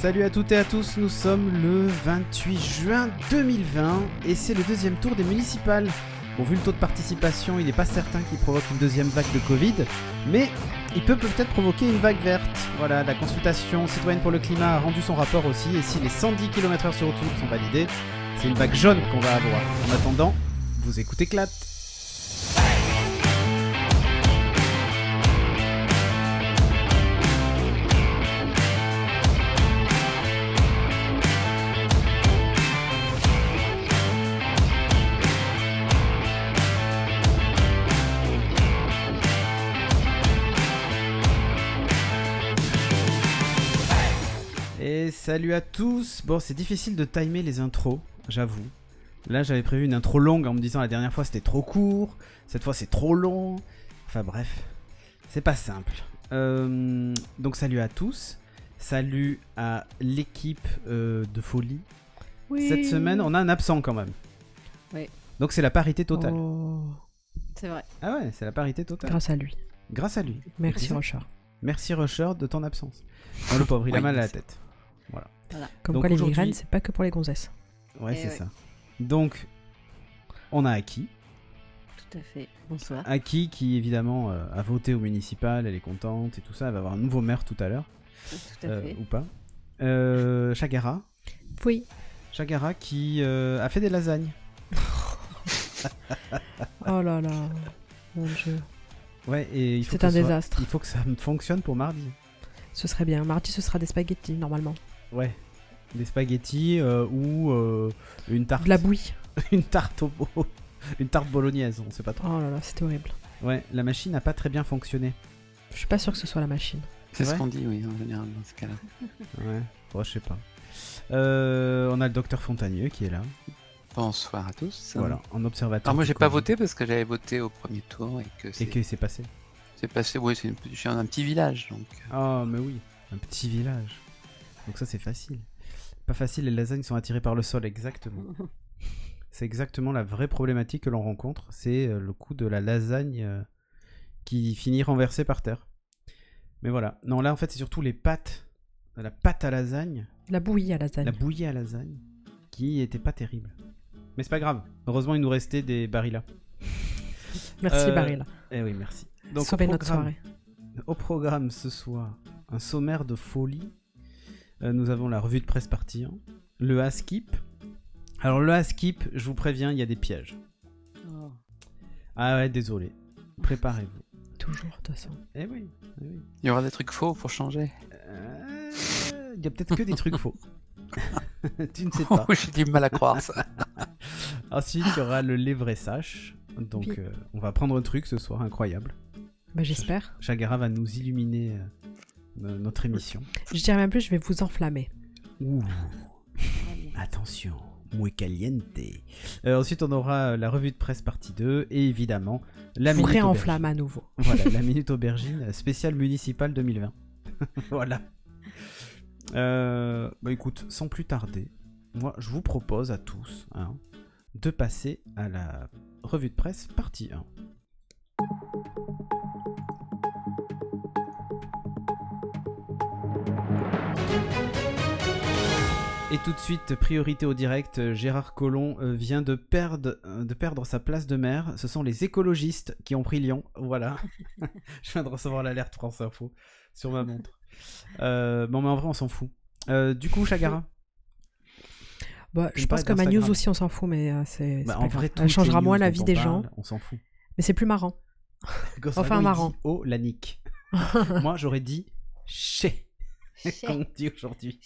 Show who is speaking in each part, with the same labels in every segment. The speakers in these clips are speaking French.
Speaker 1: Salut à toutes et à tous, nous sommes le 28 juin 2020 et c'est le deuxième tour des municipales. Bon, vu le taux de participation, il n'est pas certain qu'il provoque une deuxième vague de Covid, mais il peut peut-être provoquer une vague verte. Voilà, la consultation citoyenne pour le climat a rendu son rapport aussi et si les 110 km/h sur autoroute sont validés, c'est une vague jaune qu'on va avoir. En attendant, vous écoutez Clat. Et salut à tous. Bon, c'est difficile de timer les intros, j'avoue. Là, j'avais prévu une intro longue en me disant la dernière fois c'était trop court, cette fois c'est trop long. Enfin bref, c'est pas simple. Euh, donc salut à tous. Salut à l'équipe euh, de folie.
Speaker 2: Oui.
Speaker 1: Cette semaine, on a un absent quand même.
Speaker 2: Oui.
Speaker 1: Donc c'est la parité totale.
Speaker 2: Oh. C'est vrai.
Speaker 1: Ah ouais, c'est la parité totale.
Speaker 3: Oh. Grâce à lui.
Speaker 1: Grâce à lui.
Speaker 3: Merci
Speaker 1: Exact.
Speaker 3: Rochard.
Speaker 1: Merci Rusher de ton absence. Oh, le pauvre, il a
Speaker 4: Oui,
Speaker 1: mal à la
Speaker 4: merci.
Speaker 1: tête.
Speaker 3: Comme
Speaker 1: Donc
Speaker 3: quoi les
Speaker 1: aujourd'hui-
Speaker 3: migraines, c'est pas que pour les gonzesses.
Speaker 1: Ouais,
Speaker 2: Eh
Speaker 1: c'est
Speaker 2: ouais.
Speaker 1: ça. Donc, on a Aki.
Speaker 2: Tout à fait. Bonsoir.
Speaker 1: Aki qui évidemment euh, a voté au municipal, elle est contente et tout ça, elle va avoir un nouveau maire tout à l'heure,
Speaker 2: Ah, Tout à
Speaker 1: euh,
Speaker 2: fait.
Speaker 1: ou pas. Euh, Chagara,
Speaker 3: Oui.
Speaker 1: Chagara qui euh, a fait des lasagnes.
Speaker 3: Oh là là. Mon dieu.
Speaker 1: Ouais, et il faut
Speaker 3: C'est
Speaker 1: que
Speaker 3: un
Speaker 1: ce soit-
Speaker 3: désastre.
Speaker 1: Il faut que ça fonctionne pour mardi.
Speaker 3: Ce serait bien. Mardi, ce sera des spaghettis, normalement.
Speaker 1: Ouais. Des spaghettis euh, ou euh, une tarte,
Speaker 3: De la bouillie.
Speaker 1: une tarte au bo- une tarte bolognaise, on sait pas trop.
Speaker 3: Oh là là, c'était horrible.
Speaker 1: Ouais, la machine n'a pas très bien fonctionné.
Speaker 3: Je suis pas sûre que ce soit la machine.
Speaker 1: C'est
Speaker 4: C'est ce
Speaker 1: vrai
Speaker 4: qu'on dit, oui, en général, dans ce cas-là.
Speaker 1: Ouais, bon, je sais pas. Euh, on a le docteur Fontagneux qui est là,
Speaker 4: Bonsoir à tous.
Speaker 1: voilà, en observateur.
Speaker 4: Alors Ah, moi,
Speaker 1: du
Speaker 4: j'ai pas
Speaker 1: Covid.
Speaker 4: voté parce que j'avais voté au premier tour et que
Speaker 1: Et
Speaker 4: c'est
Speaker 1: que c'est passé.
Speaker 4: c'est passé. Oui, c'est une- je suis dans un petit village, donc.
Speaker 1: Ah, mais oui, un petit village. Donc ça, c'est facile. Pas facile, les lasagnes sont attirées par le sol, exactement. C'est exactement la vraie problématique que l'on rencontre, c'est euh, le coup de la lasagne euh, qui finit renversée par terre. Mais voilà. Non, là, en fait, c'est surtout les pâtes, la pâte à lasagne,
Speaker 3: La bouillie à lasagne.
Speaker 1: la bouillie à lasagne, qui était pas terrible. Mais c'est pas grave. Heureusement, il nous restait des barilla.
Speaker 3: Merci
Speaker 1: Euh,
Speaker 3: Baril.
Speaker 1: Eh oui, merci. au
Speaker 3: Sauvez notre
Speaker 1: programme-
Speaker 3: soirée.
Speaker 1: au programme ce soir, un sommaire de folie. Euh, nous avons la revue de presse partie 1, le Askip. Alors le Askip, je vous préviens, il y a des pièges.
Speaker 4: euh,
Speaker 2: Oh.
Speaker 1: Ah ouais, désolé. Préparez-vous.
Speaker 3: Toujours, de toute façon.
Speaker 1: Eh oui, eh oui.
Speaker 4: Il y aura des trucs faux pour changer.
Speaker 1: Euh, Il y a peut-être que des trucs faux. tu ne sais pas.
Speaker 4: j'ai du mal à croire ça.
Speaker 1: Ensuite, il y aura le lévressage. Donc,
Speaker 3: Oui.
Speaker 1: euh, on va prendre un truc ce soir incroyable.
Speaker 3: Bah, j'espère.
Speaker 1: Chagara va nous illuminer euh, no- notre émission.
Speaker 3: Je dirais même plus, je vais vous enflammer.
Speaker 1: Ouh. Attention, muy caliente. Euh, ensuite, on aura euh, la revue de presse partie 2 et évidemment la
Speaker 3: vous
Speaker 1: minute aubergine.
Speaker 3: réenflamme à nouveau.
Speaker 1: Voilà, la minute aubergine euh, spéciale municipale 2020. voilà. Euh, bah écoute, sans plus tarder, moi je vous propose à tous hein, de passer à la revue de presse partie 1. Et tout de suite, priorité au direct, euh, Gérard Collomb euh, vient de perdre, euh, de perdre sa place de maire. Ce sont les écologistes qui ont pris Lyon. Voilà. Je viens de recevoir l'alerte France Info sur ma montre. Euh, bon, mais en vrai, on s'en fout. Euh, du coup, Chagara.
Speaker 3: Bah,
Speaker 1: J'aime
Speaker 3: je
Speaker 1: pas
Speaker 3: pense que ma
Speaker 1: d'Instagram.
Speaker 3: news aussi, on s'en fout, mais euh, c'est. c'est
Speaker 1: Bah,
Speaker 3: pas
Speaker 1: en
Speaker 3: grave.
Speaker 1: vrai,
Speaker 3: Elle
Speaker 1: toutes
Speaker 3: changera
Speaker 1: les
Speaker 3: moins
Speaker 1: news
Speaker 3: la
Speaker 1: dont
Speaker 3: vie
Speaker 1: on
Speaker 3: des
Speaker 1: parle,
Speaker 3: gens,
Speaker 1: On s'en fout.
Speaker 3: mais c'est plus marrant.
Speaker 1: Gonzalo,
Speaker 3: Enfin,
Speaker 1: il
Speaker 3: marrant.
Speaker 1: dit, oh, la nique. Moi, j'aurais dit chez, comme on dit aujourd'hui.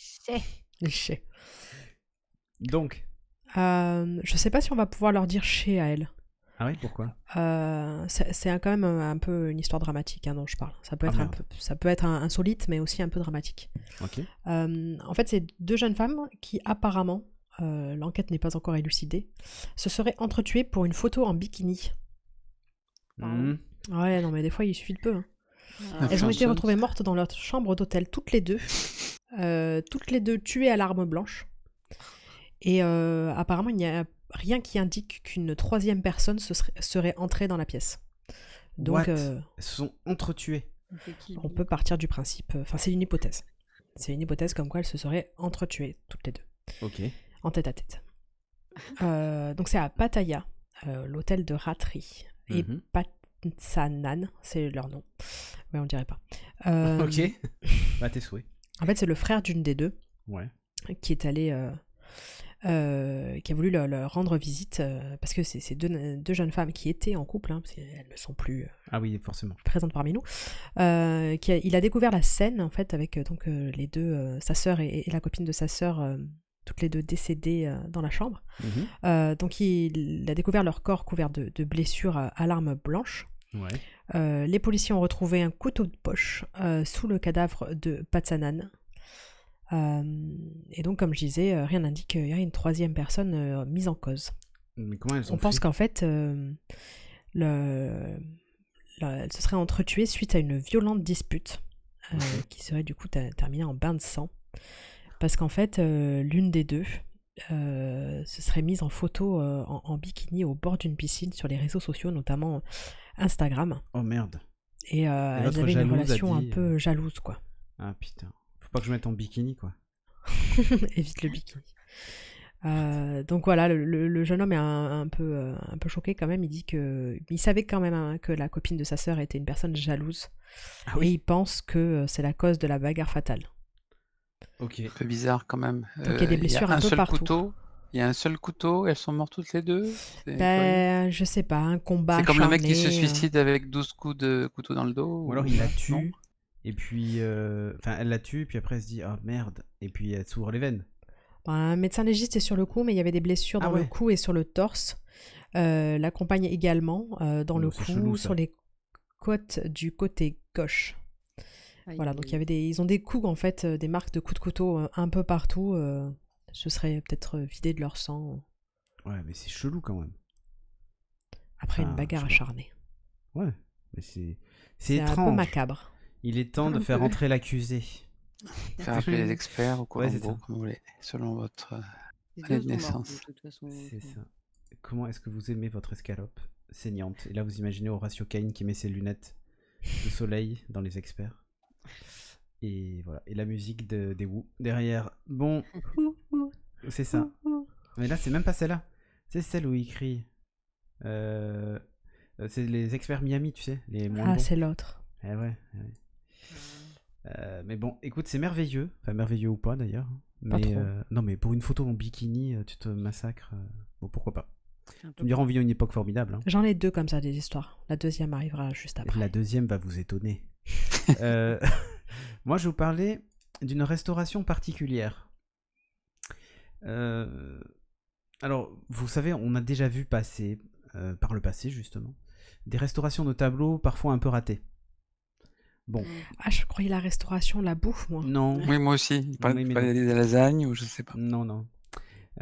Speaker 3: Chez.
Speaker 1: Donc.
Speaker 3: Euh, je sais pas si on va pouvoir leur dire chez à elle.
Speaker 1: Ah oui, pourquoi
Speaker 3: Euh, c'est c'est un- quand même un, un peu une histoire dramatique hein, dont je parle. Ça peut
Speaker 1: Ah,
Speaker 3: être, un
Speaker 1: merde.
Speaker 3: peu, ça peut être un- insolite, mais aussi un peu dramatique.
Speaker 1: Ok.
Speaker 3: Euh, en fait, c'est deux jeunes femmes qui apparemment, euh, l'enquête n'est pas encore élucidée, se seraient entretuées pour une photo en bikini.
Speaker 1: Hmm.
Speaker 3: Ouais, non, mais des fois, il suffit de peu. hein.
Speaker 2: Ah,
Speaker 3: Elles ont été
Speaker 4: Influenceuse.
Speaker 3: retrouvées mortes dans leur chambre d'hôtel, toutes les deux. Euh, toutes les deux tuées à l'arme blanche. Et euh, apparemment, il n'y a rien qui indique qu'une troisième personne se serait, serait entrée dans la pièce. Donc,
Speaker 1: What
Speaker 3: euh,
Speaker 1: Elles se sont entretuées.
Speaker 2: on fait Kill
Speaker 3: on
Speaker 2: Bill.
Speaker 3: peut partir du principe. Enfin, c'est euh, une hypothèse. C'est une hypothèse comme quoi elles se seraient entretuées, toutes les deux,
Speaker 1: Ok.
Speaker 3: en tête à tête. Euh, donc c'est à Pattaya, euh, l'hôtel de Ratri. Et
Speaker 1: Mhm.
Speaker 3: Patsanan, c'est leur nom. Mais on dirait pas. Euh,
Speaker 1: Ok. bah, tes souhaits.
Speaker 3: En fait, c'est le frère d'une des deux
Speaker 1: Ouais.
Speaker 3: qui est allé, euh, euh, qui a voulu leur, leur rendre visite euh, parce que c'est c'est deux, deux jeunes femmes qui étaient en couple, hein, parce qu'elles ne sont plus euh,
Speaker 1: Ah oui, forcément.
Speaker 3: présentes parmi nous. euh, qui a- il a découvert la scène en fait avec euh, donc euh, les deux, euh, sa sœur et, et la copine de sa sœur, euh, toutes les deux décédées euh, dans la chambre.
Speaker 1: Mhm.
Speaker 3: Euh, donc il, a découvert leur corps couvert de, de blessures euh, à, à l'arme blanche.
Speaker 1: Ouais.
Speaker 3: Euh, les policiers ont retrouvé un couteau de poche euh, sous le cadavre de Patsanan. Euh, et donc, comme je disais, euh, rien n'indique qu'il y a une troisième personne euh, mise en cause.
Speaker 1: Mais comment elles ont
Speaker 3: On pense
Speaker 1: fait
Speaker 3: qu'en fait, euh, le, la- elle se serait entretuée suite à une violente dispute euh, qui serait du coup ta- terminée en bain de sang. Parce qu'en fait, euh, l'une des deux euh, se serait mise en photo euh, en, en bikini au bord d'une piscine sur les réseaux sociaux, notamment Instagram.
Speaker 1: Oh merde.
Speaker 3: Et, euh,
Speaker 1: Et l'autre
Speaker 3: elles avaient une
Speaker 1: jalouse a
Speaker 3: relation
Speaker 1: dit, euh,
Speaker 3: un peu jalouse, quoi.
Speaker 1: Ah putain. Faut pas que je mette en bikini, quoi.
Speaker 3: Évite le bikini. Euh, donc voilà, le, le- le jeune homme est un, un peu, euh, un peu choqué quand même. Il dit que il savait quand même hein, que la copine de sa sœur était une personne jalouse
Speaker 1: Ah
Speaker 3: et il pense que euh, c'est la cause de la bagarre fatale.
Speaker 1: Ok.
Speaker 4: Un peu bizarre quand même. Euh,
Speaker 3: il y a des blessures
Speaker 4: y a
Speaker 3: un
Speaker 4: un
Speaker 3: peu
Speaker 4: seul
Speaker 3: partout.
Speaker 4: couteau. Il y a un seul couteau. Elles sont mortes toutes les deux. C'est incroyable.
Speaker 3: Ben, je sais pas, un combat.
Speaker 4: C'est comme le mec qui se
Speaker 3: acharné, bah, euh,
Speaker 4: suicide avec 12 coups de couteau dans le dos.
Speaker 1: Ou alors il la
Speaker 4: non
Speaker 1: tue. Et puis, euh, enfin, elle la tue, puis après elle se dit, oh merde, et puis elle s'ouvre les veines.
Speaker 3: ben, un médecin légiste est sur le coup, mais il y avait des blessures
Speaker 1: Ah
Speaker 3: dans le
Speaker 1: ouais.
Speaker 3: cou et sur le torse. Euh, la compagne également euh, dans
Speaker 1: Oh,
Speaker 3: le
Speaker 1: c'est
Speaker 3: cou,
Speaker 1: chelou, ça.
Speaker 3: sur les côtes du côté gauche. Voilà, donc il y avait des, ils ont des coups en fait, euh, des marques de coups de couteau euh, un peu partout. euh, ce serait peut-être euh, vidé de leur sang
Speaker 1: Ouais, mais c'est chelou quand même.
Speaker 3: après
Speaker 1: Ah,
Speaker 3: une bagarre
Speaker 1: je sais pas.
Speaker 3: acharnée.
Speaker 1: Ouais, mais c'est c'est
Speaker 3: C'est un peu
Speaker 1: étrange.
Speaker 3: macabre.
Speaker 1: Il est temps de
Speaker 2: Un
Speaker 1: faire
Speaker 2: peu.
Speaker 1: entrer l'accusé.
Speaker 4: Faire appeler les experts ou quoi,
Speaker 1: Ouais,
Speaker 4: en
Speaker 1: c'est
Speaker 4: gros,
Speaker 1: ça.
Speaker 4: comme vous voulez, selon votre. euh,
Speaker 2: Les
Speaker 4: Année
Speaker 2: deux
Speaker 4: de
Speaker 2: sont mortes,
Speaker 4: naissance.
Speaker 2: de toute façon.
Speaker 1: C'est
Speaker 2: donc,
Speaker 1: ça. Comment est-ce que vous aimez votre escalope saignante Et là, vous imaginez Horatio Caine qui met ses lunettes de soleil dans les experts. Et voilà. Et la musique de, des Wu derrière. Bon, c'est ça. Mais là, c'est même pas celle-là. C'est celle où il crie. Euh, euh, c'est les experts Miami, tu sais, les moins
Speaker 3: Ah,
Speaker 1: bons.
Speaker 3: c'est l'autre.
Speaker 1: Eh ouais, eh ouais. Euh, mais bon, écoute, c'est merveilleux. Enfin, merveilleux ou pas d'ailleurs. Mais
Speaker 3: trop.
Speaker 1: euh, non, mais pour une photo en bikini, euh, tu te massacres. euh, Bon, pourquoi pas.
Speaker 2: c'est un
Speaker 1: Tu
Speaker 2: peu-
Speaker 1: me diras, on vit à une époque formidable. hein.
Speaker 3: J'en ai deux comme ça des histoires. La deuxième arrivera juste après.
Speaker 1: La deuxième va vous étonner. Euh, moi, je vous parlais d'une restauration particulière. Euh, alors, vous savez, on a déjà vu passer, euh, par le passé justement, des restaurations de tableaux parfois un peu ratées. Bon,
Speaker 3: Ah, je croyais la restauration, la bouffe, moi.
Speaker 1: non,
Speaker 4: Oui, moi aussi. Il parlait,
Speaker 1: Oui, mais
Speaker 4: il parlait des lasagnes ou je sais pas.
Speaker 1: non, non.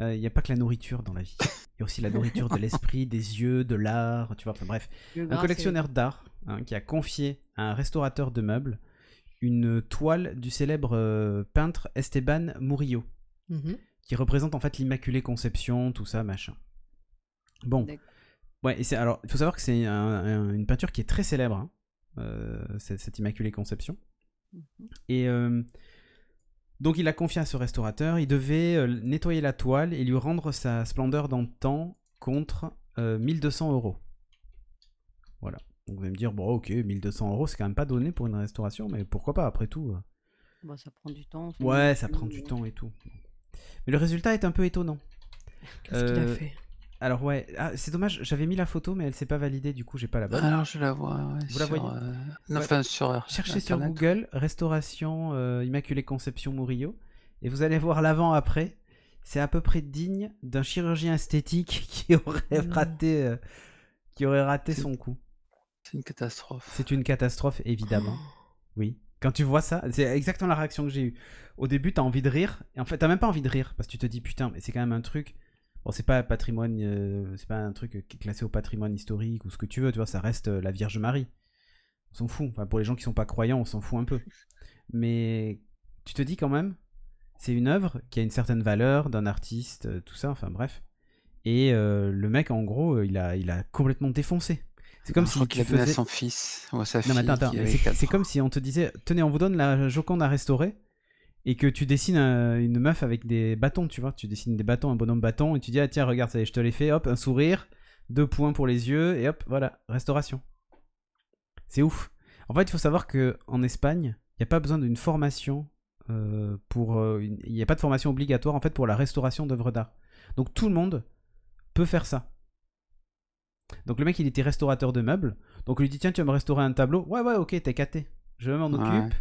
Speaker 1: Il n'y a pas que la nourriture dans la vie. Il y a aussi la nourriture de l'esprit, des yeux, de l'art, tu vois. Enfin bref,
Speaker 2: le gras,
Speaker 1: un
Speaker 2: c'est-
Speaker 1: collectionneur d'art hein, qui a confié à un restaurateur de meubles une toile du célèbre euh, peintre Esteban Murillo,
Speaker 3: Mhm.
Speaker 1: qui représente en fait l'Immaculée Conception, tout ça, machin. Bon.
Speaker 2: D'accord.
Speaker 1: Ouais, et c'est alors, il faut savoir que c'est un- un- une peinture qui est très célèbre, hein, euh, cette, cette Immaculée Conception. Et euh, donc il l'a confié à ce restaurateur, il devait euh, nettoyer la toile et lui rendre sa splendeur d'antan contre euh, 1200 euros. Voilà. Donc vous allez me dire, bon ok, 1200 euros c'est quand même pas donné pour une restauration, mais pourquoi pas après tout euh.
Speaker 2: Bon, ça prend du temps.
Speaker 1: Ouais, ça prend du temps et tout. Mais le résultat est un peu étonnant.
Speaker 3: Qu'est-ce qu'il
Speaker 1: Euh,
Speaker 3: a fait
Speaker 1: Alors ouais, Ah, c'est dommage, j'avais mis la photo mais elle s'est pas validée, du coup j'ai pas la bonne.
Speaker 4: Alors je la vois. ouais,
Speaker 1: Vous la
Speaker 4: sur,
Speaker 1: voyez
Speaker 4: euh, non,
Speaker 1: Ouais.
Speaker 4: enfin, sur. euh,
Speaker 1: Cherchez sur
Speaker 4: Internet.
Speaker 1: Google restauration euh, Immaculée Conception Murillo et vous allez voir l'avant après. C'est à peu près digne d'un chirurgien esthétique qui aurait
Speaker 3: Non.
Speaker 1: raté, euh, qui aurait raté
Speaker 4: Mmh. C'est-
Speaker 1: son coup.
Speaker 4: C'est une catastrophe.
Speaker 1: C'est une catastrophe évidemment. Oui. Quand tu vois ça, c'est exactement la réaction que j'ai eue. Au début, t'as envie de rire. Et en fait, t'as même pas envie de rire parce que tu te dis putain, mais c'est quand même un truc. Bon, c'est pas patrimoine, euh, c'est pas un truc qui est classé au patrimoine historique ou ce que tu veux. Tu vois, ça reste euh, la Vierge Marie. On s'en fout. Enfin, pour les gens qui sont pas croyants, on s'en fout un peu. Mais tu te dis quand même, c'est une œuvre qui a une certaine valeur d'un artiste, euh, tout ça. Enfin, bref. Et euh, le mec, en gros, euh, il a, il a complètement défoncé. C'est comme
Speaker 4: je
Speaker 1: si
Speaker 4: crois qu'il
Speaker 1: tu
Speaker 4: a donné à
Speaker 1: faisais-
Speaker 4: son fils ou à sa fille.
Speaker 1: non, mais attends, attends,
Speaker 4: qui
Speaker 1: mais
Speaker 4: avait
Speaker 1: c'est
Speaker 4: quatre
Speaker 1: c'est
Speaker 4: ans.
Speaker 1: comme si on te disait Tenez, on vous donne la Joconde à restaurer, et que tu dessines un- une meuf avec des bâtons, tu vois. Tu dessines des bâtons, un bonhomme bâton, et tu dis, ah tiens, regarde, ça y est, je te l'ai fait, hop, un sourire, deux points pour les yeux, et hop, voilà, restauration. C'est ouf. En fait, il faut savoir que en Espagne, il n'y a pas besoin d'une formation euh, pour. euh, une- Il n'y a pas de formation obligatoire, en fait, pour la restauration d'œuvres d'art. Donc tout le monde peut faire ça. Donc le mec, il était restaurateur de meubles. Donc on lui dit, tiens, tu vas me restaurer un tableau. Ouais, ouais, ok, t'es caté. Je m'en
Speaker 4: Ouais.
Speaker 1: occupe.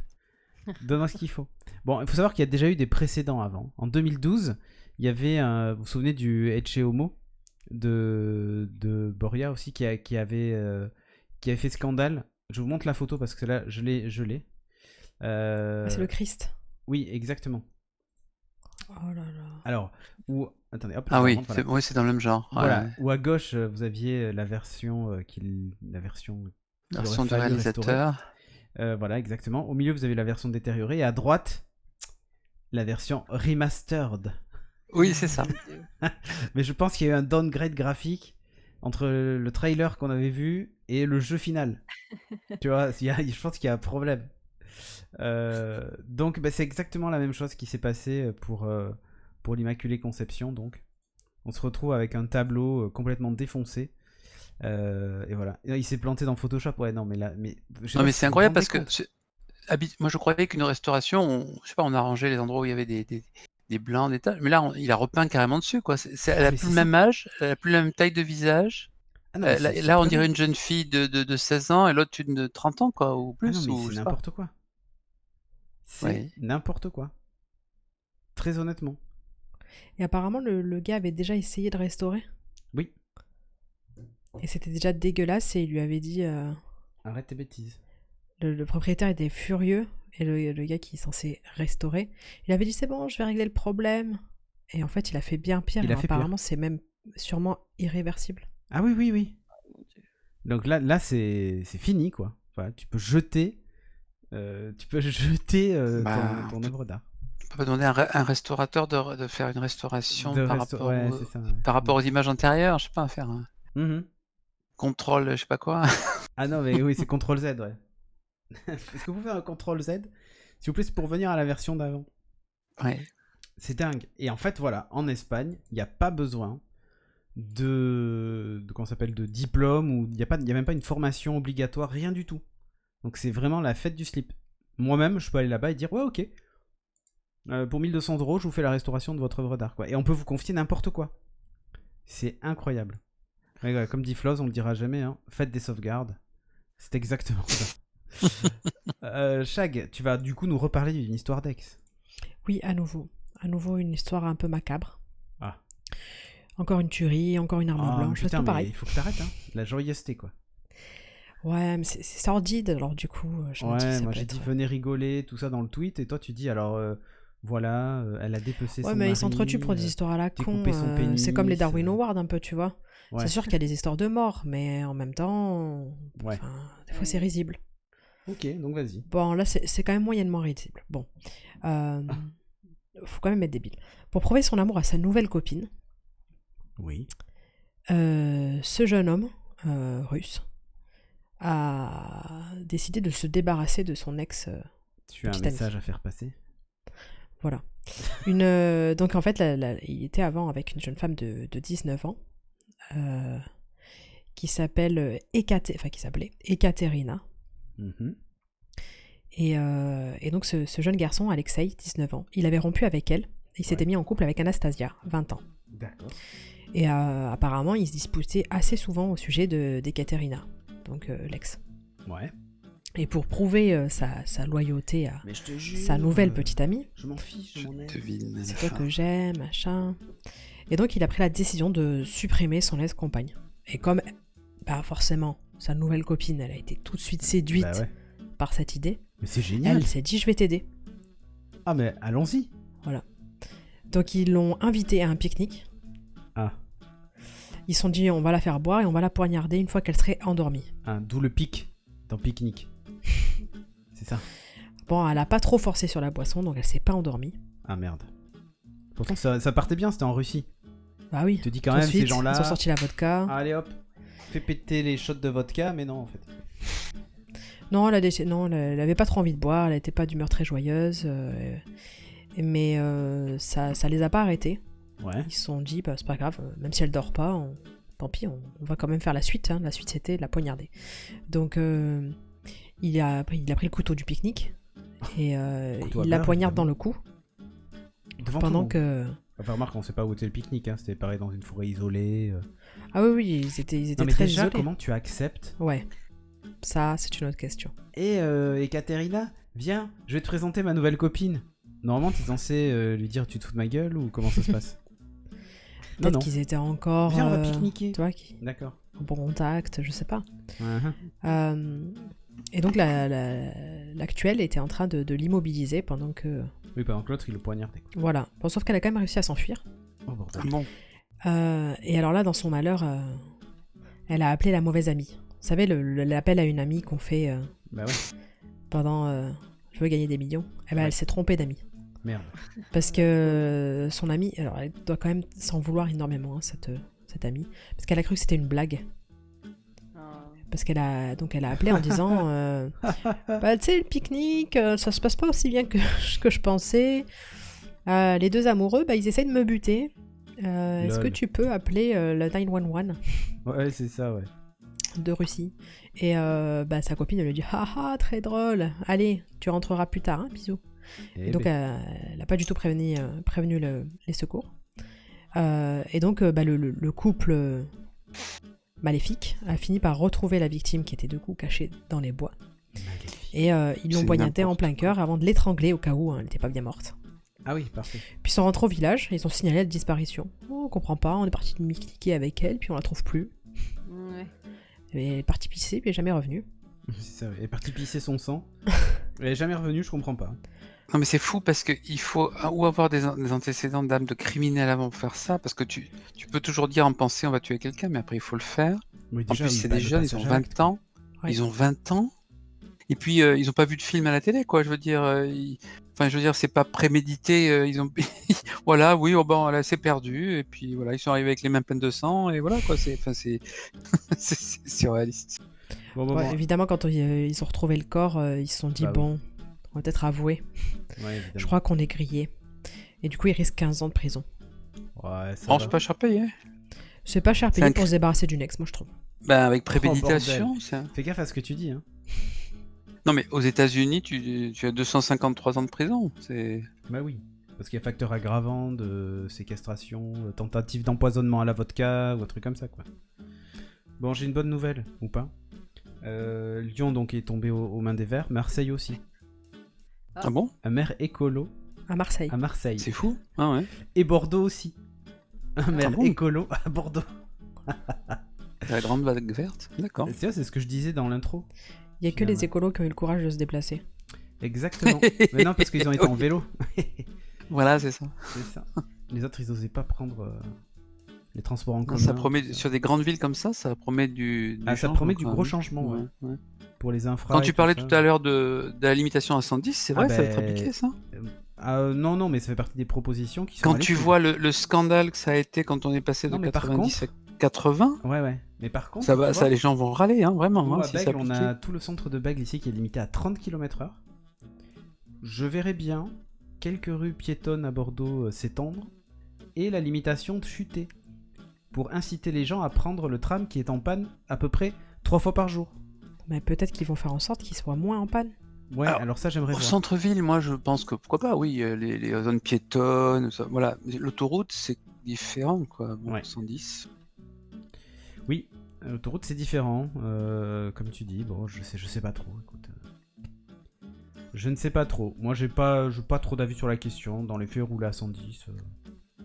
Speaker 1: Donne-moi ce qu'il faut. Bon, il faut savoir qu'il y a déjà eu des précédents avant. En 2012, il y avait, un- vous vous souvenez du Ecce Homo de, de Boria aussi, qui, a- qui avait, euh, qui avait fait scandale. Je vous montre la photo parce que là, je l'ai. Je l'ai. Euh,
Speaker 3: Ah, C'est le Christ.
Speaker 1: Oui, exactement.
Speaker 3: Oh là là.
Speaker 1: Alors, ou. Attendez, hop, je
Speaker 4: Ah
Speaker 1: vous
Speaker 4: oui,
Speaker 1: remonte, voilà.
Speaker 4: c'est oui, c'est dans le même genre. ouais,
Speaker 1: Voilà.
Speaker 4: ouais.
Speaker 1: Ou à gauche, euh, vous aviez la version euh, qu'il- la version. qu'il aurait
Speaker 4: Version du
Speaker 1: fallu
Speaker 4: réalisateur.
Speaker 1: restaurer. Euh, voilà, exactement. Au milieu, vous avez la version détériorée et à droite, la version remastered.
Speaker 4: Oui, c'est ça.
Speaker 1: Mais je pense qu'il y a eu un downgrade graphique entre le trailer qu'on avait vu et le jeu final. tu vois, il y a- je pense qu'il y a un problème. Euh, donc, bah, c'est exactement la même chose qui s'est passée pour, euh, pour l'Immaculée Conception. Donc, on se retrouve avec un tableau euh, complètement défoncé. Euh, et voilà. Et Il s'est planté dans Photoshop. Ouais, non, mais là. Mais, je sais
Speaker 4: Non,
Speaker 1: pas
Speaker 4: mais
Speaker 1: si
Speaker 4: c'est
Speaker 1: vous vous rendez
Speaker 4: incroyable parce que
Speaker 1: compte.
Speaker 4: c'est- habi- moi je croyais qu'une restauration, on, je sais pas, on arrangeait les endroits où il y avait des, des, des blancs, des taches, mais là on- il a repeint carrément dessus quoi. C'est- c'est- elle
Speaker 1: Ah,
Speaker 4: a
Speaker 1: mais c'est
Speaker 4: plus le
Speaker 1: ça.
Speaker 4: même âge, elle a plus la même taille de visage.
Speaker 1: Ah non,
Speaker 4: Euh,
Speaker 1: mais
Speaker 4: là,
Speaker 1: c'est-
Speaker 4: là, on
Speaker 1: c'est
Speaker 4: dirait une jeune fille de, de, de 16 ans et l'autre une de 30 ans quoi, ou
Speaker 1: Ah
Speaker 4: plus.
Speaker 1: non, mais
Speaker 4: ou,
Speaker 1: c'est
Speaker 4: je sais pas.
Speaker 1: n'importe quoi. C'est
Speaker 4: Ouais.
Speaker 1: n'importe quoi. Très honnêtement.
Speaker 3: Et apparemment, le, le gars avait déjà essayé de restaurer.
Speaker 1: Oui.
Speaker 3: Et c'était déjà dégueulasse et il lui avait dit. euh,
Speaker 1: Arrête tes bêtises.
Speaker 3: le, le propriétaire était furieux et le, le gars qui est censé restaurer, il avait dit c'est bon, je vais régler le problème. Et en fait, il a fait bien pire.
Speaker 1: Il a
Speaker 3: hein.
Speaker 1: fait pire.
Speaker 3: apparemment, c'est même sûrement irréversible.
Speaker 1: Ah oui, oui, oui. Donc là, là c'est c'est fini, quoi. Voilà, tu peux jeter, euh, tu peux jeter euh,
Speaker 4: Bah,
Speaker 1: ton, ton œuvre d'art.
Speaker 4: On peut pas demander à un, re- un restaurateur de, re- de faire une restauration
Speaker 1: De
Speaker 4: par,
Speaker 1: resta-
Speaker 4: rapport
Speaker 1: ouais,
Speaker 4: au-
Speaker 1: c'est ça, ouais.
Speaker 4: par rapport aux images antérieures, je sais pas, faire un
Speaker 1: Mhm.
Speaker 4: contrôle, je sais pas quoi.
Speaker 1: Ah non, mais oui, c'est CTRL Z, ouais. Est-ce que vous pouvez faire un CTRL Z S'il vous plaît, c'est pour revenir à la version d'avant.
Speaker 4: Ouais.
Speaker 1: C'est dingue. Et en fait, voilà, en Espagne, il n'y a pas besoin de, de comment ça s'appelle de diplôme ou il n'y a pas, il y a même pas une formation obligatoire, rien du tout. Donc c'est vraiment la fête du slip. Moi-même, je peux aller là-bas et dire ouais, ok, Euh, pour 1200 euros, je vous fais la restauration de votre œuvre d'art, quoi. Et on peut vous confier n'importe quoi. C'est incroyable. Ouais, ouais, comme dit Floz, on le dira jamais. Hein. Faites des sauvegardes. C'est exactement ça. euh, Shag, tu vas du coup nous reparler d'une histoire d'ex.
Speaker 3: Oui, à nouveau. À nouveau, une histoire un peu macabre.
Speaker 1: Ah.
Speaker 3: Encore une tuerie, encore une arme
Speaker 1: Ah,
Speaker 3: blanche, c'est
Speaker 1: putain,
Speaker 3: tout
Speaker 1: mais
Speaker 3: pareil.
Speaker 1: Il faut que t'arrêtes, hein. La joyeuseté, quoi.
Speaker 3: Ouais, mais c'est c'est sordide, alors du coup, euh, je me dis
Speaker 1: ouais,
Speaker 3: ça
Speaker 1: moi
Speaker 3: peut
Speaker 1: j'ai
Speaker 3: être...
Speaker 1: dit venez rigoler, tout ça dans le tweet, et toi tu dis alors euh, voilà, euh, elle a dépecé
Speaker 3: Ouais,
Speaker 1: son
Speaker 3: mais ils
Speaker 1: mari,
Speaker 3: s'entretuent pour des
Speaker 1: euh,
Speaker 3: histoires à la con.
Speaker 1: découper son
Speaker 3: euh, c'est comme les
Speaker 1: pénis,
Speaker 3: Darwin
Speaker 1: euh.
Speaker 3: Awards un peu, tu vois.
Speaker 1: Ouais.
Speaker 3: C'est sûr qu'il y a des histoires de mort, mais en même temps,
Speaker 1: Ouais.
Speaker 3: enfin, des fois c'est risible.
Speaker 1: Ok, donc vas-y.
Speaker 3: Bon, là, c'est c'est quand même moyennement risible. Bon. Euh, faut quand même être débile. Pour prouver son amour à sa nouvelle copine,
Speaker 1: Oui.
Speaker 3: euh, ce jeune homme euh, russe a décidé de se débarrasser de son ex. euh,
Speaker 1: Tu as un
Speaker 3: Petite amie.
Speaker 1: message à faire passer.
Speaker 3: voilà. Une, euh, donc, en fait, la- la- il était avant avec une jeune femme de, de 19 ans euh, qui s'appelle euh, Ekate- enfin, qui s'appelait Ekaterina.
Speaker 1: Mhm.
Speaker 3: Et, euh, et donc ce, ce jeune garçon, Alexei, 19 ans, il avait rompu avec elle. Il s'était
Speaker 1: Ouais.
Speaker 3: mis en couple avec Anastasia, 20 ans.
Speaker 1: D'accord.
Speaker 3: Et euh, apparemment, ils se disputaient assez souvent au sujet de- d'Ekaterina, donc euh, l'ex.
Speaker 1: Ouais.
Speaker 3: Et pour prouver euh, sa, sa loyauté à
Speaker 1: Mais je te jure. euh,
Speaker 3: sa nouvelle petite amie,
Speaker 1: Je m'en fiche,
Speaker 4: Je
Speaker 1: mon ex.
Speaker 4: devine.
Speaker 3: c'est
Speaker 4: la
Speaker 3: toi
Speaker 4: fin.
Speaker 3: que j'aime, machin. Et donc il a pris la décision de supprimer son ex-compagne. Et comme, bah forcément, sa nouvelle copine, elle a été tout de suite séduite
Speaker 1: Bah ouais.
Speaker 3: par cette idée,
Speaker 1: Mais c'est génial.
Speaker 3: elle s'est dit je vais t'aider.
Speaker 1: Ah, mais allons-y.
Speaker 3: Donc ils l'ont invitée à un pique-nique.
Speaker 1: Ah,
Speaker 3: Ils se sont dit on va la faire boire et on va la poignarder une fois qu'elle serait endormie.
Speaker 1: ah, d'où le pic dans pique-nique. c'est ça.
Speaker 3: Bon, elle a pas trop forcé sur la boisson, donc elle s'est pas endormie.
Speaker 1: Ah merde. Pourtant, ça, ça partait bien, c'était en Russie.
Speaker 3: Bah oui.
Speaker 1: Tu te dis quand
Speaker 3: Tout de
Speaker 1: même, ces
Speaker 3: suite,
Speaker 1: gens-là. Ah.
Speaker 3: Ils ont sorti la vodka.
Speaker 1: Allez hop, fais péter les shots de vodka, mais non en fait.
Speaker 3: Non, elle a déc- non, elle- elle avait pas trop envie de boire, elle était pas d'humeur très joyeuse. euh, Mais euh, ça, ça les a pas arrêtés.
Speaker 1: Ouais.
Speaker 3: Ils se sont dit, bah, c'est pas grave, euh, même si elle dort pas, on- tant pis, on, on va quand même faire la suite. hein. La suite, c'était la poignarder. Donc, euh, il, a, pris- il a pris le couteau du pique-nique et euh,
Speaker 1: Couteau à
Speaker 3: il la
Speaker 1: beurre,
Speaker 3: poignarde dans
Speaker 1: évidemment.
Speaker 3: le cou
Speaker 1: Devant tout le
Speaker 3: pendant
Speaker 1: monde.
Speaker 3: que.
Speaker 1: Enfin, remarque, on sait pas où était le pique-nique, hein, c'était pareil dans une forêt isolée. euh.
Speaker 3: Ah oui, oui, ils étaient, ils étaient
Speaker 1: Non, mais
Speaker 3: très
Speaker 1: déjà,
Speaker 3: isolés.
Speaker 1: comment tu acceptes
Speaker 3: Ouais. Ça, c'est une autre question.
Speaker 1: Et, euh, et Katerina, viens, je vais te présenter ma nouvelle copine. Normalement, t'es censé euh, lui dire tu te fous de ma gueule ou comment ça se passe Non,
Speaker 3: Peut-être
Speaker 1: non.
Speaker 3: qu'ils étaient encore.
Speaker 1: Viens, on va
Speaker 3: euh,
Speaker 1: pique-niquer.
Speaker 3: Tu vois, qui-
Speaker 1: D'accord.
Speaker 3: en bon contact, je sais pas.
Speaker 1: Mhm.
Speaker 3: Euh, et donc la- la- l'actuelle était en train de, de l'immobiliser pendant que...
Speaker 1: Oui, bah, pendant que l'autre il le poignardait. quoi.
Speaker 3: Voilà. Bon, sauf qu'elle a quand même réussi à s'enfuir.
Speaker 1: Oh bordel.
Speaker 4: Ah bon
Speaker 3: Euh, et alors là, dans son malheur, euh, elle a appelé la mauvaise amie. Vous savez, le- le- l'appel à une amie qu'on fait euh,
Speaker 1: Bah ouais,
Speaker 3: pendant euh, Je veux gagner des millions », eh ben,
Speaker 1: Ouais.
Speaker 3: elle s'est trompée d'amie.
Speaker 1: merde.
Speaker 3: Parce que euh, son amie, alors elle doit quand même s'en vouloir énormément, hein, cette, cette amie, parce qu'elle a cru que c'était une blague.
Speaker 2: Ah,
Speaker 3: Parce qu'elle a donc elle a appelé en disant euh, bah, tu sais le pique-nique euh, ça se passe pas aussi bien que que je pensais. Euh, les deux amoureux bah ils essayent de me buter. Euh, Est-ce que
Speaker 1: Lol.
Speaker 3: tu peux appeler euh, le 911
Speaker 1: Ouais, c'est ça, ouais.
Speaker 3: de Russie Et euh, bah sa copine elle lui dit ah ah très drôle allez tu rentreras plus tard hein, bisous.
Speaker 1: Eh
Speaker 3: donc
Speaker 1: ben.
Speaker 3: euh, elle a pas du tout prévenu euh, prévenu le- les secours. Euh, et donc euh, bah, le, le- le couple euh, maléfique a fini par retrouver la victime qui était de coup cachée dans les bois.
Speaker 1: Maléfique.
Speaker 3: Et euh, ils l'ont
Speaker 4: C'est
Speaker 3: poignardée en
Speaker 4: n'importe
Speaker 3: plein cœur avant de l'étrangler au cas où hein, elle n'était pas bien morte.
Speaker 1: Ah oui, parfait.
Speaker 3: Puis ils sont rentrés au village et ils ont signalé la disparition. Oh, on comprend pas, on est parti de cliquer avec elle, puis on la trouve plus.
Speaker 2: Ouais.
Speaker 3: Et Elle est partie pisser, puis elle est jamais revenue.
Speaker 1: C'est ça, ouais. Elle est partie pisser son sang. Elle est jamais revenue, je comprends pas.
Speaker 4: Non, mais c'est fou parce qu'il faut a- ou avoir des, an- des antécédents d'âme de criminel avant de faire ça, parce que tu, tu peux toujours dire en pensée on va tuer quelqu'un, mais après il faut le faire.
Speaker 1: Oui,
Speaker 4: En
Speaker 1: déjà,
Speaker 4: plus, c'est
Speaker 1: bah,
Speaker 4: des
Speaker 1: le
Speaker 4: jeunes, ils ont
Speaker 1: passage
Speaker 4: 20
Speaker 1: acte.
Speaker 4: ans.
Speaker 3: Ouais.
Speaker 4: Ils ont 20 ans. Et puis, euh, ils n'ont pas vu de film à la télé, quoi. Je veux dire, euh, ils- enfin, je veux dire, c'est pas prémédité. euh, ils ont, voilà, oui, oh, bon, là, c'est perdu. Et puis, voilà, ils sont arrivés avec les mains pleines de sang. Et voilà, quoi. C'est, enfin, c'est, c'est- c'est surréaliste.
Speaker 1: Bon, bon,
Speaker 3: Ouais,
Speaker 1: bon.
Speaker 3: Évidemment, quand euh, ils ont retrouvé le corps, euh, ils se sont dit
Speaker 1: Bah oui.
Speaker 3: bon, on va peut-être avouer.
Speaker 1: Ouais, évidemment.
Speaker 3: Je crois qu'on est grillé. Et du coup, ils risquent 15 ans de prison.
Speaker 1: Ouais, ça
Speaker 4: Non,
Speaker 1: va.
Speaker 4: c'est pas cher payé. hein.
Speaker 3: C'est pas cher
Speaker 4: C'est
Speaker 3: payé
Speaker 4: un
Speaker 3: pour
Speaker 4: cri-
Speaker 3: se débarrasser d'une ex, moi je trouve.
Speaker 4: Ben, avec
Speaker 1: bordel.
Speaker 4: préméditation. c'est un-
Speaker 1: Fais gaffe à ce que tu dis, hein.
Speaker 4: Non, mais aux États-Unis, tu, tu as 253 ans de prison. C'est.
Speaker 1: Bah oui. Parce qu'il y a facteur aggravant de séquestration, euh, tentative d'empoisonnement à la vodka ou un truc comme ça, quoi. Bon, j'ai une bonne nouvelle, ou pas Euh, Lyon, donc, est tombé au- aux mains des Verts, Marseille aussi.
Speaker 4: Ah bon
Speaker 1: Un maire écolo
Speaker 3: À Marseille.
Speaker 1: à Marseille.
Speaker 4: C'est fou. Ah ouais.
Speaker 1: Et Bordeaux aussi. Un maire
Speaker 4: bon
Speaker 1: écolo à Bordeaux.
Speaker 4: La grande vague verte. D'accord.
Speaker 1: C'est ça, c'est ce que je disais dans l'intro.
Speaker 3: Il y a que
Speaker 1: Finalement.
Speaker 3: les écolos qui ont eu le courage de se déplacer.
Speaker 1: Exactement. Mais non, parce qu'ils ont été en vélo.
Speaker 4: Voilà, c'est ça.
Speaker 1: C'est ça. Les autres, ils osaient pas prendre euh, les transports en
Speaker 4: Non,
Speaker 1: commun.
Speaker 4: ça promet sur des grandes villes comme ça, ça promet du. du
Speaker 1: Ah, ça
Speaker 4: changement,
Speaker 1: promet du
Speaker 4: quoi,
Speaker 1: gros
Speaker 4: hein.
Speaker 1: changement, ouais.
Speaker 4: Ouais, ouais.
Speaker 1: Pour les infras.
Speaker 4: Quand
Speaker 1: et
Speaker 4: tu parlais
Speaker 1: ça.
Speaker 4: tout à l'heure de, de la limitation à 110, c'est
Speaker 1: Ah
Speaker 4: vrai, ça va être
Speaker 1: ben,
Speaker 4: appliqué ça.
Speaker 1: Ah, euh, non, non, mais ça fait partie des propositions qui sont.
Speaker 4: Quand
Speaker 1: à
Speaker 4: tu
Speaker 1: l'étude.
Speaker 4: vois le, le scandale que ça a été quand on est passé de
Speaker 1: Non, mais par
Speaker 4: 90 à 80,
Speaker 1: Ouais, ouais. Mais par contre.
Speaker 4: ça
Speaker 1: tu
Speaker 4: va,
Speaker 1: vois,
Speaker 4: ça, les gens vont râler, hein, vraiment.
Speaker 1: nous,
Speaker 4: hein,
Speaker 1: à
Speaker 4: si c'est
Speaker 1: Bègle, on
Speaker 4: appliqué.
Speaker 1: a tout le centre de Bègle ici qui est limité à 30 km/h. Je verrais bien quelques rues piétonnes à Bordeaux euh, s'étendre et la limitation de chuter pour inciter les gens à prendre le tram qui est en panne à peu près trois fois par jour.
Speaker 3: Mais peut-être qu'ils vont faire en sorte qu'ils soient moins en panne.
Speaker 1: Ouais, alors,
Speaker 4: Alors,
Speaker 1: ça j'aimerais
Speaker 4: Au
Speaker 1: voir.
Speaker 4: centre-ville, moi, je pense que pourquoi pas, oui, euh, les, les zones piétonnes, ça, voilà. L'autoroute, c'est différent, quoi. Bon,
Speaker 1: Ouais.
Speaker 4: 110.
Speaker 1: Oui, euh, l'autoroute c'est différent, euh, comme tu dis. Bon, je sais, je sais pas trop. Écoute, euh, je ne sais pas trop. Moi, j'ai pas, j'ai pas trop d'avis sur la question. Dans les faits, rouler à 110. euh,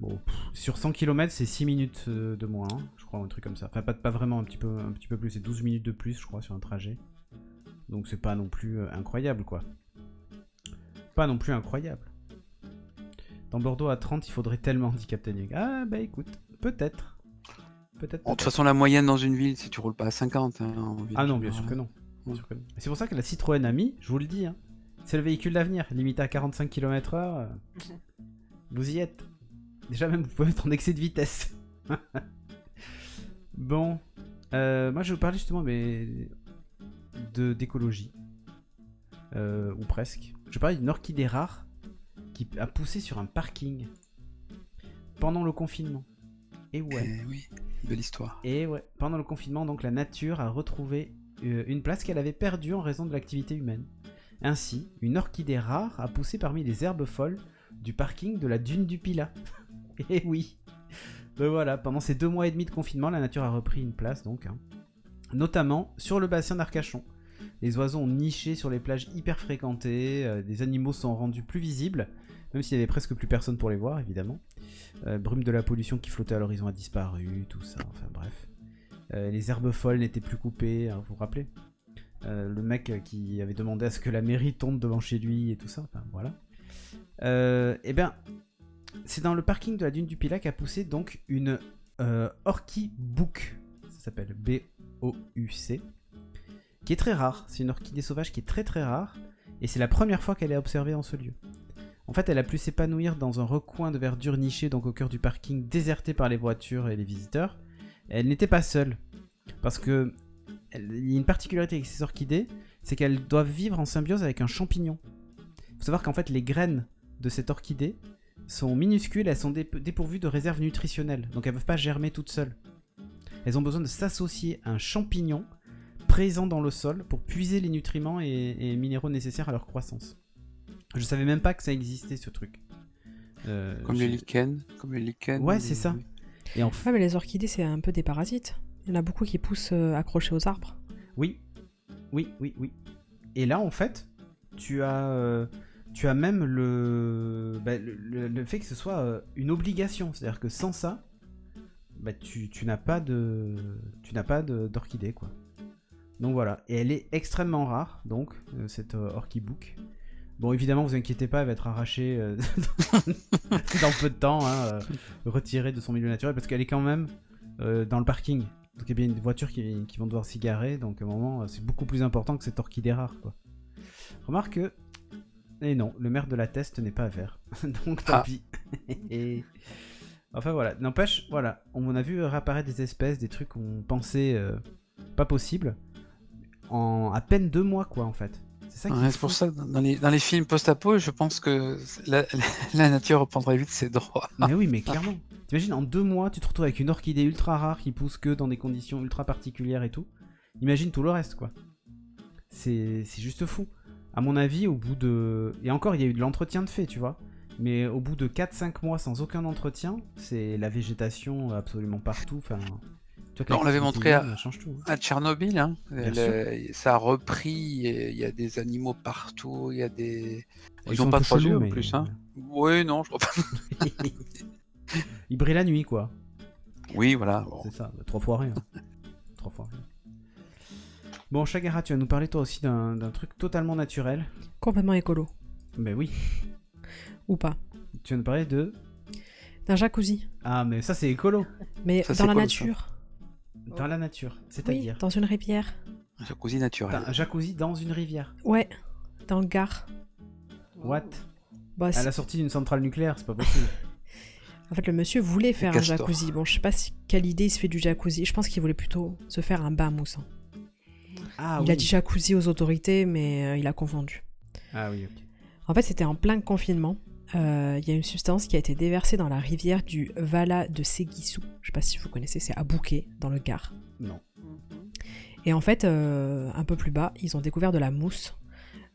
Speaker 1: Bon, pff, sur 100 km, c'est 6 minutes euh, de moins, hein, je crois, un truc comme ça. Enfin, pas, pas vraiment, un petit peu, un petit peu plus. C'est 12 minutes de plus, je crois, sur un trajet. Donc, c'est pas non plus euh, incroyable, quoi. Pas non plus incroyable. Dans Bordeaux à 30, il faudrait tellement handicapé. Ah, bah écoute, peut-être. Peut-être.
Speaker 4: Bon, de toute
Speaker 1: peut-être.
Speaker 4: façon, la moyenne dans une ville, si tu roules pas à 50. hein, en ville,
Speaker 1: Ah non,
Speaker 4: en
Speaker 1: bien sûr
Speaker 4: général.
Speaker 1: que non. Bien
Speaker 4: Ouais.
Speaker 1: sûr que non. Et C'est pour ça que la Citroën Ami, je vous le dis, hein, c'est le véhicule d'avenir. Limité à 45 km/h, euh, vous y êtes. Déjà même, vous pouvez être en excès de vitesse. bon, euh, moi je vais vous parler justement mais de d'écologie, Euh, ou presque. Je vais parler d'une orchidée rare qui a poussé sur un parking pendant le confinement. Et ouais.
Speaker 4: Eh oui, belle histoire.
Speaker 1: Et ouais, pendant le confinement, donc la nature a retrouvé euh, une place qu'elle avait perdue en raison de l'activité humaine. Ainsi, une orchidée rare a poussé parmi les herbes folles du parking de la dune du Pila. et oui. Ben voilà, pendant ces deux mois et demi de confinement, la nature a repris une place donc, hein. notamment sur le bassin d'Arcachon. Les oiseaux ont niché sur les plages hyper fréquentées, euh, des animaux sont rendus plus visibles, même s'il y avait presque plus personne pour les voir, évidemment. Euh, brume de la pollution qui flottait à l'horizon a disparu, tout ça, enfin bref. Euh, les herbes folles n'étaient plus coupées, hein, vous vous rappelez Euh, Le mec euh, qui avait demandé à ce que la mairie tombe devant chez lui et tout ça, enfin voilà. Euh, eh bien, c'est dans le parking de la dune du Pilat qu'a poussé donc une euh, orchid book, ça s'appelle B-O-U-C, qui est très rare. C'est une orchidée sauvage qui est très très rare, et c'est la première fois qu'elle est observée en ce lieu. En fait, elle a pu s'épanouir dans un recoin de verdure niché, donc au cœur du parking, déserté par les voitures et les visiteurs. Elle n'était pas seule, parce que elle- il y a une particularité avec ces orchidées, c'est qu'elles doivent vivre en symbiose avec un champignon. Faut savoir qu'en fait, les graines de cette orchidée sont minuscules, elles sont dé- dépourvues de réserves nutritionnelles, donc elles ne peuvent pas germer toutes seules. Elles ont besoin de s'associer à un champignon présent dans le sol pour puiser les nutriments et, et minéraux nécessaires à leur croissance. Je savais même pas que ça existait ce truc. Euh,
Speaker 4: Comme
Speaker 1: j'ai-
Speaker 4: les lichens. Comme les lichens.
Speaker 1: Ouais,
Speaker 4: les-
Speaker 1: c'est ça. Et en fait,
Speaker 3: Ouais, mais les orchidées, c'est un peu des parasites. Il y en a beaucoup qui poussent euh, accrochés aux arbres.
Speaker 1: Oui, oui, oui, oui. Et là, en fait, tu as, euh, tu as même le, bah, le, le- le fait que ce soit euh, une obligation. C'est-à-dire que sans ça, bah, tu, tu n'as pas de, tu n'as pas de- d'orchidée, quoi. Donc voilà. Et elle est extrêmement rare, donc euh, cette euh, orchibook. Bon, évidemment, vous inquiétez pas, elle va être arrachée euh, dans peu de temps, hein, euh, retirée de son milieu naturel, parce qu'elle est quand même euh, dans le parking. Donc il y a bien des voitures qui, qui vont devoir s'y garer, donc à un moment, euh, c'est beaucoup plus important que cette orchidée rare, quoi. Remarque que... Et non, le maire de la Teste n'est pas vert. donc tant
Speaker 4: Ah.
Speaker 1: pis. enfin voilà, n'empêche, voilà, on a vu réapparaître des espèces, des trucs qu'on pensait euh, pas possible, en à peine deux mois, quoi, en fait. C'est ça qui
Speaker 4: Ouais,
Speaker 1: est
Speaker 4: c'est pour
Speaker 1: fou.
Speaker 4: ça, dans les, dans les films post-apo, je pense que la, la nature reprendrait vite ses droits.
Speaker 1: Mais oui, mais clairement. T'imagines, en deux mois, tu te retrouves avec une orchidée ultra rare qui pousse que dans des conditions ultra particulières et tout. Imagine tout le reste, quoi. C'est c'est juste fou. À mon avis, au bout de. Et encore, il y a eu de l'entretien de fait, tu vois. Mais au bout de 4-5 mois sans aucun entretien, c'est la végétation absolument partout. Enfin, tu vois que
Speaker 4: Non, Bah, on l'avait
Speaker 1: l'activité
Speaker 4: montré à-
Speaker 1: humaine, elle change tout. hein.
Speaker 4: À Tchernobyl, hein,
Speaker 1: Bien
Speaker 4: le- ça a repris, et il y a des animaux partout, il y a des... Ils,
Speaker 1: sont
Speaker 4: ont
Speaker 1: un
Speaker 4: pas
Speaker 1: peu
Speaker 4: trois yeux
Speaker 1: chelous,
Speaker 4: en
Speaker 1: mais- euh.
Speaker 4: plus, hein Oui, non, je crois pas.
Speaker 1: Ils brillent hein. la nuit, quoi.
Speaker 4: Oui, voilà. bon.
Speaker 1: C'est ça, bah, trois fois rien. trois fois rien. Bon, Chagara, tu vas nous parler toi aussi d'un d'un truc totalement naturel.
Speaker 3: Complètement écolo,
Speaker 1: Mais oui,
Speaker 3: ou pas.
Speaker 1: tu vas nous parler de.
Speaker 3: D'un jacuzzi.
Speaker 1: Ah, mais ça, c'est écolo.
Speaker 3: Mais
Speaker 4: Ça, c'est
Speaker 3: dans la
Speaker 4: écolo, ça.
Speaker 3: nature.
Speaker 1: Dans la nature,
Speaker 3: Oui,
Speaker 1: c'est-à-dire.
Speaker 3: dans une rivière.
Speaker 4: Un jacuzzi naturel.
Speaker 1: T'as un jacuzzi dans une rivière.
Speaker 3: Ouais, dans le Gard.
Speaker 1: What
Speaker 3: Bah,
Speaker 1: À
Speaker 4: Ah,
Speaker 3: c'est-
Speaker 1: la sortie d'une centrale nucléaire, c'est pas possible.
Speaker 3: En fait, le monsieur voulait faire un
Speaker 4: castors.
Speaker 3: jacuzzi. Bon, je sais pas si, quelle idée il se fait du jacuzzi. Je pense qu'il voulait plutôt se faire un bain moussant.
Speaker 1: Ah
Speaker 3: il
Speaker 1: oui.
Speaker 3: a dit jacuzzi aux autorités, mais euh, il a confondu.
Speaker 1: Ah oui, ok.
Speaker 3: En fait, c'était en plein confinement. Euh, Il y a une substance qui a été déversée dans la rivière du Vala de Seguissou. Je sais pas si vous connaissez, c'est à Bouquet, dans le Gard.
Speaker 1: Non.
Speaker 2: Mhm.
Speaker 3: Et en fait, euh, un peu plus bas, ils ont découvert de la mousse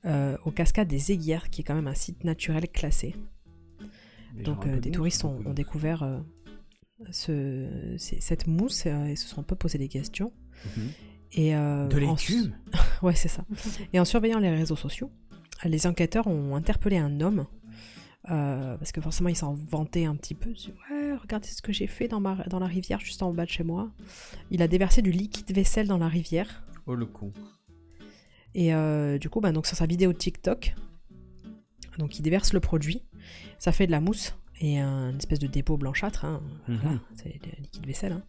Speaker 3: euh, au cascade des Aiguières, qui est quand même un site naturel classé.
Speaker 1: Les gens
Speaker 3: Donc
Speaker 1: un
Speaker 3: euh,
Speaker 1: peu
Speaker 3: des
Speaker 1: de
Speaker 3: touristes
Speaker 1: mousse,
Speaker 3: ont,
Speaker 1: beaucoup de
Speaker 3: ont
Speaker 1: mousse.
Speaker 3: découvert euh, ce- ces- cette mousse euh, et se sont un peu posé des questions.
Speaker 1: Mhm.
Speaker 3: Et, euh,
Speaker 1: De
Speaker 3: en-
Speaker 1: l'écume
Speaker 3: Ouais, c'est ça. Et en surveillant les réseaux sociaux, les enquêteurs ont interpellé un homme. euh, parce que forcément, il s'en vantait un petit peu. Il dit, Ouais, regardez ce que j'ai fait dans, ma, dans la rivière juste en bas de chez moi. Il a déversé du liquide vaisselle dans la rivière.
Speaker 1: Oh le con.
Speaker 3: Et euh, du coup, bah, donc sur sa vidéo TikTok, donc il déverse le produit, ça fait de la mousse et un espèce de dépôt blanchâtre, hein,
Speaker 1: Mhm.
Speaker 3: voilà, c'est le liquide vaisselle. hein.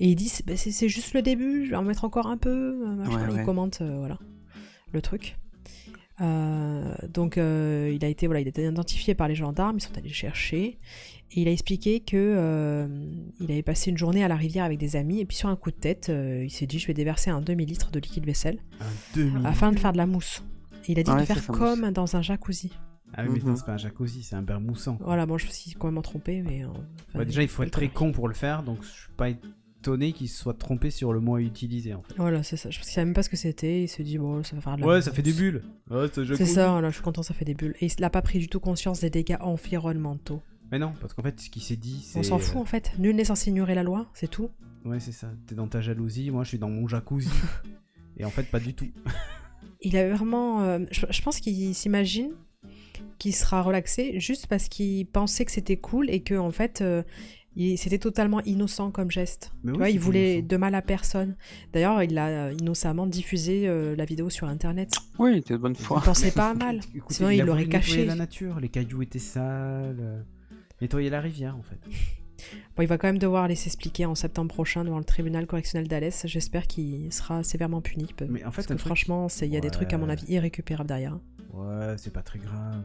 Speaker 3: Et il dit c'est- bah, c'est c'est juste le début, je vais en mettre encore un peu, euh, machin.
Speaker 4: Ouais, ouais.
Speaker 3: il commente euh, voilà le truc. Euh, donc euh, il a été voilà, il a été identifié par les gendarmes, ils sont allés le chercher et il a expliqué que euh, il avait passé une journée à la rivière avec des amis et puis sur un coup de tête, euh, il s'est dit je vais déverser un demi litre de liquide vaisselle
Speaker 1: Un demi.
Speaker 3: afin de faire de la mousse. Et il a dit
Speaker 4: Ah Ouais,
Speaker 3: de
Speaker 4: c'est
Speaker 3: faire
Speaker 4: ça, mousse.
Speaker 3: comme dans un jacuzzi.
Speaker 1: Ah oui, mais
Speaker 4: Mhm.
Speaker 1: c'est pas un jacuzzi, c'est un bain moussant. quoi.
Speaker 3: Voilà, bon, je me suis complètement trompée, mais. euh, enfin,
Speaker 1: Ouais, déjà, il faut être très con
Speaker 3: conneries.
Speaker 1: pour le faire, donc je suis pas étonné qu'il se soit trompé sur le mot à utiliser. En fait.
Speaker 3: Voilà, c'est ça. Je ne savais même pas ce que c'était. Il se dit, bon, ça va faire de la
Speaker 1: Ouais,
Speaker 3: merde.
Speaker 1: ça fait des bulles. Ouais, c'est un
Speaker 3: C'est
Speaker 1: jacuzzi.
Speaker 3: ça, voilà, je suis content, ça fait des bulles. Et il n'a pas pris du tout conscience des dégâts environnementaux.
Speaker 1: Mais non, parce qu'en fait, ce qu'il s'est dit, c'est. euh,
Speaker 3: On s'en fout en fait. Nul n'est censé ignorer la loi, c'est tout.
Speaker 1: Ouais, c'est ça. T'es dans ta jalousie, moi je suis dans mon jacuzzi. Et en fait, pas du tout.
Speaker 3: Il a vraiment. euh, je, je pense qu'il s'imagine qu'il sera relaxé juste parce qu'il pensait que c'était cool et que en fait. euh, il- c'était totalement innocent comme geste.
Speaker 1: Mais
Speaker 3: tu
Speaker 1: oui,
Speaker 3: vois, il
Speaker 1: c'était
Speaker 3: voulait
Speaker 1: innocent.
Speaker 3: de mal à personne. D'ailleurs, il a euh, innocemment diffusé euh, la vidéo sur internet.
Speaker 4: Oui, t'es de bonne
Speaker 3: Il
Speaker 4: foi.
Speaker 3: pensait pas à mal.
Speaker 1: Écoutez,
Speaker 3: Sinon,
Speaker 1: a
Speaker 3: il
Speaker 1: voulu
Speaker 3: l'aurait
Speaker 1: nettoyer
Speaker 3: caché.
Speaker 1: la nature, les cailloux étaient sales. euh, Nettoyer la rivière, en fait.
Speaker 3: Bon, il va quand même devoir aller s'expliquer en septembre prochain devant le tribunal correctionnel d'Alès. J'espère qu'il sera sévèrement puni. pe-
Speaker 1: Mais en fait,
Speaker 3: Euh, parce que
Speaker 1: un truc-
Speaker 3: franchement, c'est- il y a des trucs, à mon
Speaker 1: Ouais.
Speaker 3: avis, irrécupérables derrière.
Speaker 1: Ouais, c'est pas très grave.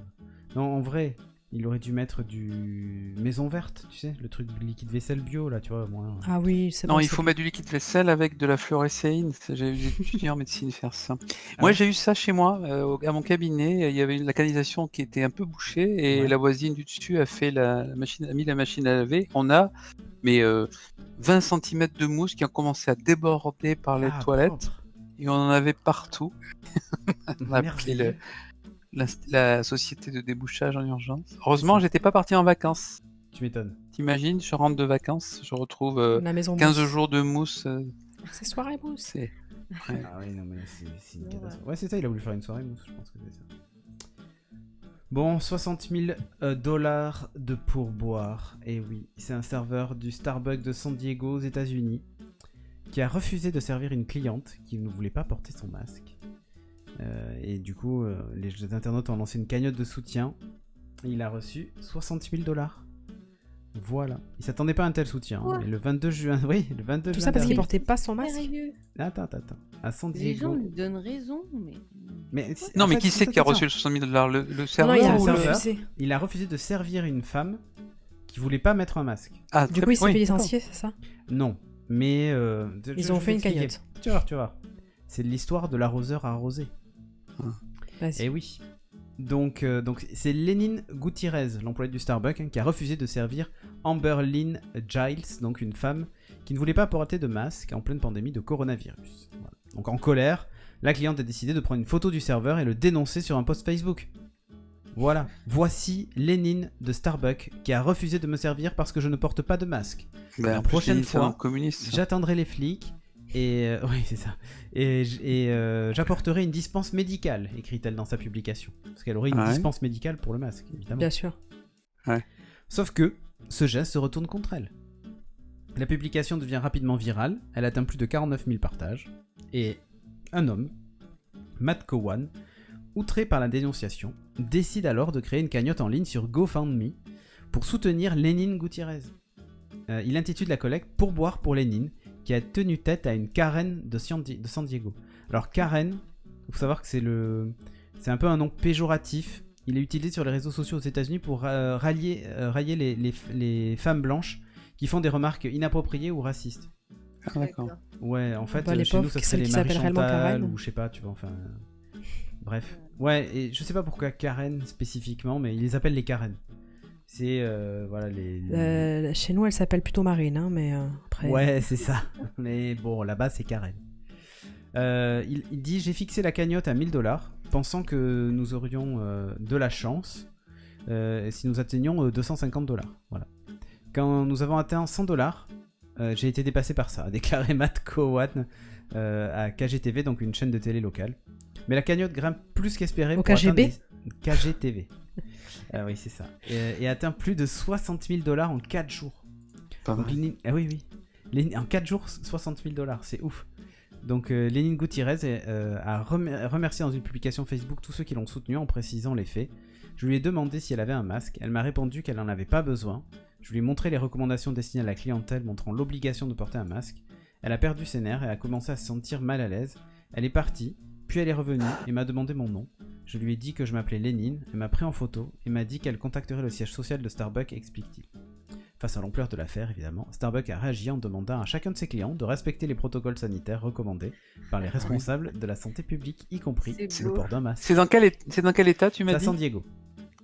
Speaker 1: Non, en vrai, il aurait dû mettre du maison verte, tu sais, le truc de liquide vaisselle bio, là, tu vois, au moins.
Speaker 3: Ah oui, c'est
Speaker 4: Non,
Speaker 3: bon,
Speaker 4: il
Speaker 3: c'est-
Speaker 4: faut mettre du liquide vaisselle avec de la fluorescéine. Ça, J'ai eu des étudiants en médecine faire ça. moi,
Speaker 1: Ah ouais
Speaker 4: j'ai eu ça chez moi, euh, au- à mon cabinet. Il y avait une- la canalisation qui était un peu bouchée et
Speaker 1: Ouais.
Speaker 4: la voisine du dessus a fait la, la machine, a mis la machine à laver. On a, mais euh, 20 cm de mousse qui ont commencé à déborder par les
Speaker 1: Ah,
Speaker 4: toilettes
Speaker 1: propre.
Speaker 4: et on en avait partout. on a appelé
Speaker 1: Merveilleux.
Speaker 4: le- la, la société de débouchage en urgence. Heureusement, j'étais pas parti en vacances.
Speaker 1: Tu m'étonnes.
Speaker 4: T'imagines, je rentre de vacances, je retrouve euh,
Speaker 3: la maison
Speaker 4: 15
Speaker 3: mousse.
Speaker 4: jours de mousse. euh,
Speaker 3: C'est soirée mousse.
Speaker 4: c'est-
Speaker 1: Ah oui, non, mais c'est c'est une
Speaker 3: Ouais.
Speaker 1: catastrophe. Ouais, c'est ça, il a voulu faire une soirée mousse, je pense que c'est ça. Bon, 60 000 euh, dollars de pourboire. Et oui, c'est un serveur du Starbucks de San Diego aux États-Unis qui a refusé de servir une cliente qui ne voulait pas porter son masque. Euh, et du coup, euh, les internautes ont lancé une cagnotte de soutien. Et il a reçu 60 000 dollars. Voilà. Il s'attendait pas à un tel soutien. hein.
Speaker 2: Quoi
Speaker 1: Et le 22 juin, oui, le 22
Speaker 3: Tout
Speaker 1: juin
Speaker 3: ça parce qu'il
Speaker 1: dernier-
Speaker 3: portait pas son masque.
Speaker 2: Sérieux
Speaker 1: Attends, attends, attends. À San
Speaker 2: Les gens
Speaker 1: Diego.
Speaker 2: lui donnent raison, mais.
Speaker 1: Mais,
Speaker 4: Non,
Speaker 1: en
Speaker 4: mais
Speaker 1: fait,
Speaker 4: qui
Speaker 1: c'est
Speaker 4: c'est
Speaker 1: ça,
Speaker 4: qui a
Speaker 1: c'est ça.
Speaker 4: reçu le 60 000 dollars le, le
Speaker 3: Non, non,
Speaker 4: serveur
Speaker 3: il a
Speaker 1: ou le-
Speaker 3: refusé.
Speaker 1: Il a refusé de servir une femme qui voulait pas mettre un masque.
Speaker 4: Ah,
Speaker 3: Du
Speaker 4: très-
Speaker 3: coup, il s'est
Speaker 4: oui.
Speaker 3: fait licencier, c'est ça
Speaker 1: Non, mais euh, je- je
Speaker 3: Ils ont
Speaker 1: vais
Speaker 3: fait une
Speaker 1: t'expliquer.
Speaker 3: cagnotte.
Speaker 1: Tu vois, tu vois. C'est l'histoire de l'arroseur arrosé.
Speaker 3: Vas-y.
Speaker 1: Eh oui. Donc, euh, donc c'est Lénine Gutiérrez, l'employé du Starbucks, hein, qui a refusé de servir Amber Lynn Giles, donc une femme qui ne voulait pas porter de masque en pleine pandémie de coronavirus. Voilà. Donc en colère, la cliente a décidé de prendre une photo du serveur et le dénoncer sur un post Facebook. Voilà, voici Lénine de Starbucks qui a refusé de me servir parce que je ne porte pas de masque.
Speaker 4: Ben,
Speaker 1: La
Speaker 4: en plus,
Speaker 1: prochaine
Speaker 4: j'ai dit, c'est un
Speaker 1: fois,
Speaker 4: communiste. ça.
Speaker 1: J'attendrai les flics et euh, oui c'est ça et, j- et, euh, j'apporterai une dispense médicale écrit-elle dans sa publication parce qu'elle aurait une
Speaker 4: Ouais.
Speaker 1: dispense médicale pour le masque évidemment.
Speaker 3: Bien sûr.
Speaker 1: Sauf que ce geste se retourne contre elle. La publication devient rapidement virale, elle atteint plus de 49 000 partages, et un homme, Matt Cowan, outré par la dénonciation, décide alors de créer une cagnotte en ligne sur GoFundMe pour soutenir Lénine Gutiérrez. Euh, il intitule la collecte Pourboire pour Lénine, qui a tenu tête à une Karen de San Di- de San Diego. Alors Karen, il faut savoir que c'est le, c'est un peu un nom péjoratif. Il est utilisé sur les réseaux sociaux aux États-Unis pour euh, rallier, euh, railler les, les- les femmes blanches qui font des remarques inappropriées ou racistes.
Speaker 4: Ah, D'accord.
Speaker 1: Ouais, en fait,
Speaker 3: Bah,
Speaker 1: euh,
Speaker 3: les
Speaker 1: chez nous,
Speaker 3: pauvres,
Speaker 1: ça
Speaker 3: celles
Speaker 1: serait les
Speaker 3: qui
Speaker 1: Marie
Speaker 3: s'appellent réellement
Speaker 1: Chantal
Speaker 3: Karen.
Speaker 1: ou je sais pas, tu vois, enfin. euh, Bref. Ouais, et je sais pas pourquoi Karen spécifiquement, mais ils les appellent les Karen. C'est, euh, voilà, les. les-
Speaker 3: Euh, chez nous, elle s'appelle plutôt Marine, hein, mais euh, après.
Speaker 1: Ouais, c'est ça. Mais bon, là-bas, c'est Karen. Euh, il, il dit J'ai fixé la cagnotte à 1000 dollars, pensant que nous aurions euh, de la chance euh, si nous atteignions euh, 250 dollars. Voilà. Quand nous avons atteint 100 dollars, euh, j'ai été dépassé par ça, a déclaré Matt Cowan euh, à KGTV, donc une chaîne de télé locale. Mais la cagnotte grimpe plus qu'espéré. pour
Speaker 3: Au KGB?
Speaker 1: atteindre les- KGTV. Ah oui, c'est ça. Et, et atteint plus de 60 000 dollars en 4 jours.
Speaker 4: Pas
Speaker 1: Donc
Speaker 4: mal.
Speaker 1: Lénine- Ah oui, oui. Lénine- En 4 jours, 60 000 dollars, c'est ouf. Donc euh, Lénine Gutiérrez euh, a remer- remercié dans une publication Facebook tous ceux qui l'ont soutenue en précisant les faits. Je lui ai demandé si elle avait un masque. Elle m'a répondu qu'elle n'en avait pas besoin. Je lui ai montré les recommandations destinées à la clientèle montrant l'obligation de porter un masque. Elle a perdu ses nerfs et a commencé à se sentir mal à l'aise. Elle est partie, puis elle est revenue et m'a demandé mon nom. Je lui ai dit que je m'appelais Lénine, elle m'a pris en photo et m'a dit qu'elle contacterait le siège social de Starbucks, explique-t-il. Face à l'ampleur de l'affaire, évidemment, Starbucks a réagi en demandant à chacun de ses clients de respecter les protocoles sanitaires recommandés par
Speaker 4: Ah
Speaker 1: les responsables de la santé publique, y compris
Speaker 2: C'est
Speaker 1: le
Speaker 2: beau.
Speaker 1: port d'un masque.
Speaker 4: C'est dans, quel é- c'est dans quel état
Speaker 1: C'est
Speaker 4: tu m'as
Speaker 1: à
Speaker 4: dit
Speaker 1: San Diego.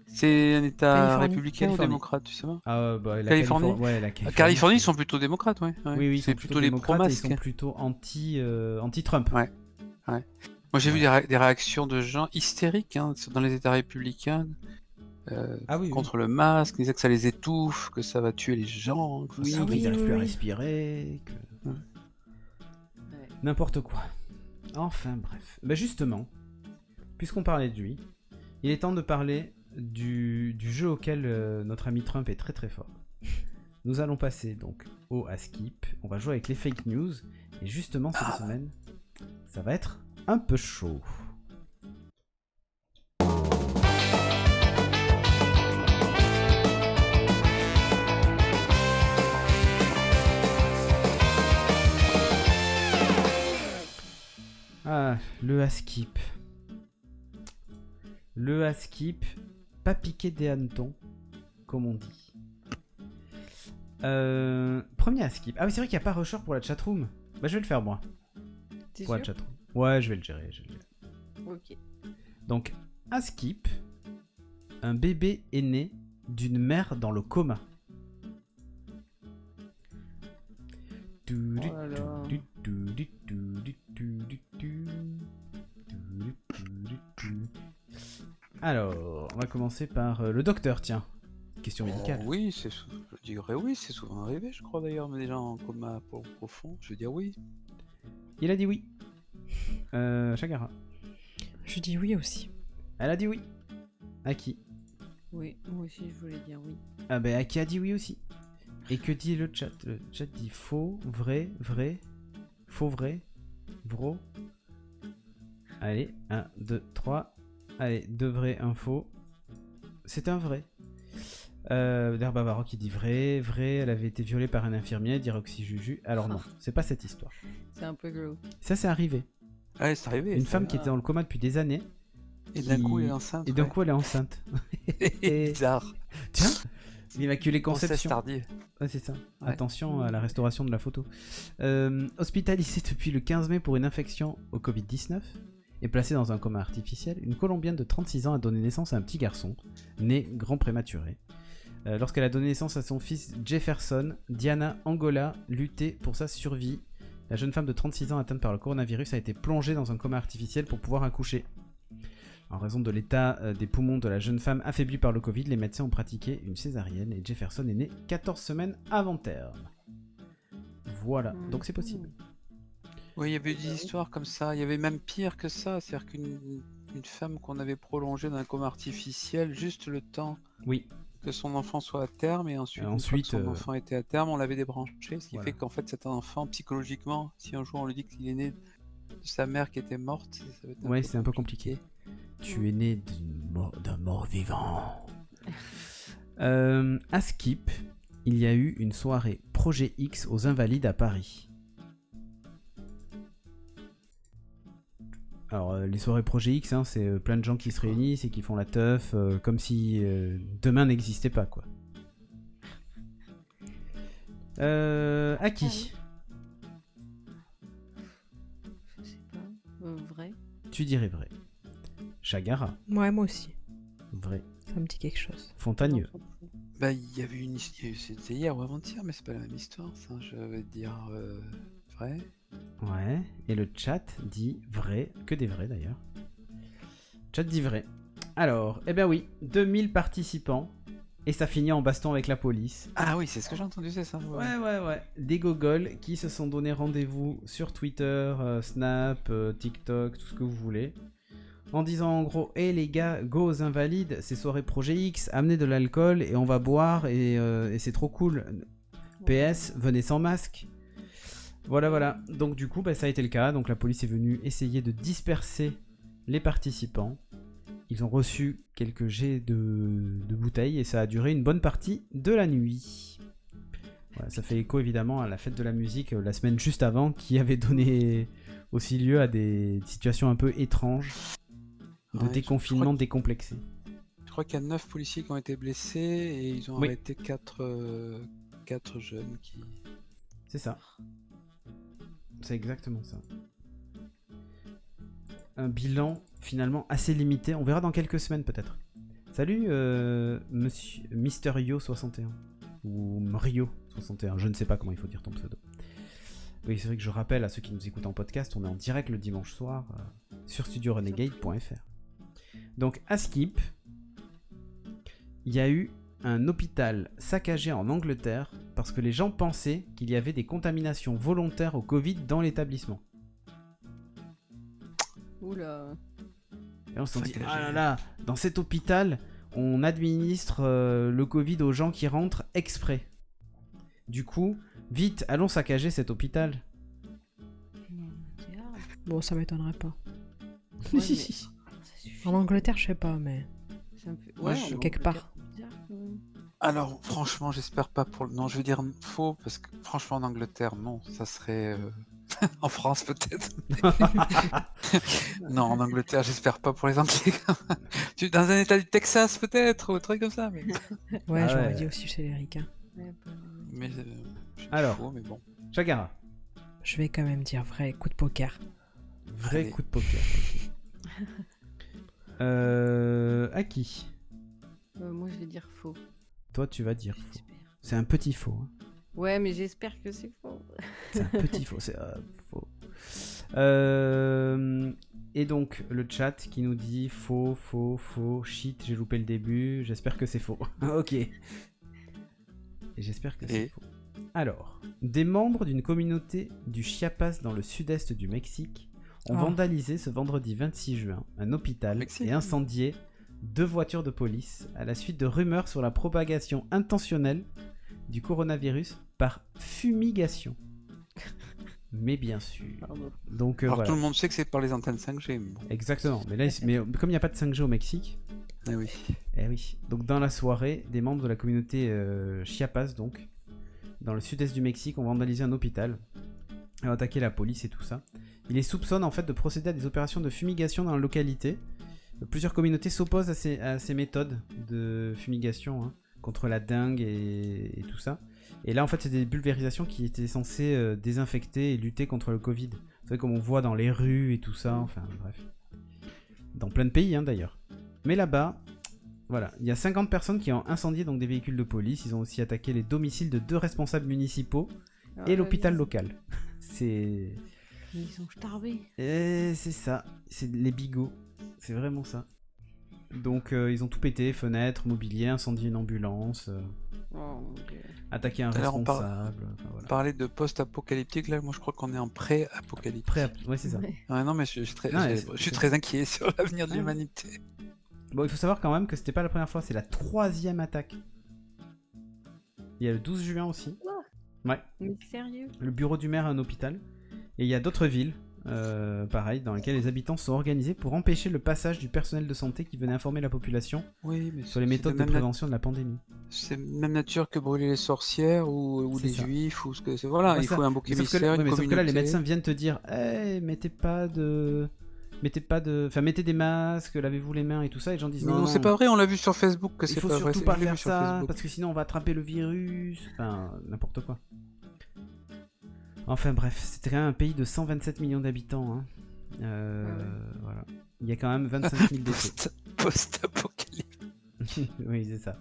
Speaker 4: C'est un État
Speaker 3: Californie.
Speaker 4: républicain ou
Speaker 1: Californie.
Speaker 4: démocrate, tu sais pas
Speaker 1: Ah, euh, bah, la
Speaker 4: Californie.
Speaker 1: Califo- ouais, la
Speaker 4: La
Speaker 1: Californie.
Speaker 4: Californie, ils sont plutôt démocrates, ouais. ouais.
Speaker 1: Oui, oui, ils
Speaker 4: c'est
Speaker 1: sont
Speaker 4: plutôt, les
Speaker 1: démocrates et
Speaker 4: pro-masques.
Speaker 1: ils sont plutôt anti, euh, anti-Trump.
Speaker 4: Ouais. Moi, j'ai vu des, ré- des réactions de gens hystériques hein, dans les États républicains euh,
Speaker 1: Ah oui, oui.
Speaker 4: contre le masque. Ils disaient que ça les étouffe, que ça va tuer les gens. que
Speaker 1: Ah, Oui,
Speaker 4: ça-
Speaker 1: qu'ils
Speaker 3: oui,
Speaker 1: n'arrivent
Speaker 3: oui,
Speaker 1: plus à
Speaker 3: oui.
Speaker 1: respirer. que- N'importe quoi. Enfin bref. Bah justement, puisqu'on parlait de lui, il est temps de parler du, du jeu auquel euh, notre ami Trump est très très fort. Nous allons passer donc au à skip. On va jouer avec les fake news. Et justement
Speaker 3: Ah.
Speaker 1: cette semaine, ça va être un peu chaud. Ah, le à skip. Le à skip, pas piquer des hannetons, comme on dit. Euh, premier à skip. Ah oui, c'est vrai qu'il n'y a pas rusher pour la chatroom. Bah, je vais le faire moi.
Speaker 2: T'es
Speaker 1: Pour la chatroom. Ouais, je vais le gérer. Je vais le gérer.
Speaker 2: Ok.
Speaker 1: Donc, à skip, un bébé est né d'une mère dans le coma.
Speaker 2: Oh là là.
Speaker 1: Alors, on va commencer par euh, le docteur, tiens. Question médicale.
Speaker 4: Oh, oui, c'est sou- je dirais oui, c'est souvent arrivé, je crois d'ailleurs, mais déjà en coma pro- profond, je veux dire oui.
Speaker 1: Il a dit oui. Euh, Chagara.
Speaker 3: Je dis oui aussi.
Speaker 1: Elle a dit oui. À qui
Speaker 2: Oui, moi aussi je voulais dire oui.
Speaker 1: Ah ben, à qui a dit oui aussi Et que dit le chat Le chat dit faux, vrai, vrai, faux, vrai, bro. Allez, 1, 2, 3. Allez, deux vrais, un faux. C'est un vrai. Euh, D'ailleurs, Bavaro qui dit vrai, vrai, elle avait été violée par un infirmier, dit Roxy Juju. Alors non, c'est pas cette histoire.
Speaker 2: C'est un peu glauque.
Speaker 1: Ça, c'est arrivé.
Speaker 4: Allez, Ah, c'est arrivé.
Speaker 1: Une
Speaker 4: ça.
Speaker 1: femme qui était dans le coma depuis des années,
Speaker 4: Et d'un coup,
Speaker 1: qui-
Speaker 4: elle est enceinte.
Speaker 1: et d'un
Speaker 4: ouais.
Speaker 1: coup, elle est enceinte.
Speaker 4: Bizarre.
Speaker 1: Tiens L'immaculée
Speaker 4: Grossesse
Speaker 1: conception.
Speaker 4: tardive.
Speaker 1: Ouais, c'est ça.
Speaker 4: Ouais.
Speaker 1: Attention à la restauration de la photo. Euh, hospitalisée depuis le 15 mai pour une infection au Covid-19 et placée dans un coma artificiel, une Colombienne de 36 ans a donné naissance à un petit garçon, né grand prématuré. Euh, Lorsqu'elle a donné naissance à son fils Jefferson, Diana Angola luttait pour sa survie. La jeune femme de 36 ans atteinte par le coronavirus a été plongée dans un coma artificiel pour pouvoir accoucher. En raison de l'état euh, des poumons de la jeune femme affaiblie par le Covid, les médecins ont pratiqué une césarienne et Jefferson est né 14 semaines avant terme. Voilà, donc c'est possible.
Speaker 4: Ah Oui, il y avait eu des histoires comme ça. Il y avait même pire que ça. C'est-à-dire qu'une une femme qu'on avait prolongée d'un coma artificiel juste le temps
Speaker 1: Oui,
Speaker 4: que son enfant soit à terme et ensuite,
Speaker 1: Et
Speaker 4: une fois
Speaker 1: ensuite,
Speaker 4: que son
Speaker 1: euh,
Speaker 4: enfant était à terme, on l'avait débranché. Ce qui
Speaker 1: voilà.
Speaker 4: fait qu'en fait, cet enfant, psychologiquement, si un jour on lui dit qu'il est né de sa mère qui était morte, ça va être un
Speaker 1: ouais,
Speaker 4: peu
Speaker 1: c'est un peu compliqué. Tu es né d'une mort- d'un mort vivant. Euh, à Skip, il y a eu une soirée Projet X aux Invalides à Paris. Alors, euh, les soirées Projet X, hein, c'est euh, plein de gens qui se réunissent et qui font la teuf euh, comme si euh, demain n'existait pas, quoi. Euh, à qui
Speaker 2: Je sais pas. Euh, vrai.
Speaker 1: Tu dirais vrai. Chagara,
Speaker 3: Ouais, moi aussi.
Speaker 1: vrai.
Speaker 3: Ça me dit quelque chose.
Speaker 1: Fontagneux,
Speaker 2: Non, trop fou.
Speaker 4: Bah, il y avait une his- il y a eu- c'était hier ou avant-hier, mais c'est pas la même histoire, ça. Je vais dire euh, vrai.
Speaker 1: ouais. Et le chat dit vrai, que des vrais d'ailleurs. Chat dit vrai. Alors, eh ben oui, 2000 participants. Et ça finit en baston avec la police.
Speaker 4: Ah oui, c'est ce que j'ai entendu, c'est ça. ouais.
Speaker 1: Ouais, ouais, ouais. Des gogoles qui se sont donné rendez-vous sur Twitter, euh, Snap, euh, TikTok, tout ce que vous voulez. En disant en gros, hé les gars, go aux invalides, c'est soirée Projet X, amenez de l'alcool et on va boire et, euh, et c'est trop cool. PS, venez sans masque. Voilà, voilà. Donc du coup, bah, ça a été le cas. Donc la police est venue essayer de disperser les participants. Ils ont reçu quelques jets de, de bouteilles et ça a duré une bonne partie de la nuit. Voilà, ça fait écho évidemment à la fête de la musique euh, la semaine juste avant qui avait donné aussi lieu à des situations un peu étranges de
Speaker 4: Ouais, je- je
Speaker 1: déconfinement
Speaker 4: crois
Speaker 1: décomplexé.
Speaker 4: qu'il- Je crois qu'il y a 9 policiers qui ont été blessés et ils ont
Speaker 1: Oui.
Speaker 4: arrêté 4, jeunes qui.
Speaker 1: C'est ça. C'est exactement ça. Un bilan finalement assez limité. On verra dans quelques semaines peut-être. Salut, euh, monsieur Mysterio61. Ou Mario61, je ne sais pas comment il faut dire ton pseudo. Oui, c'est vrai que je rappelle à ceux qui nous écoutent en podcast, on est en direct le dimanche soir euh, sur studiorenegade.fr. Donc à Skip, il y a eu un hôpital saccagé en Angleterre parce que les gens pensaient qu'il y avait des contaminations volontaires au Covid dans l'établissement.
Speaker 2: Oula.
Speaker 1: Et on s'est dit,
Speaker 4: Saccagé.
Speaker 1: ah là là, dans cet hôpital, on administre euh, le Covid aux gens qui rentrent exprès. Du coup, vite, allons saccager cet hôpital.
Speaker 2: Non, c'est grave.
Speaker 3: Bon, ça m'étonnerait pas.
Speaker 2: Ouais, mais- Ça suffit.
Speaker 3: En Angleterre, je sais pas, mais.
Speaker 2: Ça me fait-
Speaker 4: Moi,
Speaker 2: Ouais,
Speaker 4: je-
Speaker 2: en
Speaker 3: Quelque part.
Speaker 2: Angleterre, c'est bizarre, quand même.
Speaker 4: Alors, franchement, j'espère pas pour le. Non, je veux dire faux, parce que franchement, en Angleterre, non, ça serait. euh, en France, peut-être. non, en Angleterre, j'espère pas pour les Anglais. Tu- Dans un état du Texas, peut-être, ou un truc comme ça. Mais,
Speaker 3: Ouais,
Speaker 1: Ah
Speaker 3: j'aurais
Speaker 1: ouais.
Speaker 3: dit aussi chez les ricains.
Speaker 2: Ouais, bah, ouais.
Speaker 4: mais, euh, je dis
Speaker 1: Alors.
Speaker 4: faux, mais bon.
Speaker 1: Chagara,
Speaker 3: Je vais quand même dire vrai, coup de poker.
Speaker 1: vrai
Speaker 4: Allez.
Speaker 1: coup de poker. euh, à qui
Speaker 2: Euh, moi, je vais dire faux.
Speaker 1: Toi, tu vas dire faux.
Speaker 2: J'espère.
Speaker 1: C'est un petit faux. hein.
Speaker 2: Ouais, mais j'espère que c'est faux.
Speaker 1: C'est un petit faux, c'est euh, faux. Euh, et donc le chat qui nous dit faux, faux, faux, shit, j'ai loupé le début, j'espère que c'est faux. ok. Et j'espère que c'est
Speaker 4: Et-
Speaker 1: faux. Alors, des membres d'une communauté du Chiapas dans le sud-est du Mexique ont
Speaker 3: Ah.
Speaker 1: vandalisé ce vendredi 26 juin un hôpital
Speaker 4: Mexique.
Speaker 1: et incendié deux voitures de police à la suite de rumeurs sur la propagation intentionnelle du coronavirus par fumigation. Mais bien sûr.
Speaker 2: Pardon.
Speaker 1: Donc euh,
Speaker 4: Alors, tout
Speaker 1: voilà.
Speaker 4: le monde sait que c'est par les antennes 5G. Mais bon.
Speaker 1: Exactement. Mais là, il- mais comme il n'y a pas de 5G au Mexique,
Speaker 4: Eh oui.
Speaker 1: eh oui. Donc dans la soirée, des membres de la communauté euh, Chiapas, donc, dans le sud-est du Mexique, ont vandalisé un hôpital, ont attaqué la police et tout ça. Ils les soupçonnent en fait de procéder à des opérations de fumigation dans la localité. Plusieurs communautés s'opposent à ces, à ces méthodes de fumigation hein, contre la dingue et, et tout ça. Et là, en fait, c'est des pulvérisations qui étaient censées euh, désinfecter et lutter contre le Covid. Vous savez, comme on voit dans les rues et tout ça, enfin bref. Dans plein de pays, hein, d'ailleurs. Mais là-bas, voilà, il y a 50 personnes qui ont incendié donc des véhicules de police. Ils ont aussi attaqué les domiciles de deux responsables municipaux
Speaker 2: Ah,
Speaker 1: et
Speaker 2: bah,
Speaker 1: l'hôpital
Speaker 2: ils-
Speaker 1: local. C'est.
Speaker 2: Ils sont starbés.
Speaker 1: Eh, c'est ça, c'est les bigots. C'est vraiment ça. Donc euh, ils ont tout pété fenêtres, mobilier, incendié une ambulance, euh,
Speaker 2: Oh, mon Dieu.
Speaker 1: attaqué un
Speaker 4: Tout à l'heure, on parle-
Speaker 1: responsable. enfin, voilà.
Speaker 4: Parler de post-apocalyptique, là, moi, je crois qu'on est en pré-apocalypse.
Speaker 1: Après, ouais, c'est ça.
Speaker 2: Ouais.
Speaker 4: Ouais, non, mais je, je suis très,
Speaker 1: Non, mais
Speaker 4: je-
Speaker 1: c'est-
Speaker 4: je suis
Speaker 1: c'est-
Speaker 4: très inquiet sur l'avenir de
Speaker 1: Ah.
Speaker 4: l'humanité.
Speaker 1: Bon, il faut savoir quand même que c'était pas la première fois, c'est la troisième attaque. Il y a le 12 juin aussi.
Speaker 2: Mais sérieux
Speaker 1: le bureau du maire à un hôpital. Et il y a d'autres villes, euh, pareil, dans lesquelles les habitants sont organisés pour empêcher le passage du personnel de santé qui venait informer la population
Speaker 4: Oui, mais
Speaker 1: sur les méthodes de prévention de la pandémie.
Speaker 4: C'est même nature que brûler les sorcières ou, ou
Speaker 1: C'est
Speaker 4: les
Speaker 1: ça.
Speaker 4: juifs ou ce que c'est. Voilà,
Speaker 1: Ouais,
Speaker 4: il
Speaker 1: ça.
Speaker 4: faut un bouc
Speaker 1: Mais sauf, que,
Speaker 4: émissaire,
Speaker 1: ouais,
Speaker 4: une
Speaker 1: mais sauf que là, les
Speaker 4: communauté.
Speaker 1: médecins viennent te dire Eh, mettez pas de. Mettez pas de. Enfin, mettez des masques, lavez-vous les mains et tout ça. Et les gens disent
Speaker 4: Mais
Speaker 1: Non,
Speaker 4: non, c'est pas vrai, on l'a vu sur Facebook que
Speaker 1: Il
Speaker 4: c'est
Speaker 1: faut
Speaker 4: pas vrai.
Speaker 1: surtout
Speaker 4: c'est-
Speaker 1: pas
Speaker 4: je l'ai vu
Speaker 1: faire
Speaker 4: sur
Speaker 1: ça,
Speaker 4: Facebook.
Speaker 1: parce que sinon on va attraper le virus. Enfin, n'importe quoi. Enfin bref, c'était quand même un pays de 127 millions d'habitants. hein. Euh,
Speaker 2: Ouais, ouais.
Speaker 1: Voilà. Il y a quand même 25 000 décès.
Speaker 4: Post- Post-apocalypse.
Speaker 1: oui, c'est ça.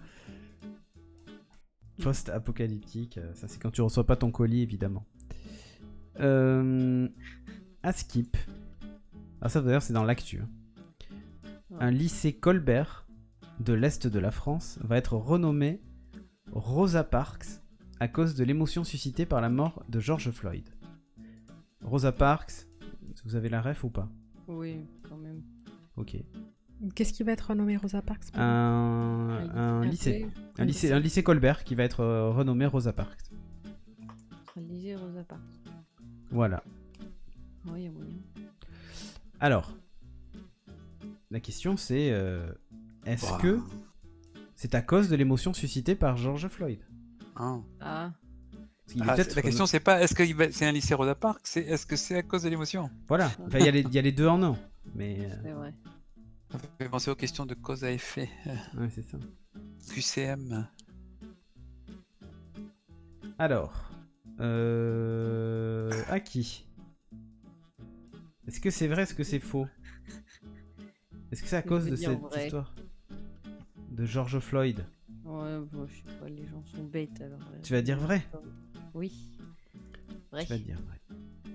Speaker 1: Post-apocalyptique, euh, ça c'est quand tu reçois pas ton colis, évidemment. Euh, à Skip. Ah, ça d'ailleurs, c'est dans l'actu. hein. Un lycée Colbert de l'Est de la France va être renommé Rosa Parks à cause de l'émotion suscitée par la mort de George Floyd. Rosa Parks, vous avez la ref ou pas
Speaker 2: Oui, quand même.
Speaker 1: Ok.
Speaker 3: Qu'est-ce qui va être renommé Rosa Parks
Speaker 1: Un, un lycée. Un lycée, un lycée Colbert qui va être euh, renommé Rosa Parks.
Speaker 2: Un lycée Rosa Parks.
Speaker 1: Voilà.
Speaker 2: Oui, il y a moyen.
Speaker 1: Alors, la question c'est euh, est-ce
Speaker 4: Ouah.
Speaker 1: que c'est à cause de l'émotion suscitée par George Floyd
Speaker 4: Hein.
Speaker 2: Ah,
Speaker 1: Parce qu'il est
Speaker 4: Ah,
Speaker 1: peut-être
Speaker 4: la question,
Speaker 1: renommé-
Speaker 4: c'est pas est-ce que il va- c'est un lycée Rosa Parks, c'est est-ce que c'est à cause de l'émotion
Speaker 1: Voilà. Enfin, il y, a les- il y a les deux en un. Mais euh,
Speaker 2: c'est vrai.
Speaker 4: Ça me fait penser aux questions de cause à effet.
Speaker 1: euh, ouais, c'est ça.
Speaker 4: QCM.
Speaker 1: Alors, euh, à qui Est-ce que c'est vrai Est-ce que c'est faux Est-ce que c'est à
Speaker 2: Je
Speaker 1: cause
Speaker 2: veux
Speaker 1: de
Speaker 2: dire
Speaker 1: cette
Speaker 2: vrai.
Speaker 1: histoire de George Floyd.
Speaker 2: Ouais, bon, je sais pas, les gens sont bêtes alors. euh,
Speaker 1: Tu vas dire vrai
Speaker 2: Oui. Vrai.
Speaker 1: Tu vas dire vrai.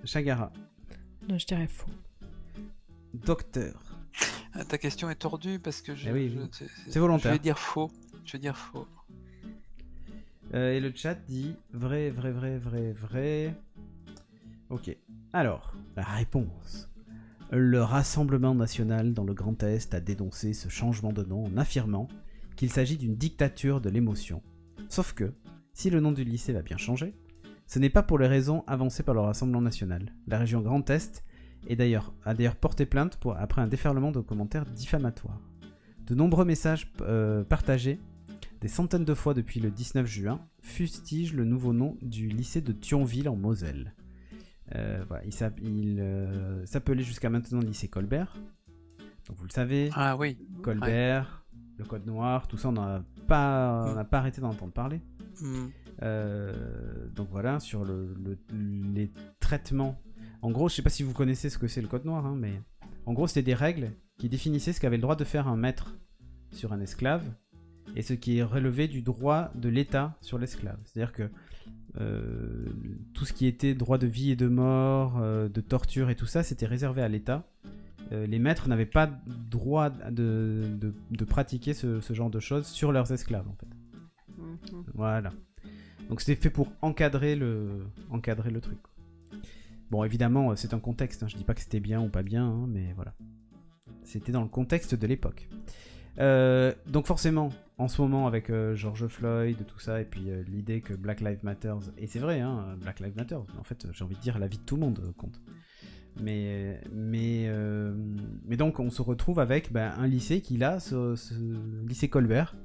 Speaker 1: Chagara,
Speaker 3: Non, je dirais faux.
Speaker 1: docteur.
Speaker 4: Ah, Ta question est tordue parce que je.
Speaker 1: Eh oui,
Speaker 4: je-
Speaker 1: oui.
Speaker 4: c'est- c'est-
Speaker 1: C'est volontaire.
Speaker 4: Je vais dire faux. Je vais dire faux.
Speaker 1: Euh, et le chat dit vrai, vrai, vrai, vrai, vrai. Ok. Alors, la réponse. Le Rassemblement national dans le Grand Est a dénoncé ce changement de nom en affirmant qu'il s'agit d'une dictature de l'émotion. Sauf que, si le nom du lycée va bien changer, ce n'est pas pour les raisons avancées par le Rassemblement national. La région Grand Est est d'ailleurs, a d'ailleurs porté plainte pour, après un déferlement de commentaires diffamatoires. De nombreux messages euh, partagés des centaines de fois depuis le 19 juin, fustige le nouveau nom du lycée de Thionville en Moselle. Euh, voilà, il s'app- il, euh, s'appelait jusqu'à maintenant lycée Colbert. Donc vous le savez,
Speaker 4: Ah oui.
Speaker 1: Colbert, le Code Noir, tout ça, on n'a pas, on n'a pas arrêté d'en entendre parler.
Speaker 4: Hmm.
Speaker 1: Euh, donc voilà, sur le, le- les traitements. En gros, je sais pas si vous connaissez ce que c'est le code noir, hein, mais en gros, c'était des règles qui définissaient ce qu'avait le droit de faire un maître sur un esclave et ce qui est relevé du droit de l'État sur l'esclave. C'est-à-dire que euh, tout ce qui était droit de vie et de mort, euh, de torture et tout ça, c'était réservé à l'État. Euh, les maîtres n'avaient pas droit de, de- de pratiquer ce- ce genre de choses sur leurs esclaves, en fait.
Speaker 2: Mhm.
Speaker 1: Voilà. Donc c'était fait pour encadrer le, encadrer le truc. quoi. Bon, évidemment, euh, c'est un contexte. hein. Je dis pas que c'était bien ou pas bien, hein, mais voilà. C'était dans le contexte de l'époque. Euh, donc forcément, en ce moment, avec euh, George Floyd, tout ça, et puis euh, l'idée que Black Lives Matter, et c'est vrai, hein, Black Lives Matter, en fait, j'ai envie de dire la vie de tout le monde euh, compte. Mais, mais, euh, mais donc, on se retrouve avec ben, un lycée qui, là, ce, ce lycée Colbert,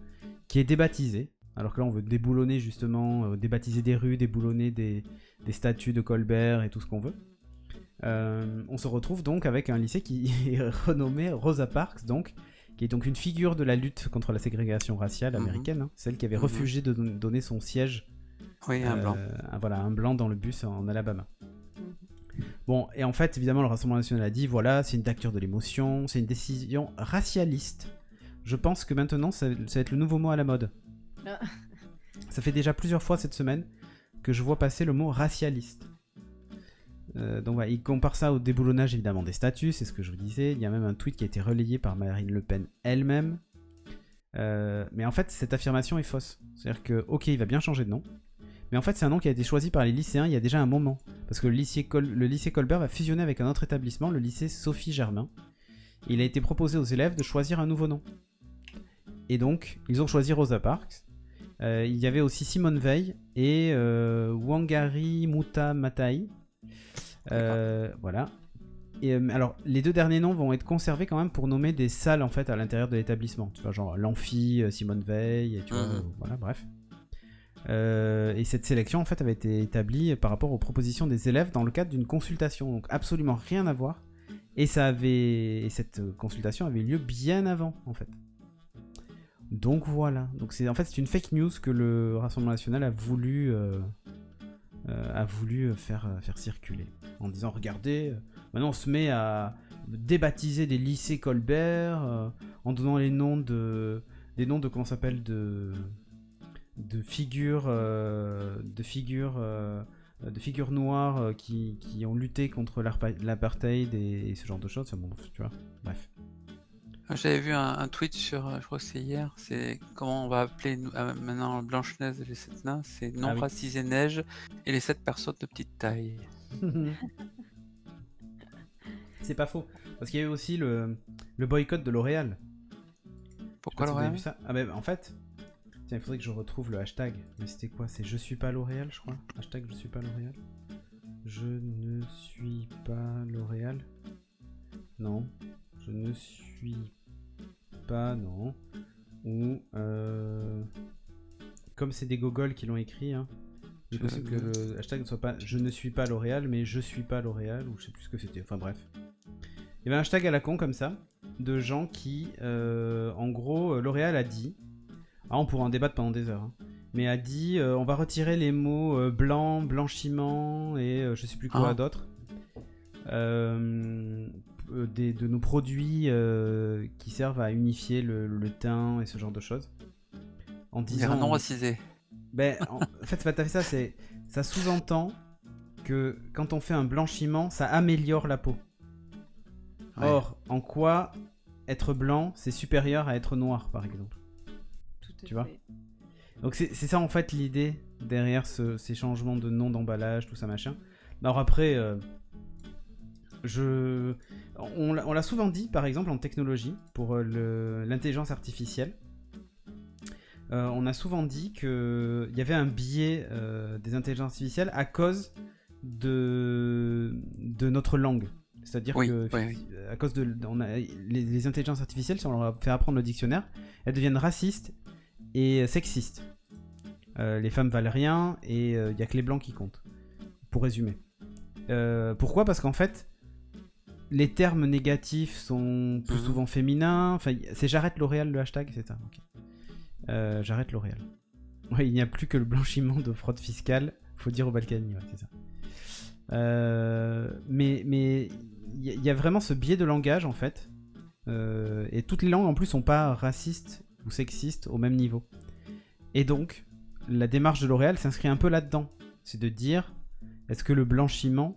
Speaker 1: qui est débaptisé. Alors que là, on veut déboulonner justement, euh, débaptiser des rues, déboulonner des, des statues de Colbert et tout ce qu'on veut. Euh, on se retrouve donc avec un lycée qui est renommé Rosa Parks, donc, qui est donc une figure de la lutte contre la ségrégation raciale
Speaker 4: Mhm.
Speaker 1: américaine, hein, celle qui avait
Speaker 4: Mhm.
Speaker 1: refusé de don- donner son siège
Speaker 4: Oui, un
Speaker 1: euh,
Speaker 4: blanc.
Speaker 1: un- voilà, un blanc dans le bus en Alabama. Bon, et en fait, évidemment, le Rassemblement national a dit voilà, c'est une dictature de l'émotion, c'est une décision racialiste. Je pense que maintenant, ça, ça va être le nouveau mot à la mode.
Speaker 2: Ah.
Speaker 1: ça fait déjà plusieurs fois cette semaine que je vois passer le mot racialiste. Euh, donc voilà, il compare ça au déboulonnage évidemment des statuts, c'est ce que je vous disais. Il y a même un tweet qui a été relayé par Marine Le Pen elle-même. Euh, mais en fait, cette affirmation est fausse. C'est-à-dire que, ok, il va bien changer de nom, mais en fait, c'est un nom qui a été choisi par les lycéens il y a déjà un moment. Parce que le lycée, Col- le lycée Colbert va fusionner avec un autre établissement, le lycée Sophie Germain. Il a été proposé aux élèves de choisir un nouveau nom. Et donc, ils ont choisi Rosa Parks. Euh, il y avait aussi Simone Veil et euh, Wangari Muta Matai. Euh, voilà. Et, euh, alors, les deux derniers noms vont être conservés quand même pour nommer des salles en fait à l'intérieur de l'établissement. Tu vois, genre l'amphi, euh, Simone Veil, et tu vois,
Speaker 4: Mhm.
Speaker 1: euh, voilà, bref. Euh, et cette sélection en fait avait été établie par rapport aux propositions des élèves dans le cadre d'une consultation, donc absolument rien à voir. Et ça avait, et cette euh, consultation avait eu lieu bien avant en fait. Donc voilà. Donc c'est en fait c'est une fake news que le Rassemblement national a voulu euh, euh, a voulu faire euh, faire circuler en disant regardez euh, maintenant on se met à débaptiser des lycées Colbert euh, en donnant les noms de des noms de comment ça s'appelle de de figures euh, de figures euh, de figures noires euh, qui, qui ont lutté contre l'arpa- l'apartheid et, et ce genre de choses, Enfin, bon, tu vois. Bref.
Speaker 4: J'avais vu un, un tweet sur, euh, je crois que c'est hier, c'est comment on va appeler nous- euh, maintenant Blanche-Neige et les sept nains, c'est non
Speaker 1: Ah oui.
Speaker 4: racisé neige et les sept personnes de petite taille.
Speaker 1: C'est pas faux. Parce qu'il y a eu aussi le, le boycott de L'Oréal. Je sais pas
Speaker 4: Pourquoi
Speaker 1: si vous avez
Speaker 4: L'Oréal
Speaker 1: vu ça Ah ben en fait, tiens, il faudrait que je retrouve le hashtag. Mais c'était quoi C'est je suis pas L'Oréal, je crois. Hashtag je suis pas L'Oréal. Je ne suis pas L'Oréal. Non. Je ne suis pas non. Ou euh, comme c'est des gogoles qui l'ont écrit. Hein, il est
Speaker 4: Je-
Speaker 1: possible que le hashtag ne soit pas je ne suis pas L'Oréal, mais je suis pas L'Oréal ou je sais plus ce que c'était. Enfin bref. Il y avait un hashtag à la con comme ça de gens qui, euh, en gros, euh, L'Oréal a dit, ah, on pourra en débattre pendant des heures, hein, mais a dit, euh, on va retirer les mots euh, blanc, blanchiment et euh, je sais plus quoi
Speaker 4: Ah.
Speaker 1: d'autre, euh, euh, des- de nos produits euh, qui servent à unifier le, le teint et ce genre de choses. En
Speaker 4: Dire
Speaker 1: disant.
Speaker 4: un non racisé.
Speaker 1: Ben, en, en fait, ça fait ça, c'est ça sous-entend que quand on fait un blanchiment, ça améliore la peau.
Speaker 4: Ouais.
Speaker 1: Or, en quoi être blanc, c'est supérieur à être noir, par exemple
Speaker 2: Tout à
Speaker 1: Tu vois
Speaker 2: fait.
Speaker 1: Donc c'est c'est ça en fait l'idée derrière ce- ces changements de nom d'emballage, tout ça machin. Alors après, euh, je, on, l'a- on l'a souvent dit par exemple en technologie pour euh, le- l'intelligence artificielle. euh, on a souvent dit que il y avait un biais euh, des intelligences artificielles à cause de, de notre langue. C'est-à-dire
Speaker 4: Oui,
Speaker 1: que
Speaker 4: oui, oui.
Speaker 1: à cause de on a- les, les intelligences artificielles, si on leur fait apprendre le dictionnaire, elles deviennent racistes et sexistes. Euh, les femmes valent rien et il n'y a que les blancs qui comptent. Pour résumer. Euh, pourquoi Parce qu'en fait, les termes négatifs sont plus
Speaker 4: Mhm.
Speaker 1: souvent féminins. Enfin, y- c'est j'arrête L'Oréal le hashtag, c'est ça. ok. Euh, j'arrête L'Oréal. Ouais, il n'y a plus que le blanchiment de fraude fiscale. Faut dire au Balkany, ouais, c'est ça. Euh, mais mais il y, a- il y a vraiment ce biais de langage en fait. Euh, et toutes les langues en plus sont pas racistes ou sexistes au même niveau. Et donc, la démarche de L'Oréal s'inscrit un peu là-dedans. C'est de dire, est-ce que le blanchiment,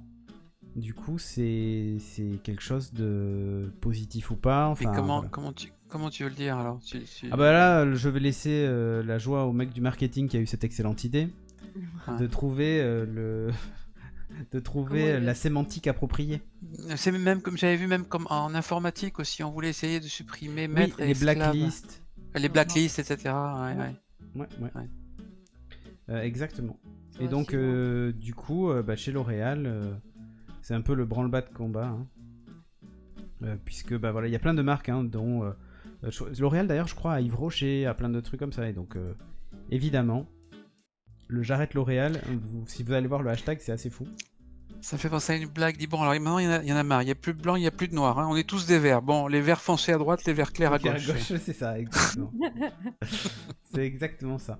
Speaker 1: du coup, c'est c'est quelque chose de positif ou pas
Speaker 4: Mais
Speaker 1: enfin,
Speaker 4: comment,
Speaker 1: voilà.
Speaker 4: comment, tu, comment tu veux le dire alors Tu- tu-
Speaker 1: Ah bah là, je vais laisser euh, la joie au mec du marketing qui a eu cette excellente idée
Speaker 4: Ah.
Speaker 1: de trouver euh, le de
Speaker 2: Comment
Speaker 1: trouver
Speaker 2: il
Speaker 1: la
Speaker 2: a-
Speaker 1: sémantique appropriée.
Speaker 4: C'est même comme j'avais vu même comme en informatique aussi, on voulait essayer de supprimer maître
Speaker 1: Oui,
Speaker 4: et
Speaker 1: les
Speaker 4: esclave.
Speaker 1: blacklists.
Speaker 4: les blacklists, etc. ouais, ouais.
Speaker 1: Ouais, ouais.
Speaker 4: Ouais.
Speaker 1: Euh, exactement.
Speaker 2: Ça
Speaker 1: Et
Speaker 2: va
Speaker 1: donc,
Speaker 2: si loin.
Speaker 1: euh, du coup, euh, bah, chez L'Oréal, euh, c'est un peu le branle-bas de combat. hein. Euh, puisque, bah voilà, il y a plein de marques, hein, dont. euh, euh, je- L'Oréal, d'ailleurs, je crois, à Yves Rocher, à plein de trucs comme ça. Et donc, euh, évidemment, le J'arrête L'Oréal, vous- si vous allez voir le hashtag, c'est assez fou.
Speaker 4: Ça me fait penser à une blague. Dit bon, alors maintenant il y, en a- il y en a marre. Il n'y a plus de blanc, il n'y a plus de noir. hein. On est tous des verts. Bon, les verts foncés à droite, les verts clairs à
Speaker 1: Pierre
Speaker 4: gauche.
Speaker 1: c'est ça, exactement. c'est exactement ça.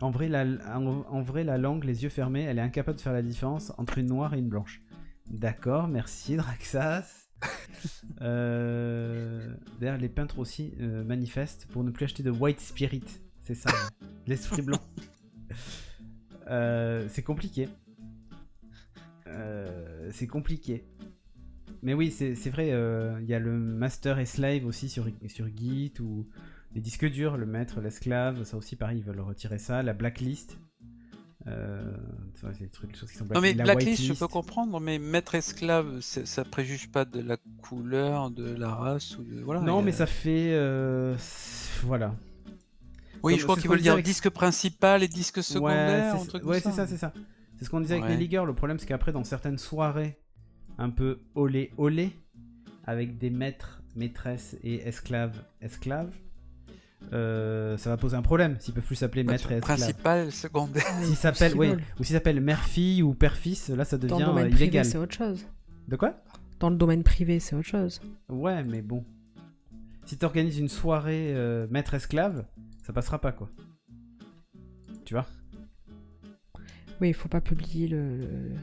Speaker 1: En vrai, la, en, en vrai, la langue, les yeux fermés, elle est incapable de faire la différence entre une noire et une blanche. D'accord, merci Draxas. Euh, D'ailleurs, les peintres aussi euh, manifestent pour ne plus acheter de white spirit. C'est ça, hein. l'esprit blanc. Euh, c'est compliqué. Euh, c'est compliqué. Mais oui, c'est c'est vrai, euh, il y a le master et slave aussi sur, sur Git ou les disques durs, le maître, l'esclave, ça aussi pareil, ils veulent retirer ça, la blacklist. Euh, tu vois, c'est des trucs, des choses qui sont
Speaker 4: Non mais
Speaker 1: la
Speaker 4: blacklist, je
Speaker 1: whitelist.
Speaker 4: peux comprendre, mais maître esclave, c'est- ça préjuge pas de la couleur, de la race ou de voilà.
Speaker 1: Non,
Speaker 4: Ah, il y
Speaker 1: mais
Speaker 4: a-
Speaker 1: ça fait. euh, voilà.
Speaker 4: Oui,
Speaker 1: Donc,
Speaker 4: je crois
Speaker 1: c'est ce
Speaker 4: qu'ils
Speaker 1: qu'on
Speaker 4: veulent
Speaker 1: disait
Speaker 4: dire
Speaker 1: avec-
Speaker 4: disque principal et disque secondaire,
Speaker 1: ouais,
Speaker 4: un
Speaker 1: c'est
Speaker 4: truc comme
Speaker 1: ouais, c'est ça, c'est ça. C'est ce qu'on disait avec
Speaker 4: Ouais.
Speaker 1: les ligueurs. Le problème, c'est qu'après, dans certaines soirées un peu olé olé, avec des maîtres, maîtresses et esclaves, esclaves, euh, ça va poser un problème. S'ils peuvent plus s'appeler
Speaker 4: Pas
Speaker 1: maître
Speaker 4: Bah, sur
Speaker 1: et esclave.
Speaker 4: Principal, secondaire.
Speaker 1: S'ils s'appellent,
Speaker 3: S'ils
Speaker 1: ouais,
Speaker 3: veulent.
Speaker 1: ou s'ils s'appellent mère-fille ou père-fils, là, ça devient
Speaker 3: Dans le
Speaker 1: euh,
Speaker 3: domaine privé,
Speaker 1: illégal.
Speaker 3: c'est autre chose.
Speaker 1: De quoi
Speaker 3: Dans le domaine privé, c'est autre chose.
Speaker 1: Ouais, mais bon. Si t'organises une soirée euh, maître-esclave, ça passera pas, quoi. Tu vois
Speaker 3: Oui, il faut pas publier le, le- le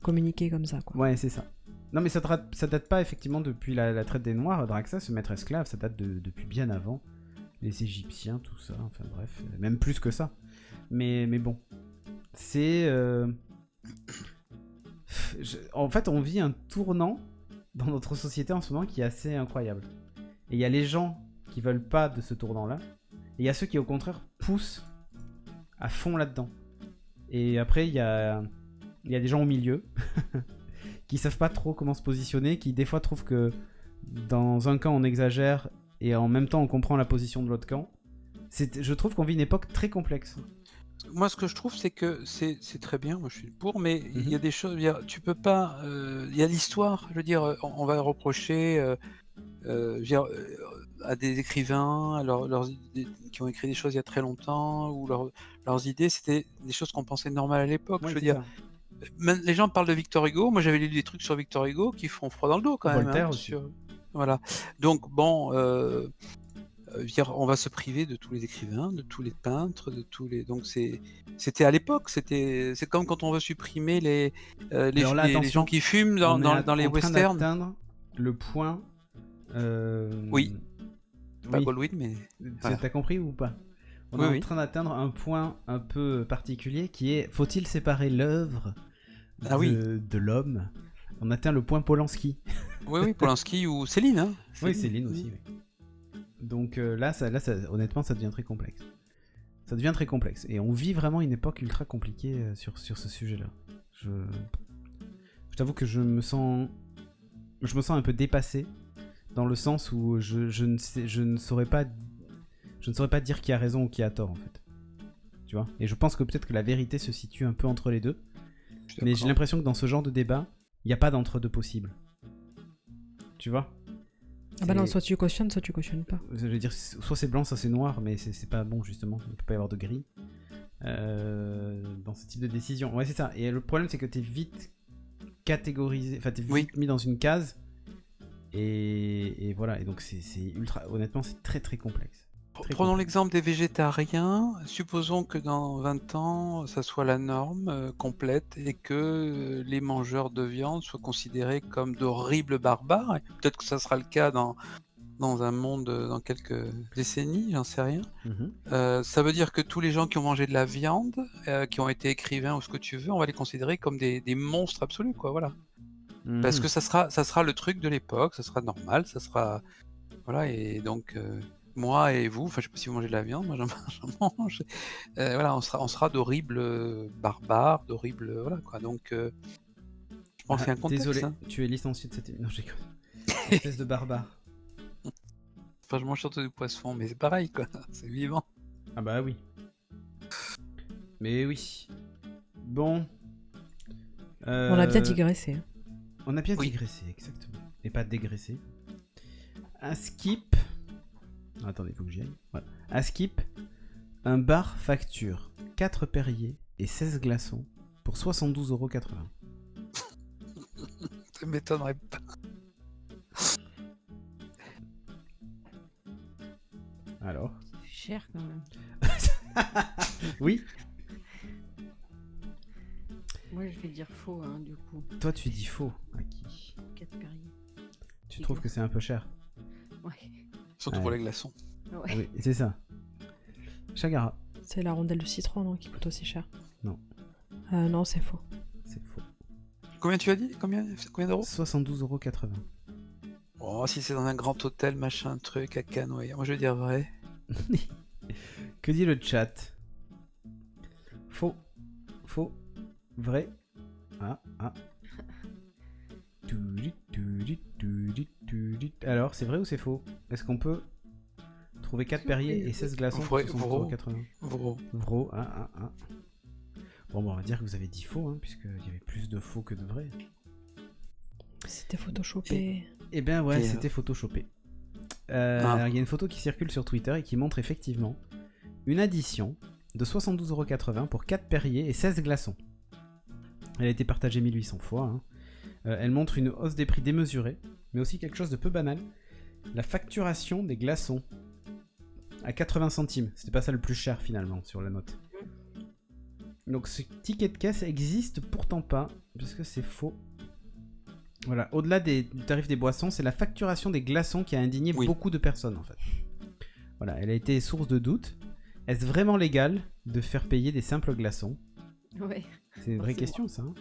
Speaker 3: communiqué comme ça, quoi.
Speaker 1: Ouais, c'est ça. Non, mais ça, tra- ça date pas effectivement depuis la, la traite des Noirs. Draxa, ce maître esclave, ça date de- depuis bien avant. Les Égyptiens, tout ça, enfin bref, euh, même plus que ça. Mais, mais bon, c'est. euh, je- En fait, on vit un tournant dans notre société en ce moment qui est assez incroyable. Et il y a les gens qui veulent pas de ce tournant-là, et il y a ceux qui, au contraire, poussent à fond là-dedans. Et après, il y a, il y a des gens au milieu qui savent pas trop comment se positionner, qui des fois trouvent que dans un camp on exagère et en même temps on comprend la position de l'autre camp. C'est, je trouve qu'on vit une époque très complexe.
Speaker 4: Moi, ce que je trouve, c'est que c'est c'est très bien, moi je suis pour, mais il y a des choses, il y a- tu peux pas, euh, il y a l'histoire, je veux dire, euh, on, on va reprocher euh, euh, je veux dire, euh, à des écrivains à leurs- leurs idées- qui ont écrit des choses il y a très longtemps, ou leurs- leurs idées, c'était des choses qu'on pensait normales à l'époque. je veux dire, même les gens parlent de Victor Hugo, moi j'avais lu des trucs sur Victor hein, Hugo qui font froid dans le dos quand même.
Speaker 1: Voltaire
Speaker 4: hein,
Speaker 1: aussi.
Speaker 4: sur- Voilà. Donc bon, euh, euh, je veux dire, on va se priver de tous les écrivains, de tous les peintres, de tous les. Donc c'est, c'était à l'époque, c'était, c'est comme quand on veut supprimer les, euh, les,
Speaker 1: Alors là,
Speaker 4: les- les
Speaker 1: attention,
Speaker 4: gens qui fument dans,
Speaker 1: On est
Speaker 4: dans-
Speaker 1: à-
Speaker 4: dans les
Speaker 1: en train
Speaker 4: westerns.
Speaker 1: d'atteindre le point. euh,
Speaker 4: Oui. Pas
Speaker 1: oui.
Speaker 4: Baldwin, mais
Speaker 1: Tu-
Speaker 4: Voilà.
Speaker 1: T'as compris ou pas On
Speaker 4: Oui,
Speaker 1: est en
Speaker 4: oui.
Speaker 1: train d'atteindre un point un peu particulier qui est faut-il séparer l'œuvre de,
Speaker 4: Ah oui.
Speaker 1: de l'homme On atteint le point Polanski.
Speaker 4: oui, oui, Polanski ou Céline. Hein.
Speaker 1: Oui, Céline aussi. oui. Donc euh, là, ça, là ça- honnêtement, ça devient très complexe. Ça devient très complexe. Et on vit vraiment une époque ultra compliquée euh, sur, sur ce sujet-là. Je, je t'avoue que je me sens. Je me sens un peu dépassé. Dans le sens où je, je ne, sais, je ne saurais pas. Je ne saurais pas dire qui a raison ou qui a tort, en fait. Tu vois Et je pense que peut-être que la vérité se situe un peu entre les deux.
Speaker 4: Je suis
Speaker 1: Mais j'ai
Speaker 4: d'accord.
Speaker 1: l'impression que dans ce genre de débat, il n'y a pas d'entre-deux possible. Tu vois
Speaker 3: Ah bah non,
Speaker 1: C'est-
Speaker 3: soit tu cautionnes, soit tu cautionnes pas.
Speaker 1: je veux dire, soit c'est blanc, soit c'est noir, mais c'est c'est pas bon justement. Il peut pas y avoir de gris euh, dans ce type de décision. Ouais, c'est ça. Et le problème, c'est que t'es vite catégorisé, enfin t'es vite
Speaker 4: Oui.
Speaker 1: mis dans une case. Et, et voilà. Et donc c'est c'est ultra. Honnêtement, c'est très très complexe. Très
Speaker 4: Prenons
Speaker 1: complexe.
Speaker 4: l'exemple des végétariens. Supposons que dans 20 ans, ça soit la norme euh, complète et que euh, les mangeurs de viande soient considérés comme d'horribles barbares. Et Peut-être que ça sera le cas dans, dans un monde, euh, dans quelques décennies, j'en sais rien.
Speaker 1: Mhm.
Speaker 4: Euh, ça veut dire que tous les gens qui ont mangé de la viande, euh, qui ont été écrivains ou ce que tu veux, on va les considérer comme des, des monstres absolus, quoi, voilà. Parce
Speaker 1: Mhm.
Speaker 4: que ça sera, ça sera le truc de l'époque, ça sera normal, ça sera. Voilà, et donc, euh, moi et vous, enfin, je sais pas si vous mangez de la viande, moi j'en j'en mange. Euh, voilà, on sera, on sera d'horribles euh, barbares, d'horribles. euh, Voilà, quoi. Donc, euh, je pense
Speaker 1: Ah,
Speaker 4: qu'il y a un contexte.
Speaker 1: Désolé,
Speaker 4: hein.
Speaker 1: tu es licencié de cette émission. Non, j'ai Espèce de barbare.
Speaker 4: Enfin, je mange surtout du poisson, mais c'est pareil, quoi. C'est vivant.
Speaker 1: Ah bah oui. Mais oui. Bon.
Speaker 3: On a bien
Speaker 1: Euh,
Speaker 3: digressé. hein.
Speaker 1: On a bien
Speaker 4: Oui.
Speaker 1: digressé, exactement. Et pas dégraissé. Un skip. Ah, Attendez, faut que j'y aille. Voilà. Un skip. Un bar facture 4 Perrier et 16 glaçons pour 72,80€.
Speaker 4: Ça m'étonnerait pas.
Speaker 1: Alors
Speaker 2: C'est cher quand même.
Speaker 1: Oui
Speaker 2: Moi, je vais dire faux, hein, du coup.
Speaker 1: Toi, tu dis faux. à qui
Speaker 2: 4 Perrier.
Speaker 1: Tu trouves que c'est un peu cher
Speaker 2: Ouais.
Speaker 4: Surtout pour les glaçons.
Speaker 2: Ouais.
Speaker 1: Oui, c'est ça. Chagara.
Speaker 3: C'est la rondelle de citron non, qui coûte aussi cher.
Speaker 1: Non.
Speaker 3: Euh, non, c'est faux.
Speaker 1: C'est faux.
Speaker 4: Combien tu as dit Combien, combien d'euros
Speaker 1: 72,80€.
Speaker 4: Oh, si c'est dans un grand hôtel, machin, truc, à Canoë. Moi, je veux dire vrai.
Speaker 1: Que dit le chat Faux. Faux. Vrai. Ah, ah. Tudu, tudu, tudu, tudu. Alors, c'est vrai ou c'est faux Est-ce qu'on peut trouver 4 Perrier et 16 glaçons pour
Speaker 4: Vrai, vro.
Speaker 1: 72,80
Speaker 4: Gros.
Speaker 1: Vro, ah, ah, ah. Bon, bah, on va dire que vous avez dit faux, hein, puisqu'il y avait plus de faux que de vrai.
Speaker 3: C'était photoshopé.
Speaker 1: Eh bien ouais,
Speaker 4: Et, euh,
Speaker 1: c'était photoshopé. Euh,
Speaker 4: Ah.
Speaker 1: alors, Il y a une photo qui circule sur Twitter et qui montre effectivement une addition de 72,80€ pour 4 Perrier et 16 glaçons. Elle a été partagée 1800 fois. hein. Euh, elle montre une hausse des prix démesurée, mais aussi quelque chose de peu banal. La facturation des glaçons à 80 centimes. C'était pas ça le plus cher finalement sur la note. Donc ce ticket de caisse existe pourtant pas, parce que c'est faux. Voilà, au-delà des du tarif des boissons, c'est la facturation des glaçons qui a indigné
Speaker 4: Oui.
Speaker 1: beaucoup de personnes en fait. Voilà, elle a été source de doutes. Est-ce vraiment légal de faire payer des simples glaçons
Speaker 2: Ouais.
Speaker 1: C'est une vraie
Speaker 2: Forcément.
Speaker 1: question ça. hein.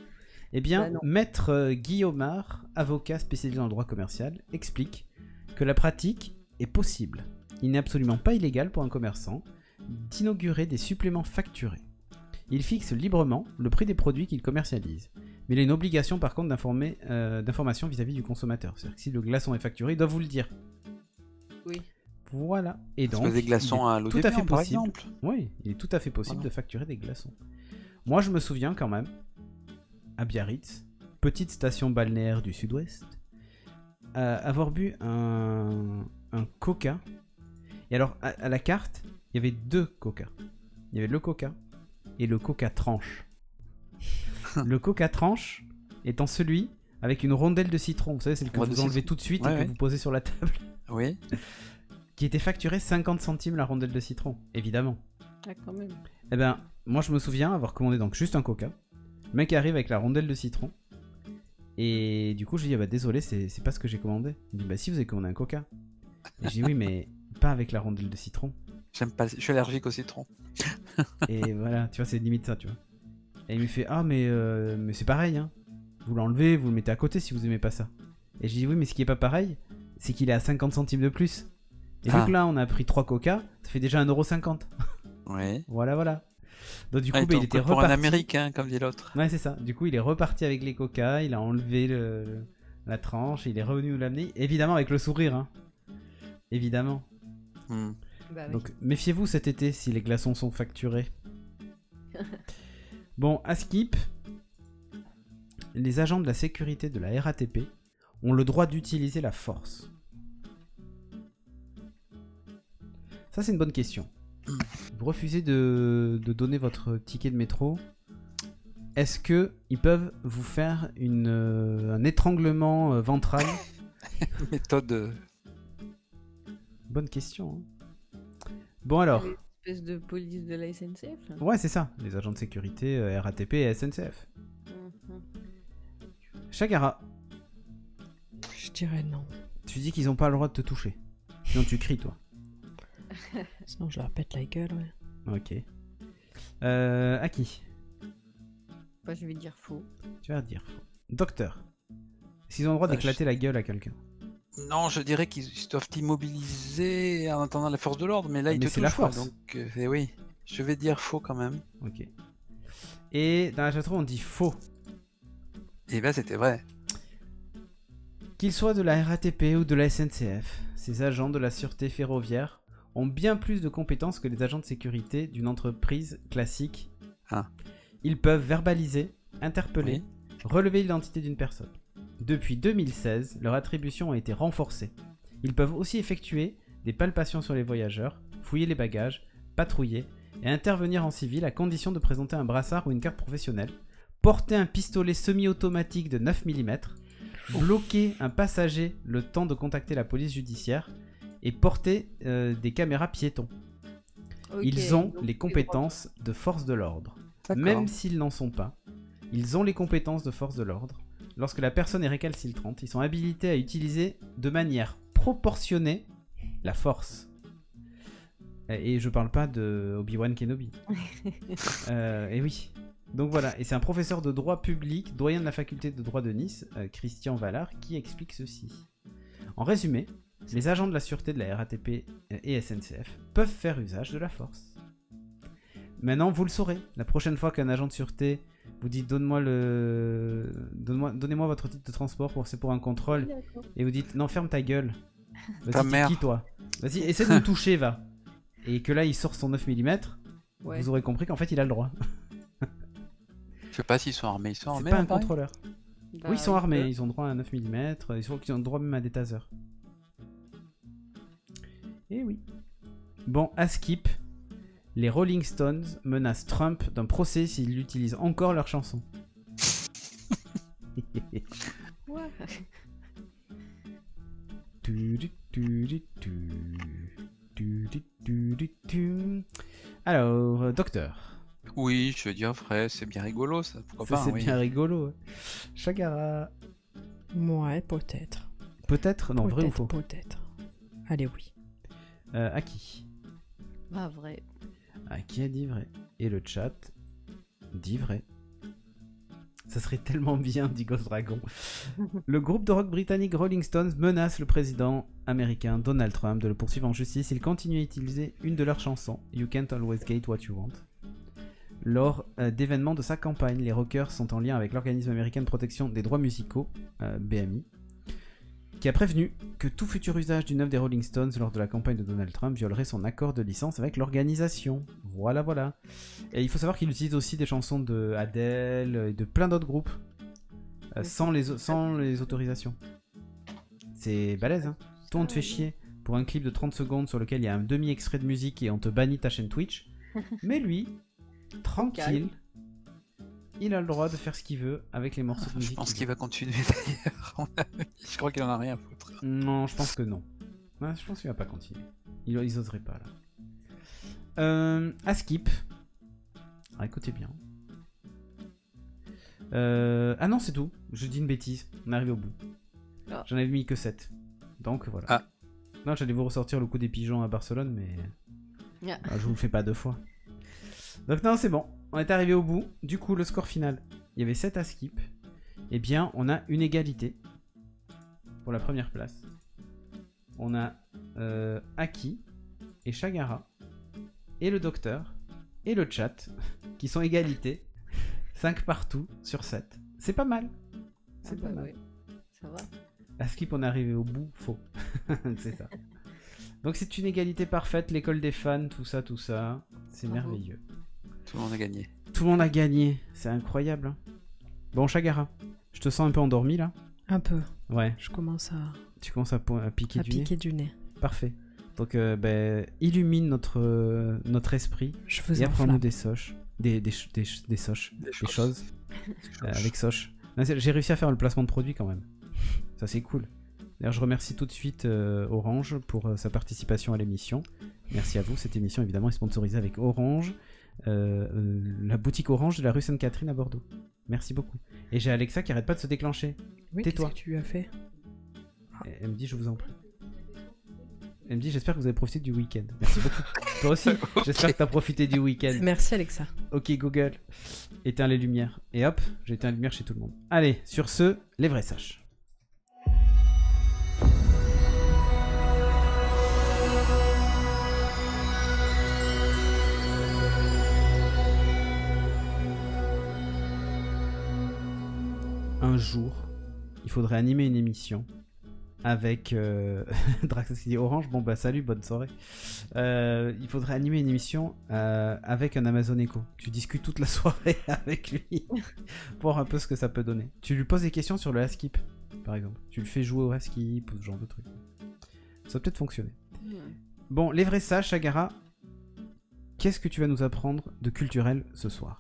Speaker 1: Eh bien,
Speaker 2: Bah non.
Speaker 1: maître euh, Guillaumard, avocat spécialisé dans le droit commercial, explique que la pratique est possible. Il n'est absolument pas illégal pour un commerçant d'inaugurer des suppléments facturés. Il fixe librement le prix des produits qu'il commercialise. Mais il a une obligation par contre d'informer, euh, d'information vis-à-vis du consommateur. C'est-à-dire que si le glaçon est facturé, il doit vous le dire.
Speaker 2: Oui.
Speaker 1: Voilà. Et
Speaker 4: Parce
Speaker 1: donc,
Speaker 4: que des glaçons à l'eau
Speaker 1: tout
Speaker 4: de
Speaker 1: à fait
Speaker 4: Vienne, par
Speaker 1: possible.
Speaker 4: exemple.
Speaker 1: Oui, il est tout à fait possible
Speaker 4: Voilà.
Speaker 1: de facturer des glaçons. Moi, je me souviens quand même, à Biarritz, petite station balnéaire du sud-ouest, euh, avoir bu un, un coca. Et alors, à, à la carte, il y avait deux coca. Il y avait le coca et le coca tranche. le coca tranche étant celui avec une rondelle de citron. Vous savez, c'est le que
Speaker 4: Ouais, de
Speaker 1: vous enlevez
Speaker 4: citron.
Speaker 1: tout de suite
Speaker 4: Ouais,
Speaker 1: et que
Speaker 4: ouais.
Speaker 1: vous posez sur la table
Speaker 4: Oui.
Speaker 1: qui était facturé 50 centimes la rondelle de citron, évidemment.
Speaker 2: Ah, quand même.
Speaker 1: Eh ben, moi je me souviens avoir commandé donc juste un coca. Le mec arrive avec la rondelle de citron. Et du coup, je lui dis, ah bah désolé, c'est c'est pas ce que j'ai commandé. Il me dit, bah si, vous avez commandé un coca. Et je dis, oui, mais pas avec la rondelle de citron.
Speaker 4: J'aime pas, je suis allergique au citron.
Speaker 1: Et voilà, tu vois, c'est limite ça, tu vois. Et il me fait Ah, mais, euh, mais c'est pareil, hein. Vous l'enlevez, vous le mettez à côté si vous aimez pas ça. Et je dis Oui, mais ce qui est pas pareil, c'est qu'il est à 50 centimes de plus. Et
Speaker 4: Ah.
Speaker 1: donc là, on a pris 3 coca, ça fait déjà 1,50€.
Speaker 4: Ouais.
Speaker 1: voilà, voilà. Donc du coup,
Speaker 4: Ah,
Speaker 1: bah, il
Speaker 4: donc,
Speaker 1: était
Speaker 4: pour
Speaker 1: reparti.
Speaker 4: un américain, hein, comme dit l'autre.
Speaker 1: Ouais, c'est ça. Du coup, il est reparti avec les coca, il a enlevé le- le- la tranche, il est revenu nous l'amener. Évidemment, avec le sourire, hein. Évidemment.
Speaker 4: Hmm.
Speaker 2: Bah oui.
Speaker 1: Donc méfiez-vous cet été si les glaçons sont facturés. bon, à Skip, les agents de la sécurité de la RATP ont le droit d'utiliser la force. Ça, c'est une bonne question. Vous refusez de, de donner votre ticket de métro. Est-ce que ils peuvent vous faire une, euh, un étranglement euh, ventral
Speaker 4: Méthode. euh,
Speaker 1: Bonne question. hein. Bon alors.
Speaker 2: Une espèce de police de la SNCF. là.
Speaker 1: Ouais, c'est ça, les agents de sécurité euh, RATP et SNCF.
Speaker 2: Mhm.
Speaker 1: Chagara,
Speaker 3: Je dirais non.
Speaker 1: tu dis qu'ils n'ont pas le droit de te toucher. Sinon, tu cries, toi.
Speaker 3: Sinon, je leur pète la gueule, ouais.
Speaker 1: Ok. Euh, à qui
Speaker 2: Bah, je vais dire faux.
Speaker 1: Tu vas dire. Docteur, s'ils ont le droit
Speaker 4: Ah,
Speaker 1: d'éclater la gueule à quelqu'un.
Speaker 4: Non, je dirais qu'ils ils doivent immobiliser en attendant la force de l'ordre, mais là,
Speaker 1: Ah,
Speaker 4: ils
Speaker 1: mais
Speaker 4: te
Speaker 1: c'est
Speaker 4: touchent.
Speaker 1: la
Speaker 4: quoi,
Speaker 1: force.
Speaker 4: donc, euh, eh oui, je vais dire faux quand même.
Speaker 1: Ok. Et dans la chatroom, on dit faux.
Speaker 4: Et ben, c'était vrai.
Speaker 1: Qu'ils soient de la RATP ou de la SNCF, ces agents de la sûreté ferroviaire ont bien plus de compétences que les agents de sécurité d'une entreprise classique.
Speaker 4: Ah.
Speaker 1: Ils peuvent verbaliser, interpeller,
Speaker 4: Oui.
Speaker 1: relever l'identité d'une personne. Depuis 2016, leurs attributions ont été renforcées. Ils peuvent aussi effectuer des palpations sur les voyageurs, fouiller les bagages, patrouiller et intervenir en civil à condition de présenter un brassard ou une carte professionnelle, porter un pistolet semi-automatique de 9 mm, bloquer un passager le temps de contacter la police judiciaire et porter euh, des caméras piétons.
Speaker 2: Ok,
Speaker 1: Ils ont
Speaker 2: donc,
Speaker 1: les
Speaker 2: droits.
Speaker 1: compétences de force de l'ordre.
Speaker 4: D'accord.
Speaker 1: Même s'ils n'en sont pas, ils ont les compétences de force de l'ordre. Lorsque la personne est récalcitrante, ils sont habilités à utiliser de manière proportionnée la force. Et et je parle pas de Obi-Wan Kenobi. Euh, et oui. Donc voilà, et c'est un professeur de droit public, doyen de la faculté de droit de Nice, euh, Christian Vallard, qui explique ceci. En résumé, les agents de la sûreté de la RATP euh, et SNCF peuvent faire usage de la force. Maintenant, vous le saurez. La prochaine fois qu'un agent de sûreté vous dit donne-moi le, donne-moi, donnez-moi votre titre de transport pour c'est pour un contrôle
Speaker 2: Ah, D'accord.
Speaker 1: et vous dites non ferme ta gueule. Vas-y,
Speaker 4: Ta
Speaker 1: t'es
Speaker 4: mère.
Speaker 1: qui toi Vas-y, essaie de me toucher, va. Et que là il sort son 9 mm,
Speaker 2: Ouais.
Speaker 1: vous aurez compris qu'en fait il a le droit.
Speaker 4: Je sais pas s'ils sont armés. Ils sont
Speaker 1: C'est
Speaker 4: armés.
Speaker 1: pas un
Speaker 4: là, pareil
Speaker 1: contrôleur.
Speaker 2: Bah,
Speaker 1: oui, ils sont armés,
Speaker 2: peuvent.
Speaker 1: ils ont droit à un 9 mm, ils ont ils ont droit même à des tasers. Eh oui. Bon, à skip, les Rolling Stones menacent Trump d'un procès s'il utilise encore leur chanson.
Speaker 2: Ouais.
Speaker 1: Tu, tu, tu, tu, tu, tu, tu, tu, tu. Alors, euh, docteur,
Speaker 4: Oui, je veux dire vrai. C'est bien rigolo, ça. Pourquoi
Speaker 1: ça
Speaker 4: pas
Speaker 1: c'est
Speaker 4: oui.
Speaker 1: bien rigolo. hein. Chagara,
Speaker 3: Ouais, peut-être.
Speaker 1: peut-être, non, vrai ou faux
Speaker 3: Peut-être, peut-être. Allez, oui.
Speaker 1: Euh, À qui
Speaker 2: Bah, vrai.
Speaker 1: À qui a dit vrai Et le chat dit vrai. Ça serait tellement bien, dit Ghost Dragon. Le groupe de rock britannique Rolling Stones menace le président américain Donald Trump de le poursuivre en justice s'il continue à utiliser une de leurs chansons, You Can't Always Get What You Want. Lors euh, d'événements de sa campagne, les rockers sont en lien avec l'organisme américain de protection des droits musicaux, euh, BMI, qui a prévenu que tout futur usage d'une œuvre des Rolling Stones lors de la campagne de Donald Trump violerait son accord de licence avec l'organisation. Voilà, voilà. Et il faut savoir qu'il utilise aussi des chansons de Adele et de plein d'autres groupes euh, sans, les, sans les autorisations. C'est balèze, hein Toi, on te fait chier pour un clip de 30 secondes sur lequel il y a un demi-extrait de musique et on te bannit ta chaîne Twitch. Mais lui, tranquille, il a le droit de faire ce qu'il veut avec les morceaux de
Speaker 4: Je
Speaker 1: musique.
Speaker 4: pense
Speaker 1: qu'il veut.
Speaker 4: qu'il va continuer d'ailleurs. On a- Je crois qu'il en a rien à foutre.
Speaker 1: Non, je pense que non. Ouais, je pense qu'il va pas continuer. Ils, ils oseraient pas, là. Euh, à skip. Ah, écoutez bien. Euh, ah non, c'est tout. Je dis une bêtise. On est arrivé au bout.
Speaker 2: Ah.
Speaker 1: J'en avais mis que 7. Donc voilà.
Speaker 4: Ah.
Speaker 1: Non, j'allais vous ressortir le coup des pigeons à Barcelone, mais.
Speaker 2: Ah.
Speaker 1: Ah, je vous le fais pas deux fois. Donc non, c'est bon. On est arrivé au bout. Du coup, le score final. Il y avait 7 à skip. Eh bien, on a une égalité. Pour la première place. On a euh, Aki et Shagara. Et le docteur. Et le chat. Qui sont égalité. 5 partout sur 7. C'est pas mal. C'est
Speaker 2: Ah
Speaker 1: pas
Speaker 2: bah
Speaker 1: mal.
Speaker 2: ouais. Ça va.
Speaker 1: À skip, on est arrivé au bout, faux. c'est ça. Donc c'est une égalité parfaite, l'école des fans, tout ça, tout ça. C'est
Speaker 2: Bravo.
Speaker 1: merveilleux.
Speaker 4: Tout le monde a gagné.
Speaker 1: Tout le monde a gagné, c'est incroyable. hein. Bon, Chagara, je te sens un peu endormi là.
Speaker 3: Un peu.
Speaker 1: Ouais,
Speaker 3: Je commence à,
Speaker 1: tu commences à, po- à piquer
Speaker 3: à
Speaker 1: du nez.
Speaker 3: piquer du nez.
Speaker 1: Parfait. Donc euh, ben, illumine notre, euh, notre esprit
Speaker 3: Je
Speaker 1: et
Speaker 3: faisais un
Speaker 1: apprends-nous
Speaker 3: flamme.
Speaker 1: des soches. Des, des, ch- des, ch- des soches.
Speaker 4: Des
Speaker 1: Des
Speaker 4: choses.
Speaker 1: choses. Euh, avec Soch. Non, c'est- J'ai réussi à faire le placement de produit quand même. Ça c'est cool. D'ailleurs, je remercie tout de suite euh, Orange pour euh, sa participation à l'émission. Merci à vous. Cette émission évidemment est sponsorisée avec Orange, euh, euh, la boutique Orange de la rue Sainte-Catherine à Bordeaux. Merci beaucoup. Et j'ai Alexa qui arrête pas de se déclencher.
Speaker 3: Oui,
Speaker 1: tais-toi.
Speaker 3: qu'est-ce que tu as fait
Speaker 1: Elle- Elle me dit, je vous en prie. Elle me dit, j'espère que vous avez profité du week-end. Merci beaucoup. Toi aussi, j'espère que t'as profité du week-end.
Speaker 3: Merci Alexa.
Speaker 1: Ok Google, éteins les lumières. Et hop, j'ai éteint les lumières chez tout le monde. Allez, sur ce, les vrais sages. Un jour, il faudrait animer une émission avec euh, Draxus qui dit Orange. Bon bah salut, bonne soirée. Euh, il faudrait animer une émission euh, avec un Amazon Echo. Tu discutes toute la soirée avec lui pour voir un peu ce que ça peut donner. Tu lui poses des questions sur le skip par exemple. Tu le fais jouer au skip ou ce genre de truc. Ça peut peut-être fonctionner.
Speaker 2: Hmm.
Speaker 1: Bon, les vrais sages, Shagara, qu'est-ce que tu vas nous apprendre de culturel ce soir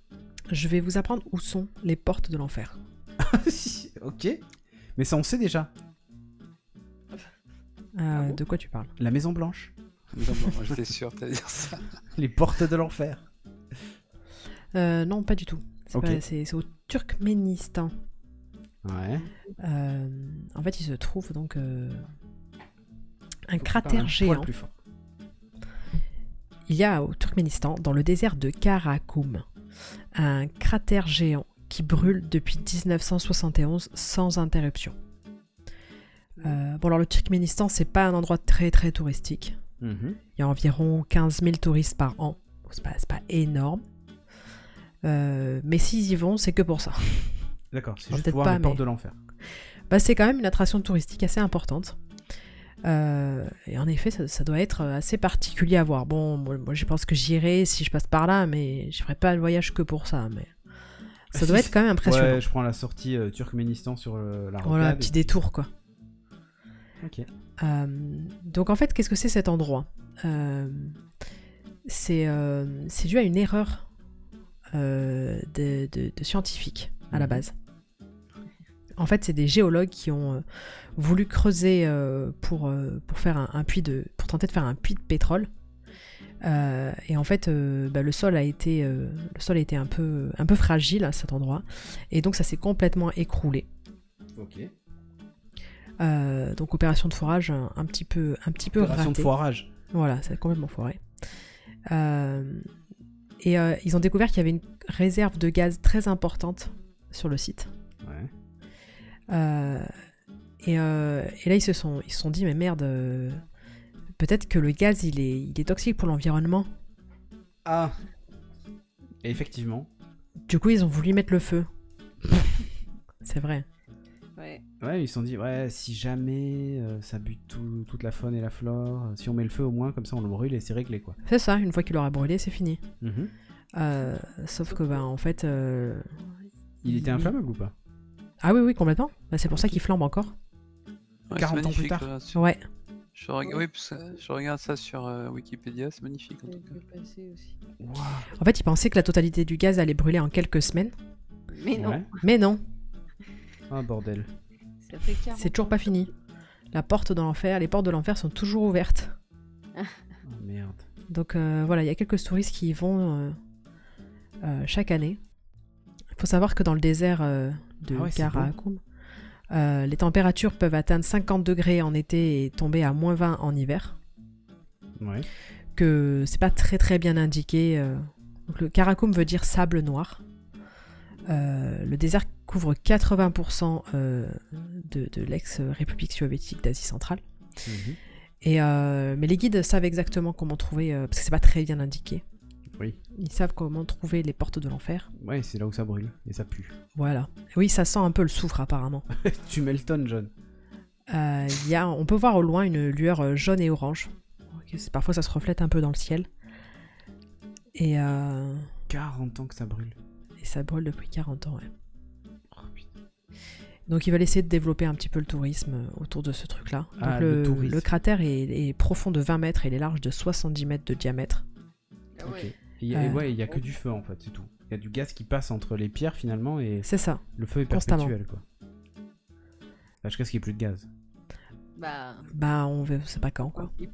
Speaker 3: Je vais vous apprendre où sont les portes de l'enfer.
Speaker 1: Ok. Mais ça, on sait déjà.
Speaker 3: Euh,
Speaker 2: Ah bon
Speaker 3: de quoi tu parles
Speaker 1: La Maison Blanche,
Speaker 4: Non, bon, moi, J'étais sûr de dire ça.
Speaker 1: les portes de l'enfer.
Speaker 3: Euh, Non, pas du tout. C'est
Speaker 1: Ok.
Speaker 3: pas- C'est c'est au Turkménistan.
Speaker 1: Ouais.
Speaker 3: Euh, en fait, il se trouve donc euh, un
Speaker 1: Faut que tu parles un
Speaker 3: cratère
Speaker 1: poil
Speaker 3: géant.
Speaker 1: plus fort.
Speaker 3: Il y a au Turkménistan, dans le désert de Karakoum, un cratère géant qui brûle depuis 1971 sans interruption. Euh, bon alors le Turkménistan, c'est pas un endroit très très touristique.
Speaker 1: Mhm.
Speaker 3: Il y a environ 15 000 touristes par an. Donc, C'est pas, c'est pas énorme. Euh, mais s'ils y vont, c'est que pour ça.
Speaker 1: D'accord, c'est
Speaker 3: Ah,
Speaker 1: juste
Speaker 3: peut-être
Speaker 1: pour voir
Speaker 3: pas,
Speaker 1: les portes
Speaker 3: mais-
Speaker 1: de l'enfer.
Speaker 3: Bah, c'est quand même une attraction touristique assez importante. Euh, et en effet, ça, ça doit être assez particulier à voir. Bon, moi, moi, je pense que j'irai si je passe par là, mais je ferai pas le voyage que pour ça. Mais ça
Speaker 1: Ah,
Speaker 3: doit
Speaker 1: si,
Speaker 3: être quand même impressionnant.
Speaker 1: Ouais, je prends la sortie euh, Turkménistan sur euh, la
Speaker 3: voilà,
Speaker 1: rocade.
Speaker 3: petit détour quoi.
Speaker 1: Ok.
Speaker 3: Euh, donc en fait, qu'est-ce que c'est cet endroit Euh, C'est euh, c'est dû à une erreur euh, de, de- de scientifiques à la
Speaker 1: Mhm.
Speaker 3: base. En fait, c'est des géologues qui ont euh, voulu creuser euh, pour, euh, pour faire un, un puits de pour tenter de faire un puits de pétrole. Euh, et en fait, euh, bah, le sol a été euh, le sol a été un peu un peu fragile à cet endroit, et donc ça s'est complètement écroulé.
Speaker 1: Ok.
Speaker 3: Euh, donc opération de forage un, un petit peu un petit peu
Speaker 1: Opération de
Speaker 3: ratée.
Speaker 1: foirage.
Speaker 3: Voilà, c'est complètement foiré. Euh, et euh, ils ont découvert qu'il y avait une réserve de gaz très importante sur le site.
Speaker 1: Ouais.
Speaker 3: Euh, et, euh, et là, ils se sont, ils se sont dit, mais merde, euh, peut-être que le gaz, il est, il est toxique pour l'environnement.
Speaker 1: Ah Et effectivement.
Speaker 3: Du coup, ils ont voulu mettre le feu. c'est vrai.
Speaker 2: Ouais.
Speaker 1: Ouais, ils se sont dit, ouais, si jamais euh, ça bute tout- toute la faune et la flore, euh, si on met le feu au moins, comme ça on le brûle et c'est réglé quoi.
Speaker 3: C'est ça, une fois qu'il aura brûlé, c'est fini.
Speaker 1: Mhm.
Speaker 3: Euh, sauf que, bah, en fait... euh,
Speaker 1: Il était inflammable ou pas
Speaker 3: Ah oui, oui, complètement. Bah, c'est pour ça qu'il flambe encore.
Speaker 4: Ouais,
Speaker 1: 40 ans
Speaker 4: c'est
Speaker 1: plus
Speaker 4: magnifique,
Speaker 1: tard.
Speaker 4: je regarde sur-
Speaker 3: Ouais.
Speaker 4: Je, reg- oui, parce que je regarde ça sur euh, Wikipédia, c'est magnifique en
Speaker 2: On
Speaker 4: tout cas.
Speaker 2: peut passer aussi.
Speaker 3: En fait, ils pensaient que la totalité du gaz allait brûler en quelques semaines.
Speaker 2: Mais non,
Speaker 1: Ouais.
Speaker 3: Mais non,
Speaker 1: Ah bordel.
Speaker 2: ça fait 40
Speaker 3: c'est toujours pas fini. la porte de l'enfer, les portes de l'enfer sont toujours ouvertes.
Speaker 1: Oh merde.
Speaker 3: Donc euh, voilà, il y a quelques touristes qui y vont euh, euh, chaque année. Il faut savoir que dans le désert euh, de
Speaker 1: Ah ouais, c'est
Speaker 3: Karakoum, euh, les températures peuvent atteindre 50 degrés en été et tomber à moins 20 en hiver.
Speaker 1: Ouais.
Speaker 3: Que c'est pas très très bien indiqué. euh. Donc le Karakoum veut dire sable noir. Euh, le désert couvre 80% euh, de, de l'ex-république soviétique d'Asie centrale.
Speaker 1: Mhm.
Speaker 3: Et, euh, mais les guides savent exactement comment trouver, euh, parce que c'est pas très bien indiqué.
Speaker 1: Oui.
Speaker 3: Ils savent comment trouver les portes de l'enfer.
Speaker 1: Ouais, c'est là où ça brûle et ça pue.
Speaker 3: Voilà. Oui, ça sent un peu le soufre apparemment.
Speaker 1: tu mets le tonne, John.
Speaker 3: Euh, il y a, on peut voir au loin une lueur euh, jaune et orange. Ok, c'est- Parfois ça se reflète un peu dans le ciel. Et, euh,
Speaker 1: 40 ans que ça brûle.
Speaker 3: et ça brûle depuis 40 ans. ouais.
Speaker 1: Oh, putain.
Speaker 3: Donc ils veulent essayer de développer un petit peu le tourisme euh, autour de ce truc-là. Donc,
Speaker 1: Ah, le
Speaker 3: le,
Speaker 1: tourisme.
Speaker 3: le cratère est, est profond de 20 mètres et il est large de 70 mètres de diamètre.
Speaker 2: Ah
Speaker 1: Ok.
Speaker 2: ouais.
Speaker 1: Et il y a- et
Speaker 3: Euh.
Speaker 1: ouais, il y a que du feu en fait, c'est tout. Il y a du gaz qui passe entre les pierres finalement et
Speaker 3: C'est ça.
Speaker 1: le feu est
Speaker 3: Constamment.
Speaker 1: perpétuel quoi. Là, Jusqu'à ce qu'il n'y ait plus de gaz.
Speaker 2: Bah,
Speaker 3: Bah on ne sait pas quand quoi.
Speaker 2: il-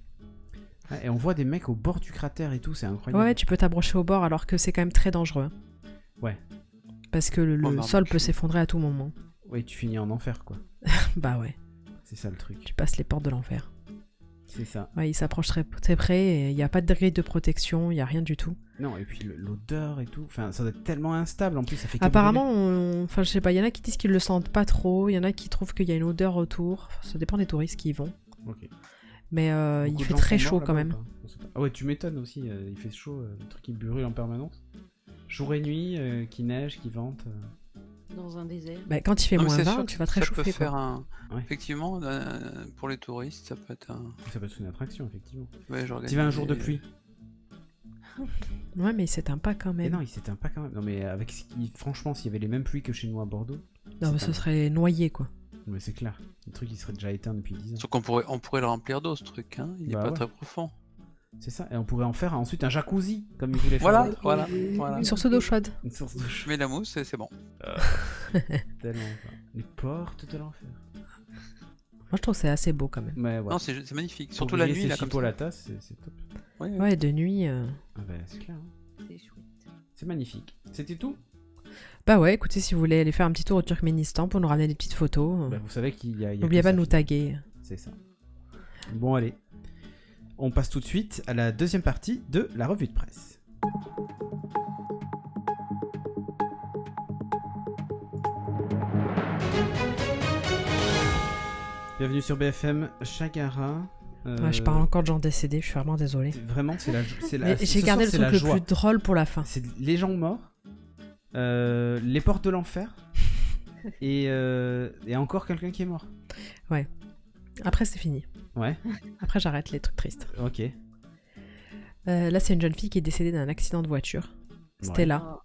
Speaker 1: Ah, et on voit des mecs au bord du cratère et tout, c'est incroyable.
Speaker 3: Ouais, tu peux t'abrocher au bord alors que c'est quand même très dangereux.
Speaker 1: Ouais.
Speaker 3: Parce que le, le
Speaker 4: Oh, bah,
Speaker 3: sol
Speaker 4: bah,
Speaker 3: peut
Speaker 4: tu-
Speaker 3: s'effondrer à tout moment.
Speaker 1: Ouais, tu finis en enfer quoi.
Speaker 3: bah ouais,
Speaker 1: C'est ça le truc.
Speaker 3: tu passes les portes de l'enfer.
Speaker 1: C'est ça.
Speaker 3: Ouais, il s'approche très, très près et il n'y a pas de grille de protection, il n'y a rien du tout.
Speaker 1: Non, et puis le- l'odeur et tout. Enfin, ça doit être tellement instable en plus, ça fait que
Speaker 3: Apparemment, on- enfin je sais pas, il y en a qui disent qu'ils le sentent pas trop, il y en a qui trouvent qu'il y a une odeur autour. Ça dépend des touristes qui y vont.
Speaker 1: brûler. Ok.
Speaker 3: Mais euh,
Speaker 1: Beaucoup
Speaker 3: il
Speaker 1: de
Speaker 3: fait
Speaker 1: gens
Speaker 3: très
Speaker 1: sont
Speaker 3: chaud
Speaker 1: morts
Speaker 3: quand
Speaker 1: là-bas
Speaker 3: même.
Speaker 1: ou pas On sait pas. Ah ouais, tu m'étonnes aussi, euh, il fait chaud, euh, le truc qui brûle en permanence. Jour et nuit, euh, qui neige, qui vente. euh.
Speaker 2: dans un désert.
Speaker 3: Bah, quand il fait
Speaker 1: Ah
Speaker 4: Non, mais
Speaker 3: moins
Speaker 4: c'est
Speaker 3: 20,
Speaker 4: sûr
Speaker 3: tu
Speaker 4: que
Speaker 3: vas très
Speaker 4: ça
Speaker 3: chauffer.
Speaker 4: peut
Speaker 3: quoi.
Speaker 4: faire un...
Speaker 1: Ouais.
Speaker 4: Effectivement, euh, pour les touristes, ça peut être un
Speaker 1: Ça peut être une attraction, effectivement.
Speaker 4: voyage
Speaker 1: Tu
Speaker 4: organisé.
Speaker 1: vas un jour de pluie.
Speaker 3: Ouais, mais c'est un pas quand
Speaker 1: Mais
Speaker 3: même.
Speaker 1: non, il s'éteint pas quand même. Non, mais avec ce qui- franchement, s'il y avait les mêmes pluies que chez nous à Bordeaux,
Speaker 3: non,
Speaker 1: c'est
Speaker 3: mais
Speaker 1: pas-
Speaker 3: ce serait noyé quoi.
Speaker 4: Ah,
Speaker 1: mais c'est clair. Le truc, il serait déjà éteint depuis 10 ans.
Speaker 4: Sauf qu'on pourrait, on pourrait le remplir d'eau, ce truc. Hein. Il n'est
Speaker 1: Bah
Speaker 4: pas
Speaker 1: ouais.
Speaker 4: très profond.
Speaker 1: C'est ça. Et on pourrait en faire ensuite un jacuzzi, comme il voulait
Speaker 4: Voilà,
Speaker 1: faire.
Speaker 4: voilà, voilà.
Speaker 3: Une source d'eau chaude.
Speaker 1: Une source de
Speaker 4: Je
Speaker 1: chaud.
Speaker 4: mets la mousse et c'est bon.
Speaker 1: Tellement, quoi. Les portes de l'enfer.
Speaker 3: Moi je trouve que c'est assez beau quand même.
Speaker 1: Mais ouais.
Speaker 4: Non, c'est c'est magnifique. Surtout la nuit, là, comme ça.
Speaker 1: la tasse, c'est- c'est top.
Speaker 4: Ouais, ouais.
Speaker 3: Ouais, de nuit. euh,
Speaker 1: Ah bah, c'est clair. hein.
Speaker 2: C'est chouette.
Speaker 1: C'est magnifique. C'était tout
Speaker 3: Bah ouais, écoutez, si vous voulez aller faire un petit tour au Turkménistan pour nous ramener des petites photos, euh,
Speaker 1: Bah, Vous savez qu'il y a. il y a
Speaker 3: n'oubliez
Speaker 1: que
Speaker 3: pas
Speaker 1: ça,
Speaker 3: de nous
Speaker 1: finalement.
Speaker 3: taguer.
Speaker 1: C'est ça. Bon, allez. On passe tout de suite à la deuxième partie de la revue de presse. Bienvenue sur BFM Chagara. Euh,
Speaker 3: Ouais, je parle encore de gens décédés, je suis vraiment désolée.
Speaker 1: c'est- Vraiment, c'est la, jo- c'est la
Speaker 3: Mais
Speaker 1: ce
Speaker 3: j'ai gardé le
Speaker 1: soir, c'est la
Speaker 3: truc le
Speaker 1: joie.
Speaker 3: plus drôle pour la fin.
Speaker 1: C'est les gens morts, euh, les portes de l'enfer, et, euh, et encore quelqu'un qui est mort.
Speaker 3: Après, c'est fini.
Speaker 1: Ouais,
Speaker 3: Après, j'arrête les trucs tristes.
Speaker 1: ok.
Speaker 3: Euh, là, c'est une jeune fille qui est décédée d'un accident de voiture. Stella,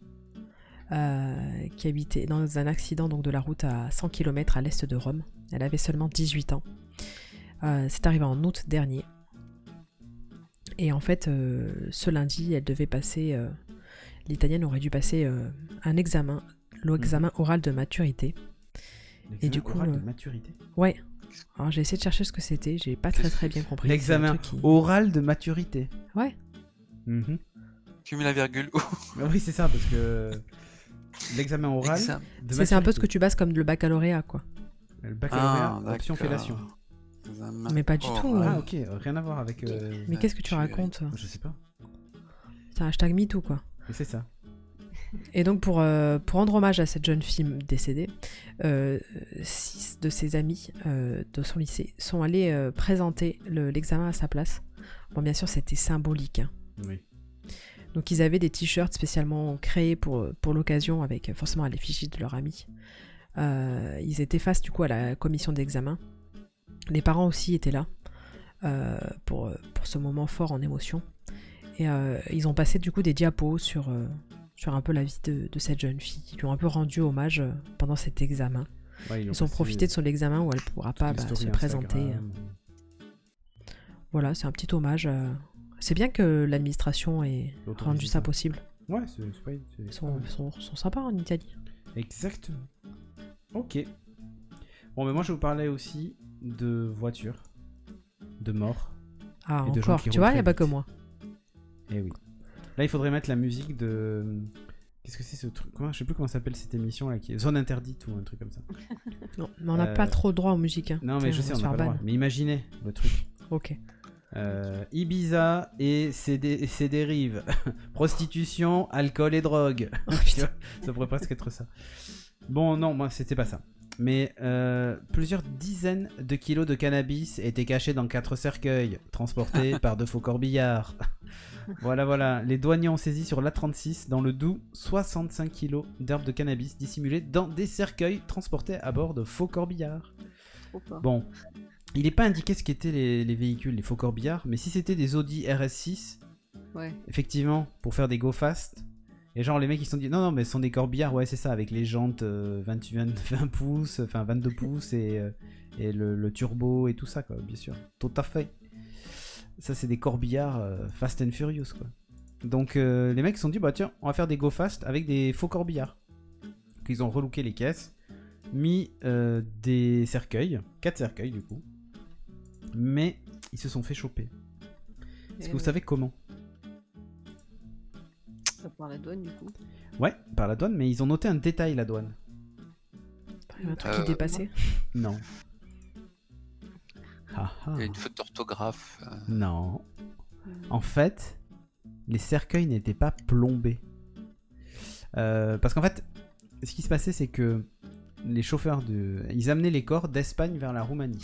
Speaker 2: Ah,
Speaker 3: euh, qui habitait dans un accident donc, de la route à 100 km à l'est de Rome. Elle avait seulement 18 ans. Euh, c'est arrivé en août dernier. Et en fait, euh, ce lundi, elle devait passer. euh, L'Italienne aurait dû passer euh, un examen, l'examen
Speaker 1: Mhm.
Speaker 3: oral de maturité.
Speaker 1: L'examen
Speaker 3: du coup,
Speaker 1: oral de
Speaker 3: euh,
Speaker 1: maturité.
Speaker 3: Ouais. Alors j'ai essayé de chercher ce que c'était, j'ai pas très très bien compris. C'est
Speaker 1: L'examen
Speaker 3: un truc qui-
Speaker 1: oral de maturité.
Speaker 3: Ouais.
Speaker 1: Mhm.
Speaker 4: Tu mets la virgule.
Speaker 1: Mais Ah Oui, c'est ça, parce que l'examen oral
Speaker 4: Examen.
Speaker 1: de
Speaker 3: C'est c'est un peu ce que
Speaker 1: maturité.
Speaker 3: tu bases comme le baccalauréat quoi.
Speaker 1: Le baccalauréat,
Speaker 4: Ah,
Speaker 1: option
Speaker 4: d'accord.
Speaker 1: fellation.
Speaker 4: Examen
Speaker 3: Mais pas du
Speaker 4: oral.
Speaker 3: tout.
Speaker 1: Ah, ok, euh, rien à voir avec... euh,
Speaker 3: Mais qu'est-ce que tu
Speaker 4: tu-
Speaker 3: racontes
Speaker 1: Je sais pas,
Speaker 3: C'est un hashtag MeToo quoi.
Speaker 1: mais c'est ça.
Speaker 3: Et donc pour, euh, pour rendre hommage à cette jeune fille décédée, euh, six de ses amis euh, de son lycée sont allés euh, présenter le- l'examen à sa place. Bon bien sûr c'était symbolique. hein.
Speaker 1: Oui.
Speaker 3: Donc ils avaient des t-shirts spécialement créés pour, pour l'occasion avec euh, forcément à l'effigie de leur ami. Euh, ils étaient face du coup à la commission d'examen. Les parents aussi étaient là euh, pour, pour ce moment fort en émotion. Et euh, ils ont passé du coup des diapos sur, euh, sur un peu la vie de, de cette jeune fille. Ils lui ont un peu rendu hommage euh, pendant cet examen.
Speaker 1: Ouais,
Speaker 3: Ils ont
Speaker 1: passé,
Speaker 3: profité de son examen où elle pourra
Speaker 1: euh,
Speaker 3: pas
Speaker 1: toutes les
Speaker 3: bah, se
Speaker 1: stories
Speaker 3: présenter.
Speaker 1: Instagram.
Speaker 3: Voilà, c'est un petit hommage. euh. C'est bien que l'administration ait
Speaker 1: Autorisé
Speaker 3: rendu
Speaker 1: ça.
Speaker 3: ça possible.
Speaker 1: Ouais, c'est c'est pas- c'est-
Speaker 3: Ils sont, ils sont- sont sympas en Italie.
Speaker 1: Exactement. Ok. Bon, mais moi, je vous parlais aussi de voitures, de morts.
Speaker 3: Ah,
Speaker 1: Et de gens
Speaker 3: encore.
Speaker 1: qui
Speaker 3: Tu vois,
Speaker 1: roulent
Speaker 3: il n'y a
Speaker 1: très
Speaker 3: pas que
Speaker 1: vite.
Speaker 3: moi.
Speaker 1: Eh oui. Là, il faudrait mettre la musique de. Qu'est-ce que c'est ce truc comment, Je sais plus comment s'appelle cette émission là, qui est Zone Interdite ou un truc comme ça.
Speaker 3: Non, mais on n'a
Speaker 1: Euh,
Speaker 3: pas trop droit aux musiques. hein.
Speaker 1: Non, mais
Speaker 3: Putain,
Speaker 1: je
Speaker 3: on
Speaker 1: sais,
Speaker 3: va
Speaker 1: on
Speaker 3: se
Speaker 1: n'a
Speaker 3: faire
Speaker 1: pas le
Speaker 3: ban.
Speaker 1: droit. Mais imaginez le truc.
Speaker 3: Ok.
Speaker 1: Euh, Ibiza et ses, dé- et ses dérives. Prostitution, alcool et drogue.
Speaker 3: Oh,
Speaker 1: Tu
Speaker 3: putain.
Speaker 1: vois, ça pourrait presque être ça. Bon, non, moi, c'était pas ça. Mais euh, plusieurs dizaines de kilos de cannabis étaient cachés dans quatre cercueils, transportés par de faux corbillards. voilà, voilà. Les douaniers ont saisi sur l'A36, dans le Doubs, 65 kilos d'herbes de cannabis dissimulées dans des cercueils transportés à bord de faux corbillards.
Speaker 2: Trop fort.
Speaker 1: Bon. Il n'est pas indiqué ce qu'étaient les, les véhicules, les faux corbillards, mais si c'était des Audi RS6,
Speaker 2: Ouais.
Speaker 1: effectivement, pour faire des go fast. Et genre, les mecs, ils se sont dit, non, non, mais ce sont des corbillards, ouais, c'est ça, avec les jantes euh, 28, 20, 20 pouces, enfin 22 pouces et, euh, et le, le turbo et tout ça, quoi, bien sûr. Tout à fait. Ça, c'est des corbillards euh, Fast and Furious, quoi. Donc, euh, les mecs, ils se sont dit, bah tiens, on va faire des go fast avec des faux corbillards. Donc, ils ont relooké les caisses, mis euh, des cercueils, quatre cercueils, du coup. Mais ils se sont fait choper. Est-ce
Speaker 2: Eh
Speaker 1: que vous
Speaker 2: ouais,
Speaker 1: savez comment
Speaker 2: Ça part la douane du coup.
Speaker 1: Ouais, par la douane, mais ils ont noté un détail, la douane.
Speaker 3: Il y a un truc
Speaker 4: Euh,
Speaker 3: qui est dépassé.
Speaker 1: Non. Ah, ah.
Speaker 4: Il y a une faute d'orthographe. euh,
Speaker 1: Non. En fait, les cercueils n'étaient pas plombés. Euh, parce qu'en fait, ce qui se passait, c'est que les chauffeurs de... Ils amenaient les corps d'Espagne vers la Roumanie.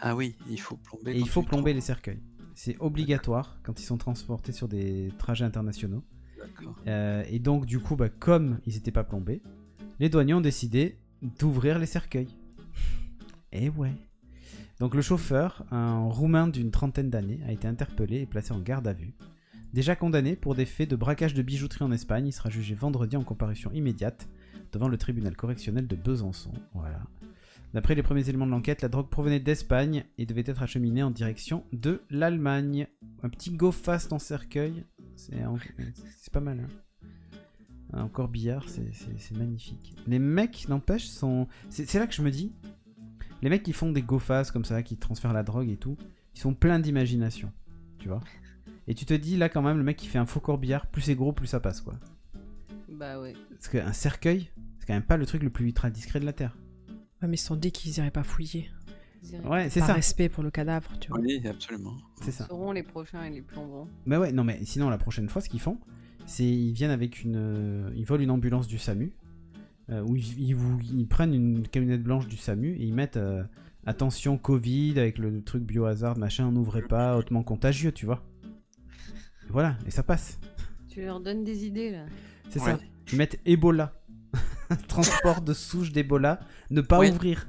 Speaker 4: Ah oui, il faut plomber.
Speaker 1: Et
Speaker 4: quand
Speaker 1: il faut
Speaker 4: tu
Speaker 1: plomber les cercueils. C'est obligatoire quand ils sont transportés sur des trajets internationaux.
Speaker 4: trouves. D'accord.
Speaker 1: Euh, et donc, du coup, bah, comme ils n'étaient pas plombés, les douaniers ont décidé d'ouvrir les cercueils. Et ouais. Donc, le chauffeur, un roumain d'une trentaine d'années, a été interpellé et placé en garde à vue. Déjà condamné pour des faits de braquage de bijouterie en Espagne, il sera jugé vendredi en comparution immédiate devant le tribunal correctionnel de Besançon. Voilà. D'après les premiers éléments de l'enquête, la drogue provenait d'Espagne et devait être acheminée en direction de l'Allemagne. Un petit go fast en cercueil, c'est en- c'est pas mal. Hein. Un corbillard, c'est- c'est c'est magnifique. Les mecs, n'empêche, sont. C'est c'est là que je me dis. Les mecs qui font des go fast comme ça, qui transfèrent la drogue et tout, ils sont pleins d'imagination. Tu vois Et tu te dis, là, quand même, le mec qui fait un faux corbillard, plus c'est gros, plus ça passe, quoi.
Speaker 2: Bah ouais.
Speaker 1: Parce qu'un cercueil, c'est quand même pas le truc le plus ultra discret de la Terre.
Speaker 3: Ouais, mais ils se sont dit qu'ils iraient pas fouiller.
Speaker 2: direct.
Speaker 1: Ouais, c'est
Speaker 3: Par
Speaker 1: ça.
Speaker 3: respect pour le cadavre, tu vois.
Speaker 4: Oui, absolument.
Speaker 1: C'est ça.
Speaker 2: Ils seront les prochains et les plomberont.
Speaker 1: Bah ouais, non mais sinon la prochaine fois ce qu'ils font, c'est ils viennent avec une, euh, ils volent une ambulance du SAMU, euh, ou ils, ils vous- ils prennent une camionnette blanche du SAMU et ils mettent euh, attention Covid avec le truc biohazard machin, n'ouvrez pas, hautement contagieux, tu vois. Voilà et ça passe,
Speaker 2: Tu leur donnes des idées là.
Speaker 1: c'est
Speaker 4: Ouais.
Speaker 1: ça. Ils mettent Ebola, transport de souche d'Ebola, ne pas
Speaker 4: Oui.
Speaker 1: ouvrir.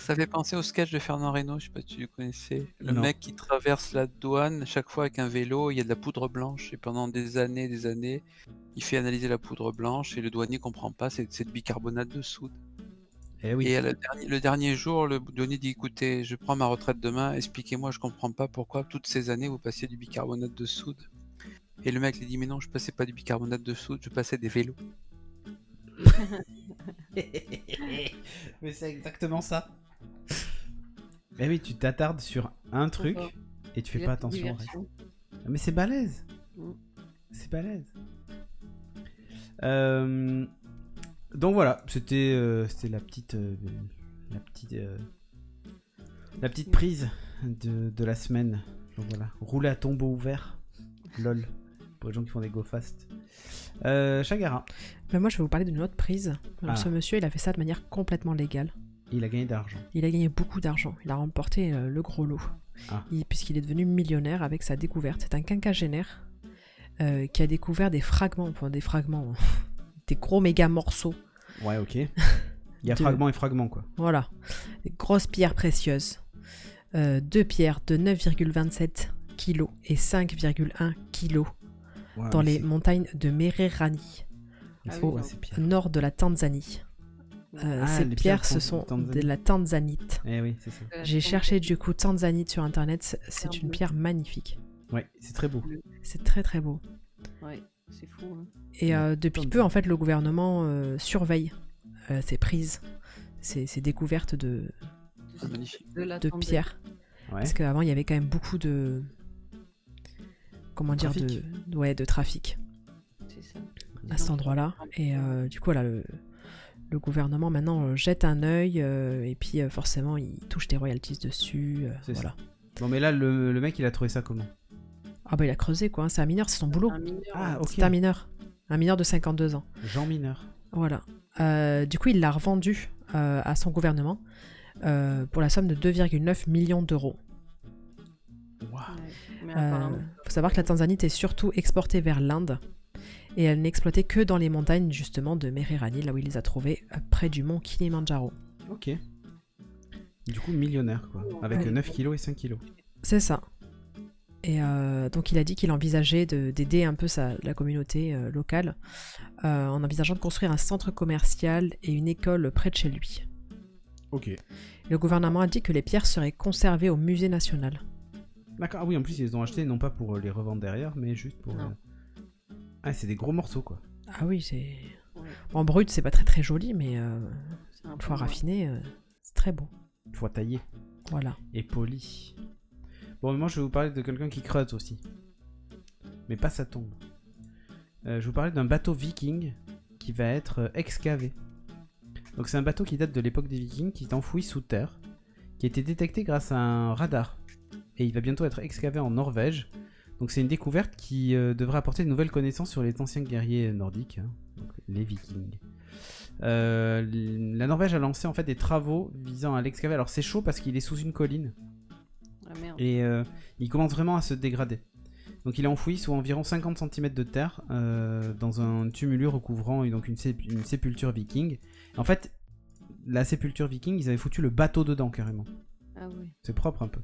Speaker 4: Ça fait penser au sketch de Fernand Reynaud, je sais pas si tu le connaissais. Le
Speaker 1: Non.
Speaker 4: mec qui traverse la douane chaque fois avec un vélo, il y a de la poudre blanche et pendant des années, des années, il fait analyser la poudre blanche et le douanier comprend pas, c'est c'est de bicarbonate de soude.
Speaker 1: Eh oui.
Speaker 4: Et à la derni- le dernier jour, le douanier dit écoutez, je prends ma retraite demain, expliquez-moi, je comprends pas pourquoi toutes ces années vous passiez du bicarbonate de soude. Et le mec lui dit mais non, je passais pas du bicarbonate de soude, je passais des vélos.
Speaker 1: Mais c'est exactement ça. Mais oui, tu t'attardes sur un truc
Speaker 2: fort.
Speaker 1: et tu fais
Speaker 2: La
Speaker 1: pas attention au reste.
Speaker 2: diversion.
Speaker 1: Mais c'est balèze.
Speaker 2: Mm.
Speaker 1: C'est balèze. Euh, donc voilà, c'était euh, c'était la petite euh, la petite euh, la petite prise de, de la semaine. Donc voilà, rouler à tombeau ouvert. Lol. Pour les gens qui font des go fast. Euh, Chagara,
Speaker 3: Mais moi, je vais vous parler d'une autre prise. Alors,
Speaker 1: Ah.
Speaker 3: Ce monsieur, il a fait ça de manière complètement légale.
Speaker 1: il a gagné de l'argent.
Speaker 3: Il a gagné beaucoup d'argent. Il a remporté euh, le gros lot.
Speaker 1: Ah.
Speaker 3: Il- Puisqu'il est devenu millionnaire avec sa découverte. C'est un quinquagénaire euh, qui a découvert des fragments, enfin des fragments, des gros méga morceaux.
Speaker 1: Ouais, ok. Il y a
Speaker 3: De-
Speaker 1: fragment et fragment, quoi.
Speaker 3: Voilà. Des grosses pierres précieuses. Euh, deux pierres de 9,27 kg et 5,1 kg
Speaker 1: Ouais,
Speaker 3: dans
Speaker 1: Ah, mais
Speaker 3: les
Speaker 1: c'est-
Speaker 3: montagnes de Mererani,
Speaker 1: mais c'est
Speaker 2: Ah oui,
Speaker 1: quoi
Speaker 2: non.
Speaker 1: ces pierres
Speaker 3: au nord de la Tanzanie. Euh,
Speaker 1: Ah,
Speaker 3: ces
Speaker 1: les pierres
Speaker 3: pierres,
Speaker 1: Tan-
Speaker 3: ce sont de
Speaker 1: Tanzanie.
Speaker 3: la tanzanite.
Speaker 1: Eh oui, c'est ça.
Speaker 2: Euh,
Speaker 3: J'ai
Speaker 2: tombe-
Speaker 3: cherché du coup tanzanite sur internet, c'est- c'est une
Speaker 2: Merveilleux.
Speaker 3: pierre magnifique.
Speaker 1: Ouais, c'est très beau.
Speaker 3: C'est très très beau.
Speaker 2: Ouais, c'est fou. hein.
Speaker 1: Mm.
Speaker 3: Et euh, depuis
Speaker 1: Tanzanite.
Speaker 3: peu, en fait, le gouvernement euh, surveille euh, ces prises ces, ces découvertes de,
Speaker 2: De,
Speaker 4: Ah, magnifique.
Speaker 2: de la
Speaker 3: de
Speaker 2: tempête.
Speaker 3: pierres.
Speaker 1: Ouais.
Speaker 3: Parce qu'avant, il y avait quand même beaucoup de. Comment dire
Speaker 1: Trafic.
Speaker 3: de, ouais, de trafic.
Speaker 2: C'est ça.
Speaker 3: à cet endroit-là. Et euh, du coup, là, le, le gouvernement maintenant euh, jette un œil euh, et puis euh, forcément, il touche des royalties dessus. euh,
Speaker 1: C'est
Speaker 3: voilà.
Speaker 1: Non, mais là, le, le mec, il a trouvé ça comment
Speaker 3: Ah bah il a creusé quoi, hein, c'est un mineur, c'est son boulot.
Speaker 2: Un mineur.
Speaker 1: Ah, ok.
Speaker 3: C'est un mineur, un mineur de 52 ans.
Speaker 1: Jean Mineur.
Speaker 3: Voilà. Euh, du coup, il l'a revendu euh, à son gouvernement euh, pour la somme de 2,9 millions d'euros.
Speaker 1: Waouh.
Speaker 2: Ouais. Mais
Speaker 3: Euh,
Speaker 2: apparemment,
Speaker 3: faut savoir que la Tanzanie était surtout exportée vers l'Inde et elle n'exploitait que dans les montagnes justement de Merirani, là où il les a trouvés, euh, près du mont Kilimanjaro.
Speaker 1: Ok. Du coup, millionnaire, quoi. Avec
Speaker 3: Ouais.
Speaker 1: 9 kilos et 5 kilos.
Speaker 3: C'est ça. Et euh, donc il a dit qu'il envisageait de- d'aider un peu sa, la communauté euh, locale euh, en envisageant de construire un centre commercial et une école près de chez lui.
Speaker 1: Ok.
Speaker 3: Le gouvernement a dit que les pierres seraient conservées au musée national.
Speaker 1: D'accord, ah oui, en plus, ils les ont achetés non pas pour euh, les revendre derrière, mais juste pour.
Speaker 2: Non.
Speaker 1: euh, Ah, c'est des gros morceaux, quoi.
Speaker 3: Ah oui, c'est...
Speaker 2: Ouais.
Speaker 3: En brut, c'est pas très très joli, mais euh,
Speaker 2: c'est un
Speaker 3: une
Speaker 2: peu
Speaker 3: fois
Speaker 2: moins.
Speaker 3: raffiné, euh, c'est très beau.
Speaker 1: Une fois taillés
Speaker 3: Voilà.
Speaker 1: et polis. Bon, mais moi, je vais vous parler de quelqu'un qui creuse aussi. Mais pas sa tombe. Euh, je vais vous parler d'un bateau viking qui va être euh, excavé. Donc, c'est un bateau qui date de l'époque des vikings, qui est enfoui sous terre, qui a été détecté grâce à un radar. Et il va bientôt être excavé en Norvège. Donc, c'est une découverte qui euh, devrait apporter de nouvelles connaissances sur les anciens guerriers nordiques, hein, donc les vikings. Euh, la Norvège a lancé en fait des travaux visant à l'excaver. Alors, c'est chaud parce qu'il est sous une colline
Speaker 2: Ah merde.
Speaker 1: et euh, il commence vraiment à se dégrader. Donc il est enfoui sous environ 50 cm de terre euh, dans un tumulus recouvrant une, donc une, sép- une sépulture viking. En fait, la sépulture viking, ils avaient foutu le bateau dedans carrément.
Speaker 2: Ah oui.
Speaker 1: C'est propre un peu.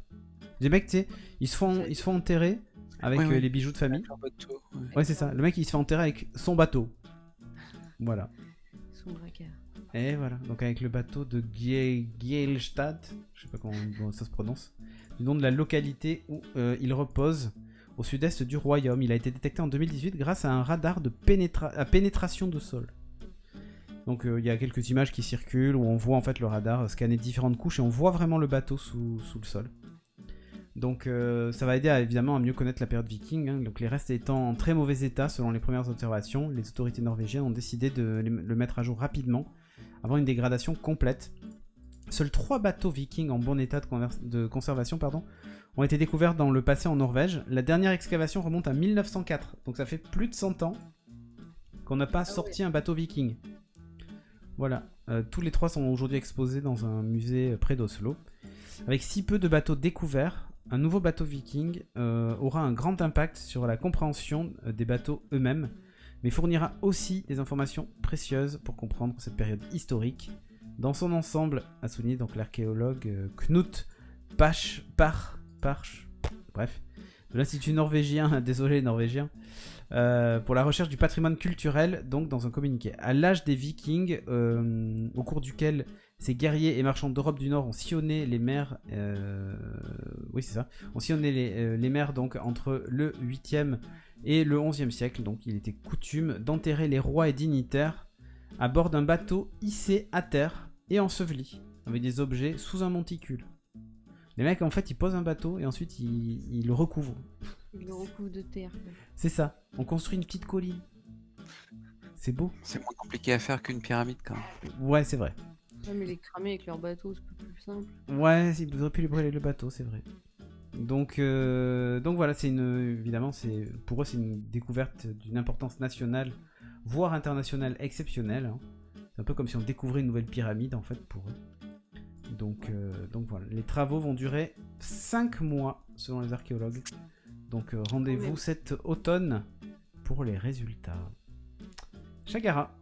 Speaker 1: Les mecs, tu sais, ils se font, ils se font enterrer avec
Speaker 4: Oui, oui.
Speaker 1: euh, les bijoux de famille.
Speaker 4: Leur bateau, ouais.
Speaker 1: Ouais, c'est ça. Le mec, il se fait enterrer avec son bateau. Voilà.
Speaker 2: Son braqueur.
Speaker 1: Et voilà, donc avec le bateau de Gie- Gielstad, je sais pas comment comment ça se prononce, du nom de la localité où euh, il repose, au sud-est du royaume. Il a été détecté en 2018 grâce à un radar de pénétra- à pénétration de sol. Donc euh, il y a quelques images qui circulent où on voit en fait le radar euh, scanner différentes couches et on voit vraiment le bateau sous, sous le sol. Donc euh, ça va aider à, évidemment à mieux connaître la période viking. hein. Donc les restes étant en très mauvais état selon les premières observations, les autorités norvégiennes ont décidé de les- le mettre à jour rapidement avant une dégradation complète. Seuls trois bateaux vikings en bon état de, conver- de conservation pardon, ont été découverts dans le passé en Norvège. La dernière excavation remonte à 1904, donc ça fait plus de 100 ans qu'on n'a pas sorti un bateau viking. Voilà, Euh, tous les trois sont aujourd'hui exposés dans un musée euh, près d'Oslo. Avec si peu de bateaux découverts, un nouveau bateau viking euh, aura un grand impact sur la compréhension euh, des bateaux eux-mêmes mais fournira aussi des informations précieuses pour comprendre cette période historique. Dans son ensemble, a souligné donc l'archéologue euh, Knut Pach, Par, Parch, bref, de l'Institut norvégien, désolé norvégien, euh, pour la recherche du patrimoine culturel, donc dans un communiqué. À l'âge des vikings, euh, au cours duquel ces guerriers et marchands d'Europe du Nord ont sillonné les mers, euh, oui c'est ça, ont sillonné les, euh, les mers donc entre le 8e et le 11e siècle, donc il était coutume d'enterrer les rois et dignitaires à bord d'un bateau hissé à terre et enseveli, avec des objets sous un monticule. Les mecs, en fait, ils posent un bateau et ensuite ils, ils le recouvrent.
Speaker 2: Il le recouvre de terre. quoi.
Speaker 1: C'est ça, on construit une petite colline. C'est beau.
Speaker 4: C'est moins compliqué à faire qu'une pyramide quand même.
Speaker 1: Ouais, c'est vrai.
Speaker 2: Ouais, mais les cramer avec leur bateau, c'est pas plus simple.
Speaker 1: Ouais, si, vous auriez pu lui brûler le bateau, c'est vrai. Donc, euh, donc voilà, c'est une, évidemment, c'est pour eux, c'est une découverte d'une importance nationale, voire internationale exceptionnelle. hein. C'est un peu comme si on découvrait une nouvelle pyramide en fait pour eux. Donc, euh, donc voilà, les travaux vont durer 5 mois selon les archéologues. Donc euh, rendez-vous cet automne pour les résultats. Chagara.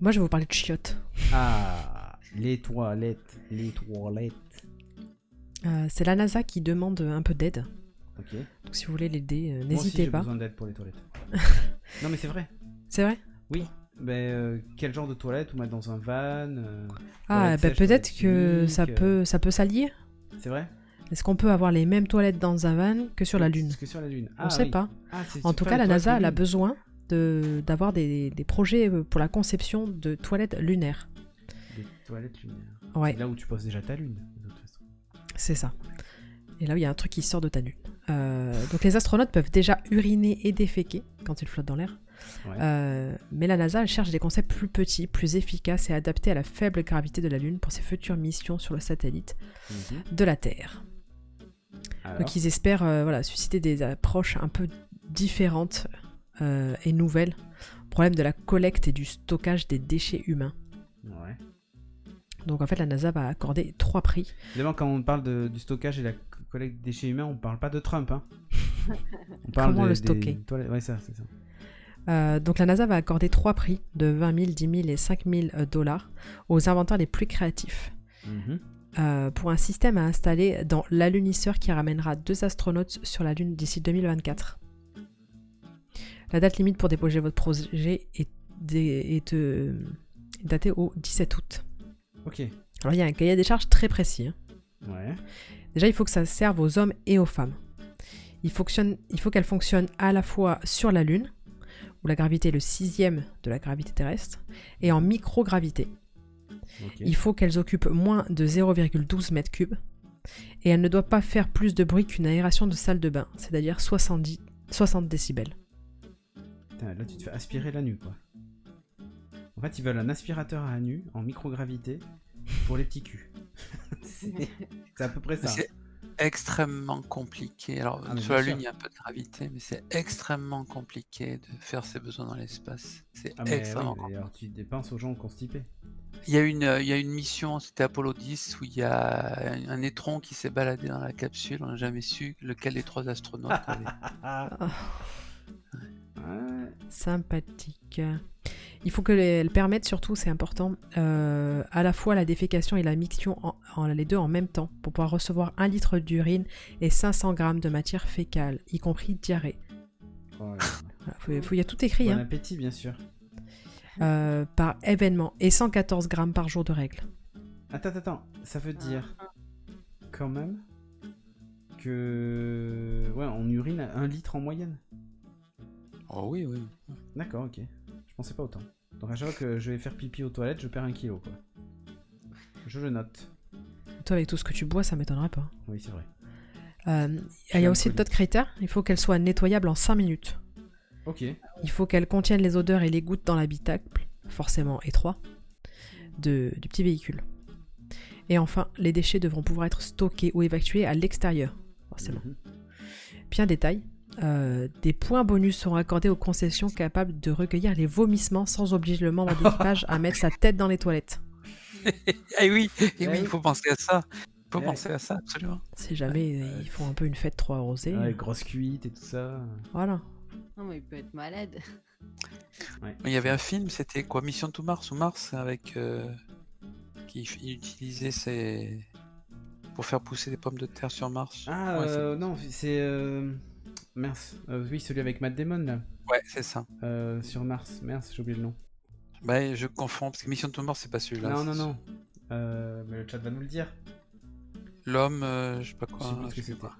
Speaker 3: Moi, je vais vous parler de chiottes.
Speaker 1: Ah, les toilettes, les toilettes.
Speaker 3: Euh, c'est la NASA qui demande un peu d'aide.
Speaker 1: Ok.
Speaker 3: Donc, si vous voulez l'aider, euh,
Speaker 1: Moi aussi,
Speaker 3: n'hésitez
Speaker 1: j'ai
Speaker 3: pas.
Speaker 1: besoin d'aide pour les toilettes. non, mais c'est vrai.
Speaker 3: C'est vrai
Speaker 1: Ben, euh, quel genre de toilette Ou mettre dans un van euh,
Speaker 3: Ah,
Speaker 1: Toilettes
Speaker 3: bah,
Speaker 1: sèches,
Speaker 3: peut-être
Speaker 1: toilettes
Speaker 3: que ça
Speaker 1: publiques,
Speaker 3: peut, ça peut s'allier.
Speaker 1: C'est vrai
Speaker 3: Est-ce qu'on peut avoir les mêmes toilettes dans un van que sur la Lune
Speaker 1: Parce que sur la Lune.
Speaker 3: On sait
Speaker 1: oui.
Speaker 3: pas.
Speaker 1: Ah, c'est-
Speaker 3: En
Speaker 1: c'est
Speaker 3: tout
Speaker 1: pas
Speaker 3: cas,
Speaker 1: les
Speaker 3: la
Speaker 1: toilettes
Speaker 3: NASA
Speaker 1: de
Speaker 3: elle a
Speaker 1: Lune.
Speaker 3: euh, besoin de- d'avoir des, des projets pour la conception de toilettes lunaires.
Speaker 1: des toilettes lunaires.
Speaker 3: Ouais.
Speaker 1: Là où tu poses déjà ta lune, de toute façon.
Speaker 3: C'est ça. Et là, il y a un truc qui sort de ta nuque. Euh, donc, les astronautes peuvent déjà uriner et déféquer quand ils flottent dans l'air.
Speaker 1: Ouais.
Speaker 3: Euh, mais la NASA elle cherche des concepts plus petits, plus efficaces et adaptés à la faible gravité de la Lune pour ses futures missions sur le satellite
Speaker 1: Mhm.
Speaker 3: de la Terre.
Speaker 1: Alors,
Speaker 3: Donc, ils espèrent euh, voilà, susciter des approches un peu différentes euh, et nouvelles. Problème de la collecte et du stockage des déchets humains.
Speaker 1: ouais.
Speaker 3: Donc, en fait, la NASA va accorder trois prix.
Speaker 1: Évidemment, quand on parle de- du stockage et la co- collecte des déchets humains, on parle pas de Trump. Hein. on parle
Speaker 3: Comment
Speaker 1: des- des
Speaker 3: le stocker
Speaker 1: toilettes- Ouais, ça, c'est ça.
Speaker 3: Euh, donc la NASA va accorder trois prix de 20 000, 10 000 et 5 000 euh, dollars aux inventeurs les plus créatifs
Speaker 1: Mhm.
Speaker 3: euh, pour un système à installer dans l'alunisseur qui ramènera deux astronautes sur la Lune d'ici 2024. La date limite pour déposer votre projet est, dé- est, euh, datée au 17 août.
Speaker 1: Ok.
Speaker 3: Alors il y a un cahier des charges très précis. hein.
Speaker 1: Ouais.
Speaker 3: Déjà, il faut que ça serve aux hommes et aux femmes. Il, fonctionne- il faut qu'elle fonctionne à la fois sur la Lune, où la gravité est le sixième de la gravité terrestre, et en microgravité.
Speaker 1: Ok.
Speaker 3: Il faut qu'elles occupent moins de 0,12 mètres cubes, et elle ne doit pas faire plus de bruit qu'une aération de salle de bain, c'est-à-dire 70, 60 décibels.
Speaker 1: Putain, là, tu te fais aspirer la nuit, quoi. En fait, ils veulent un aspirateur à nu en microgravité pour les petits culs. c'est c'est à peu près ça.
Speaker 4: C'est extrêmement compliqué. Alors,
Speaker 1: Ah, mais
Speaker 4: sur la
Speaker 1: bien
Speaker 4: Lune, il y a un peu de gravité, mais c'est extrêmement compliqué de faire ses besoins dans l'espace. C'est
Speaker 1: Ah, mais
Speaker 4: extrêmement
Speaker 1: oui,
Speaker 4: compliqué.
Speaker 1: alors tu dépenses aux gens constipés.
Speaker 4: Il y, a une, euh, il y a une mission, c'était Apollo 10, où il y a un un étron qui s'est baladé dans la capsule. On n'a jamais su lequel des trois astronautes avait.
Speaker 1: Ah. Ouais.
Speaker 3: Sympathique. Il faut que les- elles permettent surtout, c'est important, euh, à la fois la défécation et la miction, en, en- les deux en même temps, pour pouvoir recevoir un litre d'urine et 500 grammes de matière fécale, y compris diarrhée.
Speaker 1: Oh, là, là.
Speaker 3: Voilà, faut, faut- il y a tout écrit,
Speaker 1: Bon
Speaker 3: hein,
Speaker 1: appétit, bien sûr.
Speaker 3: euh, par événement, et 114 grammes par jour de règle.
Speaker 1: Attends, attends, attends, ça veut dire
Speaker 2: Ah,
Speaker 1: quand même que. Ouais, on urine à un litre en moyenne.
Speaker 4: Oh oui, oui.
Speaker 1: D'accord, ok. Je pensais pas autant. Donc à chaque fois que je vais faire pipi aux toilettes, je perds un kilo, quoi. Je le note.
Speaker 3: Toi, avec tout ce que tu bois, ça m'étonnerait pas. hein.
Speaker 1: Oui, c'est vrai.
Speaker 3: Euh, il y a aussi
Speaker 1: alcoolique.
Speaker 3: d'autres critères. Il faut qu'elle soit nettoyable en 5 minutes.
Speaker 1: Ok.
Speaker 3: Il faut qu'elle contienne les odeurs et les gouttes dans l'habitacle, forcément étroit, de, du petit véhicule. Et enfin, les déchets devront pouvoir être stockés ou évacués à l'extérieur, forcément.
Speaker 1: Mhm.
Speaker 3: Puis un détail, euh, des points bonus seront accordés aux concessions capables de recueillir les vomissements sans obliger le membre d'équipage à mettre sa tête dans les toilettes.
Speaker 4: Eh oui, eh
Speaker 1: Eh
Speaker 4: oui,
Speaker 1: oui.
Speaker 4: il faut penser à ça. Il faut
Speaker 1: Eh.
Speaker 4: penser à ça, absolument.
Speaker 3: Si jamais euh, ils font un peu une fête trop arrosée,
Speaker 1: Ah, Ouais,
Speaker 3: euh,
Speaker 1: grosse cuite et tout ça.
Speaker 3: voilà.
Speaker 2: Non, ah, mais il peut être malade.
Speaker 4: Il y avait un film, c'était quoi Mission to Mars ou Mars avec euh, qui f- il utilisait ses pour faire pousser des pommes de terre sur Mars.
Speaker 1: Ah,
Speaker 4: Ouais, c'est-
Speaker 1: euh, non, c'est. euh, Mince. Euh, oui, celui avec Matt Damon, là.
Speaker 4: Ouais, c'est ça.
Speaker 1: Euh, sur Mars. Mince, j'ai oublié le nom.
Speaker 4: Bah, je confonds parce que Mission to Mars c'est pas celui-là.
Speaker 1: non,
Speaker 4: c'est
Speaker 1: non,
Speaker 4: celui-
Speaker 1: non. Euh, mais le chat va nous le dire.
Speaker 4: L'homme, euh, je sais pas
Speaker 1: Ah, Je
Speaker 4: quoi.
Speaker 1: sais plus ce que
Speaker 4: je sais
Speaker 1: c'était.
Speaker 4: pas.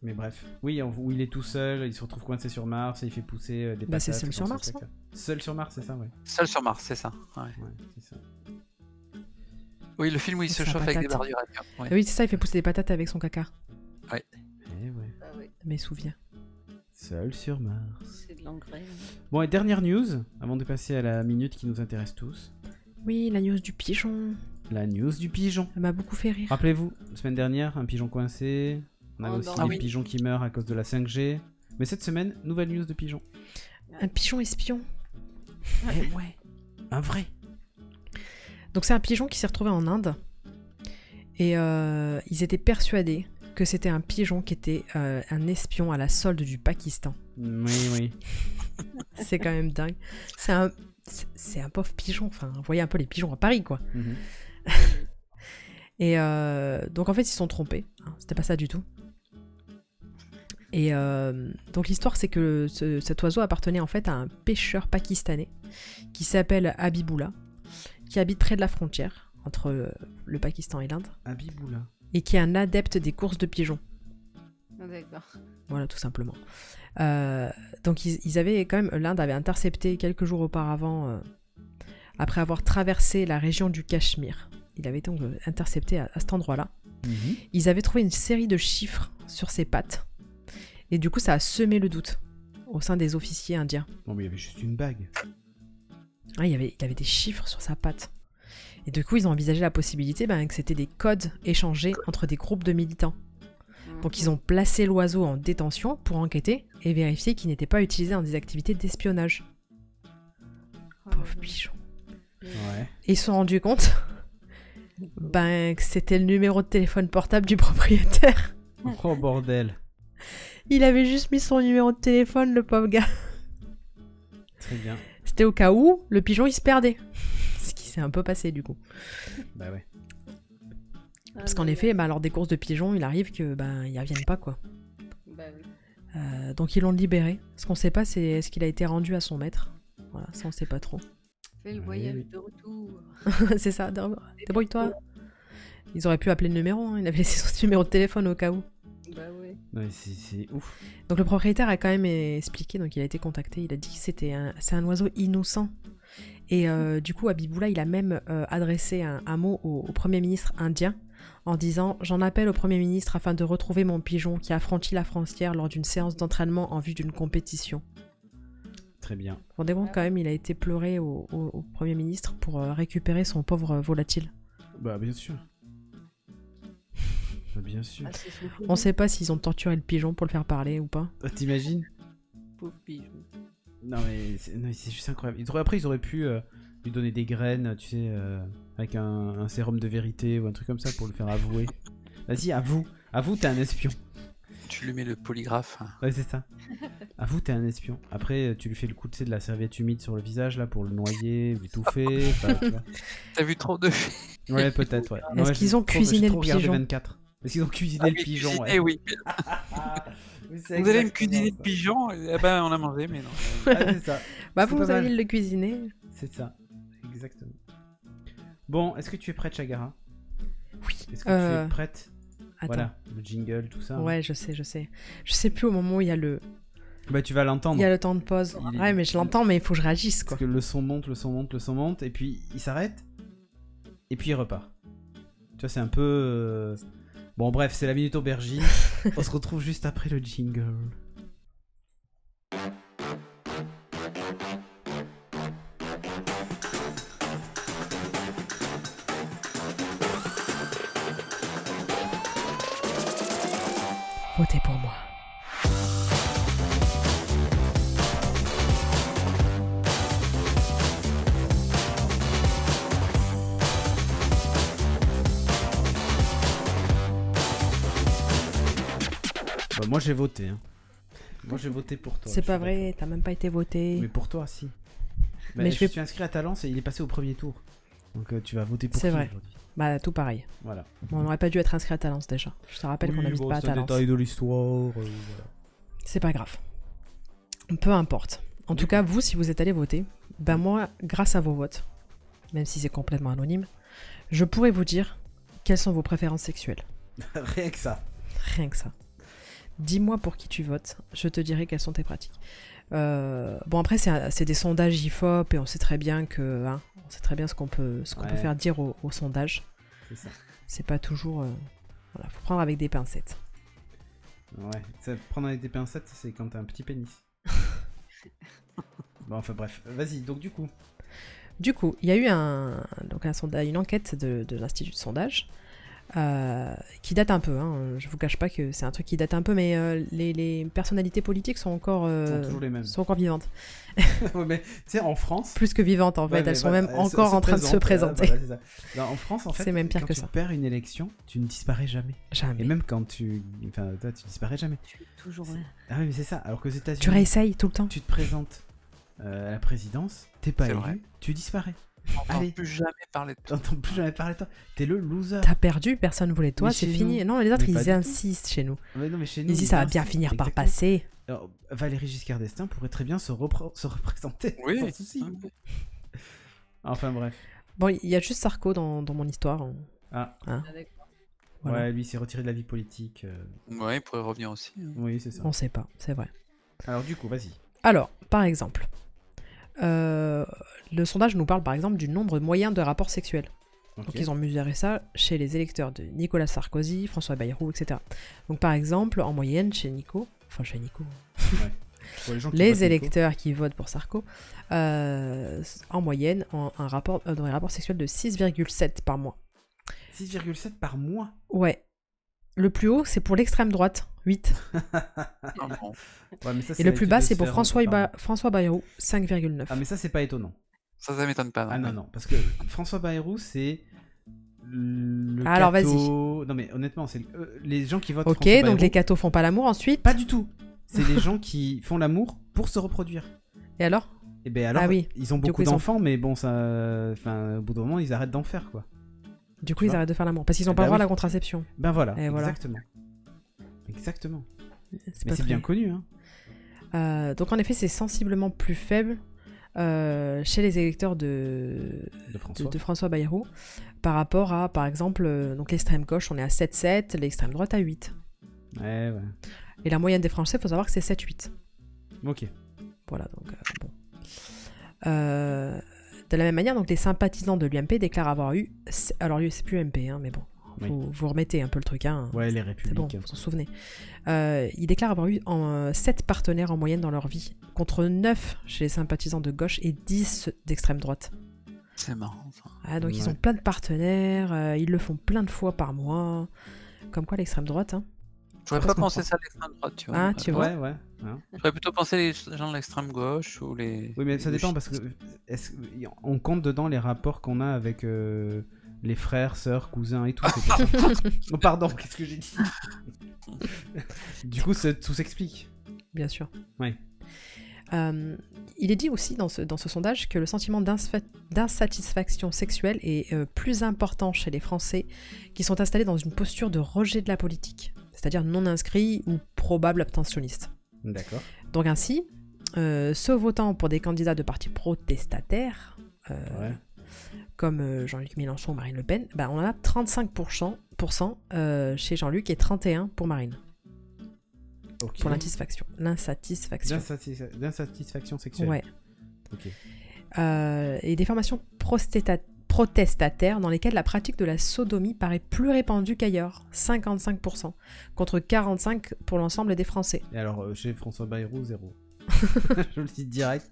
Speaker 1: Mais bref. Oui, en- où il est tout seul, il se retrouve coincé sur Mars et il fait pousser euh, des
Speaker 3: Bah, c'est
Speaker 1: patates,
Speaker 3: Seul
Speaker 1: je
Speaker 3: sur
Speaker 1: pense,
Speaker 3: Mars,
Speaker 1: au spectacle. Seul sur Mars, c'est ça, ouais.
Speaker 4: Seul sur Mars, c'est ça. ouais.
Speaker 1: ouais c'est ça.
Speaker 4: Oui, le film où il
Speaker 3: Et sa
Speaker 4: se chauffe avec des
Speaker 3: patate.
Speaker 4: barres d'uranium. ouais.
Speaker 3: Ah oui, c'est ça, il fait pousser des patates avec son caca,
Speaker 1: Eh ouais.
Speaker 2: Ah ouais,
Speaker 3: mes souvenirs.
Speaker 1: Seul sur Mars.
Speaker 2: c'est de l'engrais. hein.
Speaker 1: Bon, et dernière news, avant de passer à la minute qui nous intéresse tous.
Speaker 3: Oui, la news du pigeon,
Speaker 1: La news du pigeon.
Speaker 3: elle m'a beaucoup fait rire.
Speaker 1: Rappelez-vous, semaine dernière, un pigeon coincé. On avait
Speaker 2: Oh,
Speaker 1: aussi
Speaker 2: non.
Speaker 1: des
Speaker 4: Ah oui.
Speaker 1: pigeons qui meurent à cause de la 5G. Mais cette semaine, nouvelle news de pigeon.
Speaker 3: Un pigeon espion.
Speaker 1: Eh ouais, un vrai.
Speaker 3: Donc c'est un pigeon qui s'est retrouvé en Inde. Et euh, ils étaient persuadés que c'était un pigeon qui était euh, un espion à la solde du Pakistan.
Speaker 1: Oui, oui.
Speaker 3: C'est quand même dingue. C'est un, c'est- c'est un pauvre pigeon. Enfin, vous voyez un peu les pigeons à Paris, quoi.
Speaker 1: Mhm.
Speaker 3: Et euh, donc en fait, ils se sont trompés. hein, C'était pas ça du tout. Et euh, donc l'histoire, c'est que ce- cet oiseau appartenait en fait à un pêcheur pakistanais qui s'appelle Habiboula, qui habite près de la frontière entre euh, le Pakistan et l'Inde.
Speaker 1: Abiboula.
Speaker 3: et qui est un adepte des courses de pigeons.
Speaker 2: Ah, D'accord.
Speaker 3: Voilà, tout simplement. Euh, donc, ils, ils avaient quand même. L'Inde avait intercepté quelques jours auparavant euh, après avoir traversé la région du Cachemire. Il avait donc euh, intercepté à- à cet endroit-là
Speaker 1: Mhm.
Speaker 3: ils avaient trouvé une série de chiffres sur ses pattes. Et du coup, ça a semé le doute au sein des officiers indiens.
Speaker 1: Bon, mais il y avait juste une bague.
Speaker 3: Ah, il, y avait, il avait des chiffres sur sa patte. Et du coup, ils ont envisagé la possibilité ben, que c'était des codes échangés entre des groupes de militants. Donc, ils ont placé l'oiseau en détention pour enquêter et vérifier qu'il n'était pas utilisé dans des activités d'espionnage.
Speaker 2: Oh,
Speaker 3: Pauvre bichon.
Speaker 1: Ouais.
Speaker 3: Et ils se sont rendus compte ben, que c'était le numéro de téléphone portable du propriétaire.
Speaker 1: Oh bordel.
Speaker 3: Il avait juste mis son numéro de téléphone, le pauvre gars.
Speaker 1: Très bien.
Speaker 3: C'était au cas où le pigeon il se perdait. Ce qui s'est un peu passé du coup.
Speaker 1: Bah ouais.
Speaker 2: Ah,
Speaker 3: Parce qu'en effet, bah, lors des courses de pigeons, il arrive que ben ils reviennent pas quoi.
Speaker 2: Bah oui.
Speaker 3: Euh, donc ils l'ont libéré. Ce qu'on sait pas, c'est est-ce qu'il a été rendu à son maître. Voilà, ça on sait pas trop.
Speaker 2: Fais le
Speaker 1: Oui,
Speaker 2: voyage
Speaker 1: oui.
Speaker 2: de retour.
Speaker 3: c'est ça, dé- débrouille-toi. Ils auraient pu appeler le numéro, hein, il avait laissé son numéro de téléphone au cas où.
Speaker 2: Bah ouais.
Speaker 1: Non, mais c'est- c'est ouf.
Speaker 3: Donc le propriétaire a quand même euh, expliqué, donc il a été contacté, il a dit que c'était un, c'est un oiseau innocent. Et euh, du coup, Abiboula, il a même euh, adressé un, un mot au, au Premier ministre indien en disant « J'en appelle au Premier ministre afin de retrouver mon pigeon qui a franchi la frontière lors d'une séance d'entraînement en vue d'une compétition. »
Speaker 1: Très bien.
Speaker 3: Vous vous rendez compte quand même, il a été pleuré au, au- au Premier ministre pour euh, récupérer son pauvre euh, volatile.
Speaker 1: Bah bien sûr. Bah, bien sûr.
Speaker 2: Ah, c'est son
Speaker 3: On sait pas s'ils ont torturé le pigeon pour le faire parler ou pas.
Speaker 1: Ah, T'imagines
Speaker 2: pauvre pigeon.
Speaker 1: Non mais c'est non, mais c'est juste incroyable. Ils auraient- après ils auraient pu euh, lui donner des graines, tu sais, euh, avec un, un sérum de vérité ou un truc comme ça pour le faire avouer. Vas-y, avoue. Avoue, t'es un espion.
Speaker 4: Tu lui mets le polygraphe. hein.
Speaker 1: Ouais, c'est ça. Avoue, t'es un espion. Après, euh, tu lui fais le coup tu sais, de la serviette humide sur le visage là pour le noyer, l'étouffer. enfin, tu vois.
Speaker 4: T'as vu trop de
Speaker 1: ouais, peut-être. Ouais.
Speaker 3: Est-ce
Speaker 1: Ouais,
Speaker 3: qu'ils
Speaker 1: j'ai
Speaker 3: ont
Speaker 1: trop- j'ai
Speaker 3: cuisiné
Speaker 1: trop
Speaker 3: le
Speaker 1: regardé
Speaker 3: pigeon
Speaker 1: 24. Est-ce qu'ils ont cuisiné
Speaker 4: Ah
Speaker 1: le
Speaker 4: oui,
Speaker 1: pigeon
Speaker 4: cuisiner,
Speaker 1: ouais. Ah,
Speaker 4: oui.
Speaker 1: Mais c'est
Speaker 4: Vous allez me
Speaker 1: exactement
Speaker 4: cuisiner
Speaker 1: ça.
Speaker 4: le pigeon Eh ben, on a mangé, mais non.
Speaker 1: Ah, c'est ça.
Speaker 3: Bah
Speaker 1: C'est
Speaker 3: vous,
Speaker 1: pas
Speaker 3: vous avez
Speaker 1: mal.
Speaker 3: le cuisiner.
Speaker 1: C'est ça. Exactement. Bon, est-ce que tu es prête, Chagara
Speaker 3: Oui.
Speaker 1: Est-ce que tu
Speaker 3: Euh,
Speaker 1: es prête
Speaker 3: Attends.
Speaker 1: Voilà, le jingle, tout ça. hein.
Speaker 3: Ouais, je sais, je sais. Je sais plus au moment où il y a le,
Speaker 1: Bah, tu vas l'entendre.
Speaker 3: il y a le temps de pause.
Speaker 1: Il est-
Speaker 3: Ouais, mais je l'entends, mais il faut que je réagisse, quoi.
Speaker 1: Parce que le son monte, le son monte, le son monte, et puis il s'arrête, et puis il repart. Tu vois, c'est un peu. euh, Bon, bref, c'est la minute aubergine. On se retrouve juste après le jingle.
Speaker 3: Votez pour moi.
Speaker 1: Bah, moi, j'ai voté. hein. Moi, j'ai voté pour toi.
Speaker 3: C'est
Speaker 1: je
Speaker 3: pas
Speaker 1: suis
Speaker 3: vrai,
Speaker 1: d'accord.
Speaker 3: t'as même pas été voté.
Speaker 1: Mais pour toi, si. Bah,
Speaker 3: Mais
Speaker 1: je,
Speaker 3: je vais-
Speaker 1: suis inscrit à Talence et il est passé au premier tour. Donc, euh, tu vas voter pour
Speaker 3: C'est
Speaker 1: qui
Speaker 3: vrai.
Speaker 1: aujourd'hui
Speaker 3: Bah, tout pareil.
Speaker 1: Voilà.
Speaker 3: Bon, on aurait pas dû être inscrit à Talence déjà. Je te rappelle qu'on
Speaker 1: Oui,
Speaker 3: n'habite
Speaker 1: bon,
Speaker 3: pas à
Speaker 1: c'est un
Speaker 3: Talence.
Speaker 1: détail de l'histoire. euh, voilà.
Speaker 3: C'est pas grave. Peu importe. En tout cas, vous, si vous êtes allé voter, ben moi, grâce à vos votes, même si c'est complètement anonyme, je pourrais vous dire quelles sont vos préférences sexuelles.
Speaker 1: Rien que ça.
Speaker 3: Rien que ça. Dis-moi pour qui tu votes, je te dirai quelles sont tes pratiques. Euh, bon après c'est un- c'est des sondages IFOP et on sait très bien que hein, on sait très bien ce qu'on peut ce qu'on peut
Speaker 1: Ouais.
Speaker 3: faire dire au, au sondage.
Speaker 1: C'est ça.
Speaker 3: C'est pas toujours euh, voilà faut prendre avec des pincettes.
Speaker 1: Ouais. Ça, prendre avec des pincettes, c'est quand t'as un petit pénis. bon, enfin bref. Vas-y, donc du coup.
Speaker 3: Du coup il y a eu un donc un sondage une enquête de, de l'institut de sondage euh, qui date un peu. Hein, je vous cache pas que c'est un truc qui date un peu mais euh, les, les personnalités politiques sont encore
Speaker 1: Ils
Speaker 3: euh,
Speaker 1: sont toujours les mêmes.
Speaker 3: sont encore vivantes.
Speaker 1: Ouais, mais tu sais, en France.
Speaker 3: plus que vivantes en fait,
Speaker 1: Ouais, mais
Speaker 3: elles sont
Speaker 1: voilà,
Speaker 3: même
Speaker 1: elles se-
Speaker 3: encore en train de se
Speaker 1: présentent, euh,
Speaker 3: présenter.
Speaker 1: voilà, voilà, c'est ça. Non, en France, en fait,
Speaker 3: C'est même pire
Speaker 1: quand
Speaker 3: que
Speaker 1: tu
Speaker 3: ça.
Speaker 1: perds une élection, tu ne disparais jamais.
Speaker 3: Jamais.
Speaker 1: Et même quand tu. Enfin, toi, tu disparais jamais.
Speaker 2: Je suis toujours là.
Speaker 1: Ah oui, mais c'est ça. Alors qu'aux
Speaker 3: Tu
Speaker 1: États-Unis,
Speaker 3: réessayes tout le temps.
Speaker 1: tu te présentes euh, à la présidence, t'es pas
Speaker 4: C'est
Speaker 1: élu,
Speaker 4: vrai.
Speaker 1: tu disparais.
Speaker 4: On n'entend
Speaker 1: Allez.
Speaker 4: plus jamais parler de toi.
Speaker 1: T'entends plus jamais parler de toi. T'es le loser.
Speaker 3: T'as perdu, personne voulait de toi,
Speaker 1: Mais
Speaker 3: c'est
Speaker 1: chez
Speaker 3: fini.
Speaker 1: nous,
Speaker 3: Non, les autres,
Speaker 1: mais pas
Speaker 3: ils
Speaker 1: du tout.
Speaker 3: insistent chez nous.
Speaker 1: Mais non, mais chez nous,
Speaker 3: Ils disent,
Speaker 1: ils
Speaker 3: ça va bien
Speaker 1: insistent.
Speaker 3: finir par
Speaker 1: Exactement.
Speaker 3: passer.
Speaker 1: Alors, Valérie Giscard d'Estaing pourrait très bien se, repre- se représenter.
Speaker 4: Oui.
Speaker 1: Sans souci. Enfin bref.
Speaker 3: Bon, il y a juste Sarko dans, dans mon histoire. hein.
Speaker 1: Ah,
Speaker 2: Ah, d'accord.
Speaker 3: Voilà.
Speaker 1: ouais, lui il s'est retiré de la vie politique. euh,
Speaker 4: Ouais, il pourrait revenir aussi. hein.
Speaker 1: Oui, c'est ça.
Speaker 3: On sait pas, c'est vrai.
Speaker 1: Alors du coup, vas-y.
Speaker 3: Alors, par exemple, Euh, le sondage nous parle par exemple du nombre moyen de rapports sexuels.
Speaker 1: Ok.
Speaker 3: Donc ils ont mesuré ça chez les électeurs de Nicolas Sarkozy, François Bayrou, etc. Donc par exemple, en moyenne, chez Nico, enfin chez Nico,
Speaker 1: Pour les gens qui votent
Speaker 3: les
Speaker 1: Nico.
Speaker 3: électeurs qui votent pour Sarko, euh, en moyenne, ont un rapport, euh, dans les rapports sexuels de 6,7 par mois.
Speaker 1: 6,7 par mois.
Speaker 3: Ouais. Le plus haut, c'est pour l'extrême droite, 8.
Speaker 4: Ah bon.
Speaker 1: Ouais, mais ça, c'est
Speaker 3: Et le
Speaker 1: la
Speaker 3: plus
Speaker 1: étude
Speaker 3: bas,
Speaker 1: de
Speaker 3: c'est pour
Speaker 1: Sphère,
Speaker 3: François,
Speaker 1: pardon.
Speaker 3: Ba- François Bayrou, 5,9.
Speaker 1: Ah, mais ça, c'est pas étonnant.
Speaker 4: Ça, ça m'étonne pas.
Speaker 1: Ah non, non, parce que François Bayrou, c'est. Le
Speaker 3: Ah, alors,
Speaker 1: catho- Non, mais honnêtement, c'est euh, les gens qui votent
Speaker 3: ok,
Speaker 1: François
Speaker 3: donc
Speaker 1: Bayrou.
Speaker 3: les cathos font pas l'amour ensuite.
Speaker 1: Pas du tout. C'est les gens qui font l'amour pour se reproduire.
Speaker 3: Et alors
Speaker 1: Et ben alors,
Speaker 3: Ah oui.
Speaker 1: ils ont
Speaker 3: Du coup,
Speaker 1: beaucoup
Speaker 3: ils ont-
Speaker 1: d'enfants, mais bon, ça. Enfin, au bout d'un moment, ils arrêtent d'en faire, quoi.
Speaker 3: Du coup,
Speaker 1: Tu
Speaker 3: ils
Speaker 1: vois
Speaker 3: arrêtent de faire l'amour parce qu'ils ont
Speaker 1: Eh
Speaker 3: pas
Speaker 1: bah
Speaker 3: le droit à
Speaker 1: oui.
Speaker 3: la contraception.
Speaker 1: Ben voilà,
Speaker 3: Et voilà.
Speaker 1: exactement. Exactement.
Speaker 3: C'est
Speaker 1: Mais
Speaker 3: pas
Speaker 1: c'est
Speaker 3: très-
Speaker 1: bien connu, hein.
Speaker 3: Euh, donc en effet, c'est sensiblement plus faible euh, chez les électeurs de,
Speaker 1: De
Speaker 3: de,
Speaker 1: François.
Speaker 3: de François Bayrou par rapport à, par exemple, euh, donc l'extrême gauche, on est à 7,7, l'extrême droite à 8.
Speaker 1: Eh Ouais, ouais.
Speaker 3: Et la moyenne des Français, faut savoir que c'est 7,8.
Speaker 1: Ok.
Speaker 3: Voilà, donc euh, bon. Euh, de la même manière, donc les sympathisants de l'UMP déclarent avoir eu. Alors lui, c'est plus MP, hein, mais bon,
Speaker 1: Oui.
Speaker 3: vous, vous remettez un peu le truc, hein.
Speaker 1: Ouais, les
Speaker 3: C'est bon,
Speaker 1: républicains.
Speaker 3: vous vous en souvenez. Euh, ils déclarent avoir eu en, 7 partenaires en moyenne dans leur vie, contre 9 chez les sympathisants de gauche et 10 d'extrême droite.
Speaker 4: C'est marrant. ça.
Speaker 3: Ah, donc ils
Speaker 1: Ouais.
Speaker 3: ont plein de partenaires, euh, ils le font plein de fois par mois. Comme quoi l'extrême droite, hein.
Speaker 1: Ah,
Speaker 4: J'aurais
Speaker 3: Ça
Speaker 4: pas
Speaker 3: se
Speaker 4: pensé ça à l'extrême droite, tu vois.
Speaker 3: Ah, tu vois.
Speaker 1: Ouais, ouais. hein.
Speaker 4: J'aurais plutôt pensé les gens de l'extrême gauche ou les.
Speaker 1: Oui, mais ça
Speaker 4: les-
Speaker 1: dépend parce que est-ce on compte dedans les rapports qu'on a avec euh, les frères, sœurs, cousins et tout. c'est pour ça. oh, pardon, qu'est-ce que j'ai dit Du coup, ça- tout s'explique.
Speaker 3: bien sûr.
Speaker 1: Ouais.
Speaker 3: Euh, il est dit aussi dans ce, dans ce sondage que le sentiment d'insfa- d'insatisfaction sexuelle est euh, plus important chez les Français qui sont installés dans une posture de rejet de la politique, c'est-à-dire non inscrits ou probable abstentionniste.
Speaker 1: D'accord.
Speaker 3: Donc ainsi, euh, ceux votant pour des candidats de partis protestataires, euh,
Speaker 1: Ouais.
Speaker 3: comme euh, Jean-Luc Mélenchon ou Marine Le Pen, bah, on en a 35% pour cent, euh, chez Jean-Luc et 31% pour Marine,
Speaker 1: Ok.
Speaker 3: pour l'insatisfaction. L'insatisfaction.
Speaker 1: D'insatisfa- D'insatisfaction sexuelle.
Speaker 3: Ouais.
Speaker 1: Ok.
Speaker 3: Euh, et des formations prostéta- protestataires dans lesquelles la pratique de la sodomie paraît plus répandue qu'ailleurs, 55%, contre 45% pour l'ensemble des Français,
Speaker 1: Et alors, euh, chez François Bayrou, zéro. Je le dis direct.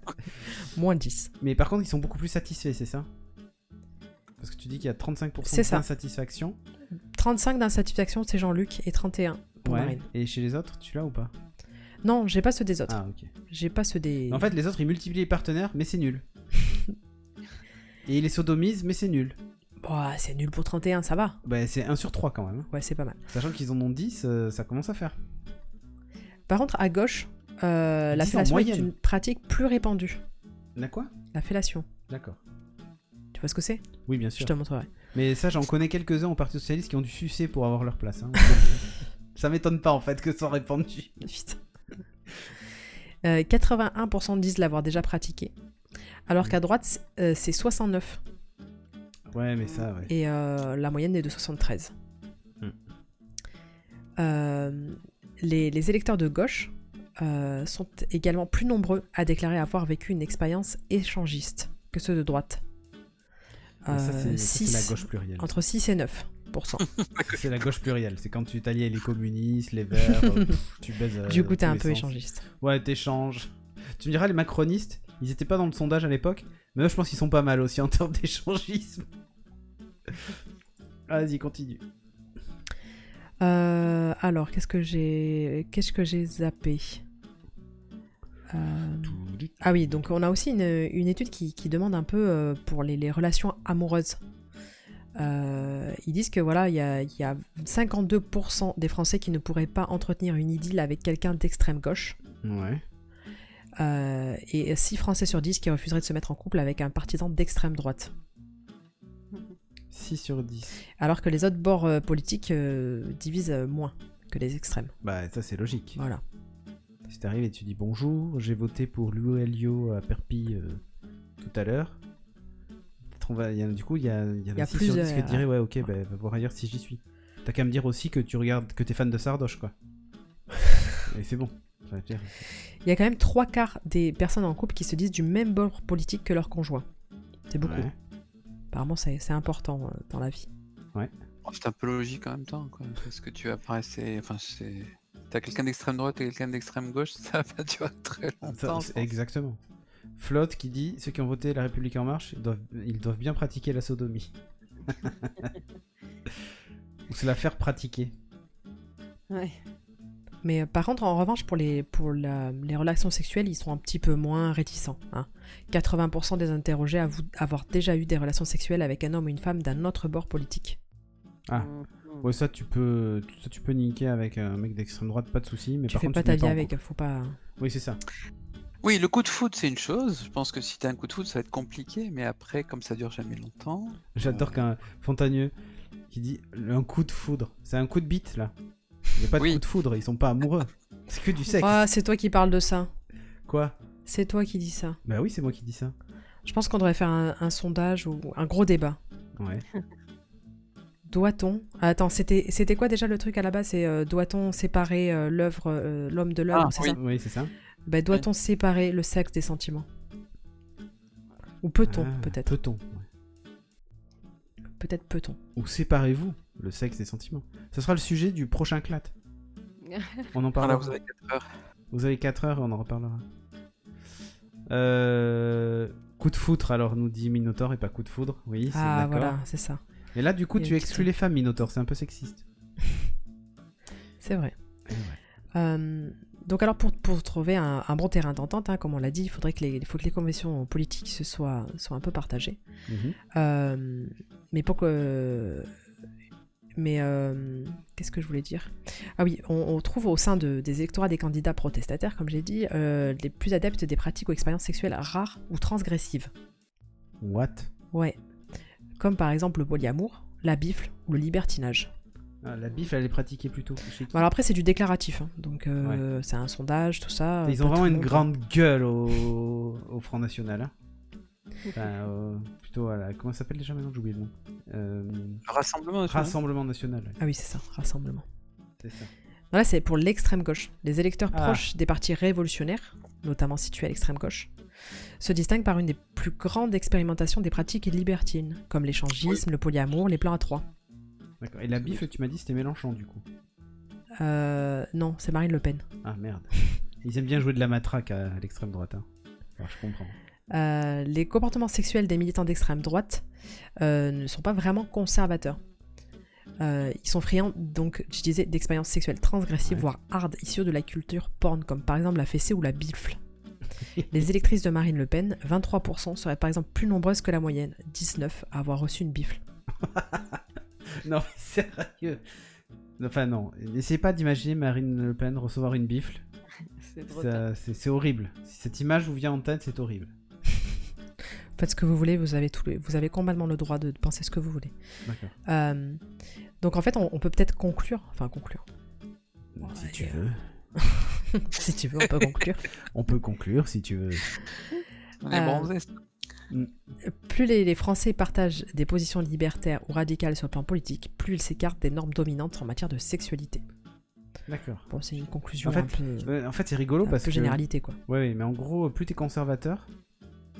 Speaker 3: moins 10.
Speaker 1: Mais par contre, ils sont beaucoup plus satisfaits, c'est ça Parce que tu dis qu'il y a 35%
Speaker 3: C'est ça.
Speaker 1: d'insatisfaction.
Speaker 3: 35 d'insatisfaction, c'est Jean-Luc, et 31 pour
Speaker 1: Ouais.
Speaker 3: Marine.
Speaker 1: Et chez les autres, tu l'as ou pas
Speaker 3: Non, j'ai pas ceux des autres.
Speaker 1: Ah, ok.
Speaker 3: J'ai pas ceux des.
Speaker 1: En fait, les autres, ils multiplient les partenaires, mais c'est nul. Et ils les sodomisent, mais c'est nul.
Speaker 3: Bah, c'est nul pour 31, ça va.
Speaker 1: Bah, c'est 1 sur 3 quand même. hein.
Speaker 3: Ouais, c'est pas mal.
Speaker 1: Sachant qu'ils en ont 10, euh, ça commence à faire.
Speaker 3: Par contre, à gauche, euh, la
Speaker 1: Dix en
Speaker 3: fellation est
Speaker 1: moyenne.
Speaker 3: une pratique plus répandue.
Speaker 1: N'a quoi
Speaker 3: La fellation.
Speaker 1: D'accord.
Speaker 3: Tu vois ce que c'est
Speaker 1: Oui, bien
Speaker 3: Je
Speaker 1: sûr.
Speaker 3: te montrerai.
Speaker 1: Mais ça, j'en connais quelques-uns au Parti Socialiste qui ont dû sucer pour avoir leur place. hein. ça m'étonne pas en fait que ça soit répandu.
Speaker 3: Vite. Euh, 81% disent l'avoir déjà pratiqué. Alors qu'à droite, c'est- euh, c'est 69.
Speaker 1: Ouais, mais ça, ouais.
Speaker 3: Et euh, la moyenne est de 73.
Speaker 1: Hmm.
Speaker 3: Euh, les, les électeurs de gauche euh, sont également plus nombreux à déclarer avoir vécu une expérience échangiste que ceux de droite.
Speaker 1: Mais ça, c'est- ça,
Speaker 3: Euh,
Speaker 1: c'est la
Speaker 3: six-
Speaker 1: gauche plurielle.
Speaker 3: entre 6 et 9 Ah,
Speaker 1: C'est la gauche plurielle. C'est quand tu t'allies les communistes, les verts, euh, pff, tu baises. euh,
Speaker 3: Du coup, t'es
Speaker 1: tous
Speaker 3: un
Speaker 1: les
Speaker 3: peu
Speaker 1: sens.
Speaker 3: échangiste.
Speaker 1: Ouais, t'échanges. Tu me diras, les macronistes, ils étaient pas dans le sondage à l'époque, mais eux, je pense qu'ils sont pas mal aussi en termes d'échangisme. Vas-y, continue.
Speaker 3: Euh, alors, qu'est-ce que j'ai qu'est-ce que j'ai zappé Euh, Ah oui, donc on a aussi une, une étude qui, qui demande un peu euh, pour les, les relations amoureuses. Euh, ils disent que voilà, il y a, il y a 52% des Français qui ne pourraient pas entretenir une idylle avec quelqu'un d'extrême gauche.
Speaker 1: Ouais.
Speaker 3: Euh, et 6 Français sur 10 qui refuseraient de se mettre en couple avec un partisan d'extrême droite.
Speaker 1: 6 sur 10.
Speaker 3: Alors que les autres bords euh, politiques euh, divisent euh, moins que les extrêmes.
Speaker 1: Bah, ça, c'est logique.
Speaker 3: Voilà.
Speaker 1: Si t'arrives et tu dis bonjour, j'ai voté pour Lou Elio à Perpi euh, tout à l'heure. Peut-être on va- il y en a- Du coup, il y, a- il y en
Speaker 3: Il y
Speaker 1: a
Speaker 3: a
Speaker 1: 6 sur 10 qui
Speaker 3: plusieurs.
Speaker 1: te diraient Ouais, ok, bah, va voir ailleurs si j'y suis. T'as qu'à me dire aussi que tu regardes, que t'es fan de Sardoche, quoi. et c'est bon. J'allais dire.
Speaker 3: Il y a quand même trois quarts des personnes en couple qui se disent du même bord politique que leur conjoint. C'est beaucoup.
Speaker 1: Ouais.
Speaker 3: Apparemment, c'est c'est important euh, dans la vie.
Speaker 4: Oh, C'est un peu logique en même temps, quoi, parce que tu vas pas rester. Enfin, c'est. T'as quelqu'un d'extrême droite et quelqu'un d'extrême gauche, ça va pas durer très
Speaker 1: Ça,
Speaker 4: longtemps. je
Speaker 1: c'est-
Speaker 4: pense.
Speaker 1: exactement. Flotte qui dit ceux qui ont voté La République en marche, ils doivent, ils doivent bien pratiquer la sodomie. Ou se la faire pratiquer.
Speaker 2: Ouais.
Speaker 3: Mais euh, par contre, en revanche, pour les, pour la- les relations sexuelles, ils sont un petit peu moins réticents. hein. 80% des interrogés avouent avoir déjà eu des relations sexuelles avec un homme ou une femme d'un autre bord politique.
Speaker 1: Ah.
Speaker 2: Mm, mm.
Speaker 1: Ouais, ça tu peux, ça, tu peux niquer avec un mec d'extrême droite, pas de souci. Mais
Speaker 3: tu
Speaker 1: par
Speaker 3: fais
Speaker 1: contre,
Speaker 3: pas
Speaker 1: te
Speaker 3: ta
Speaker 1: mets
Speaker 3: vie
Speaker 1: en
Speaker 3: avec,
Speaker 1: couple.
Speaker 3: faut pas.
Speaker 1: Oui, c'est ça.
Speaker 4: Oui, le coup de foot, c'est une chose. Je pense que si t'as un coup de foot, ça va être compliqué, mais après, comme ça dure jamais longtemps.
Speaker 1: J'adore qu'un Fontagneux qui dit un coup de foudre. C'est un coup de bite là. Il n'y a pas de
Speaker 4: Oui.
Speaker 1: coup de foudre, ils sont pas amoureux. C'est que du sexe.
Speaker 3: Ah, c'est toi qui parles de ça.
Speaker 1: Quoi
Speaker 3: C'est toi qui dis ça.
Speaker 1: Bah oui, c'est moi qui dis ça.
Speaker 3: Je pense qu'on devrait faire un, un sondage ou un gros débat.
Speaker 1: Ouais.
Speaker 3: Doit-on Ah, Attends, c'était c'était quoi déjà le truc à la base C'est euh, doit-on séparer euh, l'œuvre, euh, l'homme de l'œuvre
Speaker 4: Ah,
Speaker 3: c'est
Speaker 4: oui.
Speaker 3: ça
Speaker 1: Oui, c'est ça.
Speaker 3: Bah, doit-on séparer le sexe des sentiments Ou peut-on,
Speaker 1: Ah,
Speaker 3: peut-être
Speaker 1: Peut-on. ouais.
Speaker 3: Peut-être peut-on.
Speaker 1: Ou séparez-vous le sexe des sentiments. Ce sera le sujet du prochain clat. On en parlera.
Speaker 4: Voilà, vous avez 4 heures.
Speaker 1: Vous avez 4 heures et on en reparlera. Euh, Coup de foutre, alors nous dit Minotaur et pas coup de foudre. Oui, c'est
Speaker 3: Ah,
Speaker 1: d'accord.
Speaker 3: voilà, c'est ça.
Speaker 1: Et là, du coup,
Speaker 3: Il y a
Speaker 1: tu
Speaker 3: une petite-
Speaker 1: exclus les femmes, Minotaur, c'est un peu sexiste.
Speaker 3: C'est vrai.
Speaker 1: Eh ouais.
Speaker 3: Euh, donc alors pour, pour trouver un, un bon terrain d'entente, hein, comme on l'a dit, il faudrait que les, il faut que les conventions politiques se soient, soient un peu partagées.
Speaker 1: Mhm.
Speaker 3: Euh, mais pour que... Mais euh, qu'est-ce que je voulais dire Ah oui, on, on trouve au sein de- des électorats des candidats protestataires, comme j'ai dit, euh, les plus adeptes des pratiques ou expériences sexuelles rares ou transgressives.
Speaker 1: What
Speaker 3: Ouais. Comme par exemple le polyamour, la bifle ou le libertinage.
Speaker 1: Ah, La bif, elle est pratiquée plutôt. chez qui
Speaker 3: Bon, alors après, c'est du déclaratif, hein. donc euh, c'est un sondage, tout ça.
Speaker 1: Ils
Speaker 3: pas
Speaker 1: ont
Speaker 3: tout
Speaker 1: vraiment
Speaker 3: le
Speaker 1: une
Speaker 3: monde.
Speaker 1: grande gueule au, au Front National. hein. Enfin, au- plutôt à la... Comment ça s'appelle déjà maintenant J'ai oublié le nom. Euh,
Speaker 4: Le rassemblement, tu vois.
Speaker 1: Rassemblement National, ouais,
Speaker 3: Ah oui, c'est ça, rassemblement.
Speaker 1: c'est ça.
Speaker 3: Non, là, c'est pour l'extrême gauche. Les électeurs
Speaker 1: Ah.
Speaker 3: proches des partis révolutionnaires, notamment situés à l'extrême gauche, se distinguent par une des plus grandes expérimentations des pratiques libertines, comme l'échangisme, le polyamour, les plans à trois.
Speaker 1: D'accord. Et la bif, tu m'as dit, c'était Mélenchon du coup.
Speaker 3: Euh, non, c'est Marine Le Pen.
Speaker 1: Ah merde. Ils aiment bien jouer de la matraque à à l'extrême droite. hein. Alors, je comprends.
Speaker 3: Euh, les comportements sexuels des militants d'extrême droite euh, ne sont pas vraiment conservateurs. Euh, ils sont friands, donc, je disais, d'expériences sexuelles transgressives,
Speaker 1: Ouais.
Speaker 3: voire hard, issues de la culture porn, comme par exemple la fessée ou la bifle. Les électrices de Marine Le Pen, 23%, seraient par exemple plus nombreuses que la moyenne, 19%, à avoir reçu une bifle.
Speaker 1: Non, mais sérieux. Enfin, non. N'essayez pas d'imaginer Marine Le Pen recevoir une bifle.
Speaker 2: C'est
Speaker 1: Ça-
Speaker 2: trop tard.
Speaker 1: C'est c'est horrible. Si cette image vous vient en tête, c'est horrible.
Speaker 3: Faites ce que vous voulez, vous avez, tout le- vous avez complètement le droit de penser ce que vous voulez.
Speaker 1: D'accord.
Speaker 3: Euh, donc en fait, on, on peut peut-être conclure, enfin conclure,
Speaker 1: si
Speaker 3: Ouais,
Speaker 1: tu
Speaker 3: euh,
Speaker 1: veux.
Speaker 3: si tu veux, on peut conclure.
Speaker 1: On peut conclure si tu veux.
Speaker 4: On est
Speaker 3: Euh,
Speaker 4: bronzés, c'est-
Speaker 3: Plus les, les Français partagent des positions libertaires ou radicales sur le plan politique, plus ils s'écartent des normes dominantes en matière de sexualité.
Speaker 1: D'accord.
Speaker 3: Bon, c'est une conclusion
Speaker 1: En fait,
Speaker 3: un peu,
Speaker 1: Ouais, Euh, en fait, c'est rigolo
Speaker 3: un
Speaker 1: parce
Speaker 3: peu
Speaker 1: que.
Speaker 3: généralité, quoi.
Speaker 1: Ouais, ouais, mais en gros, plus t'es conservateur.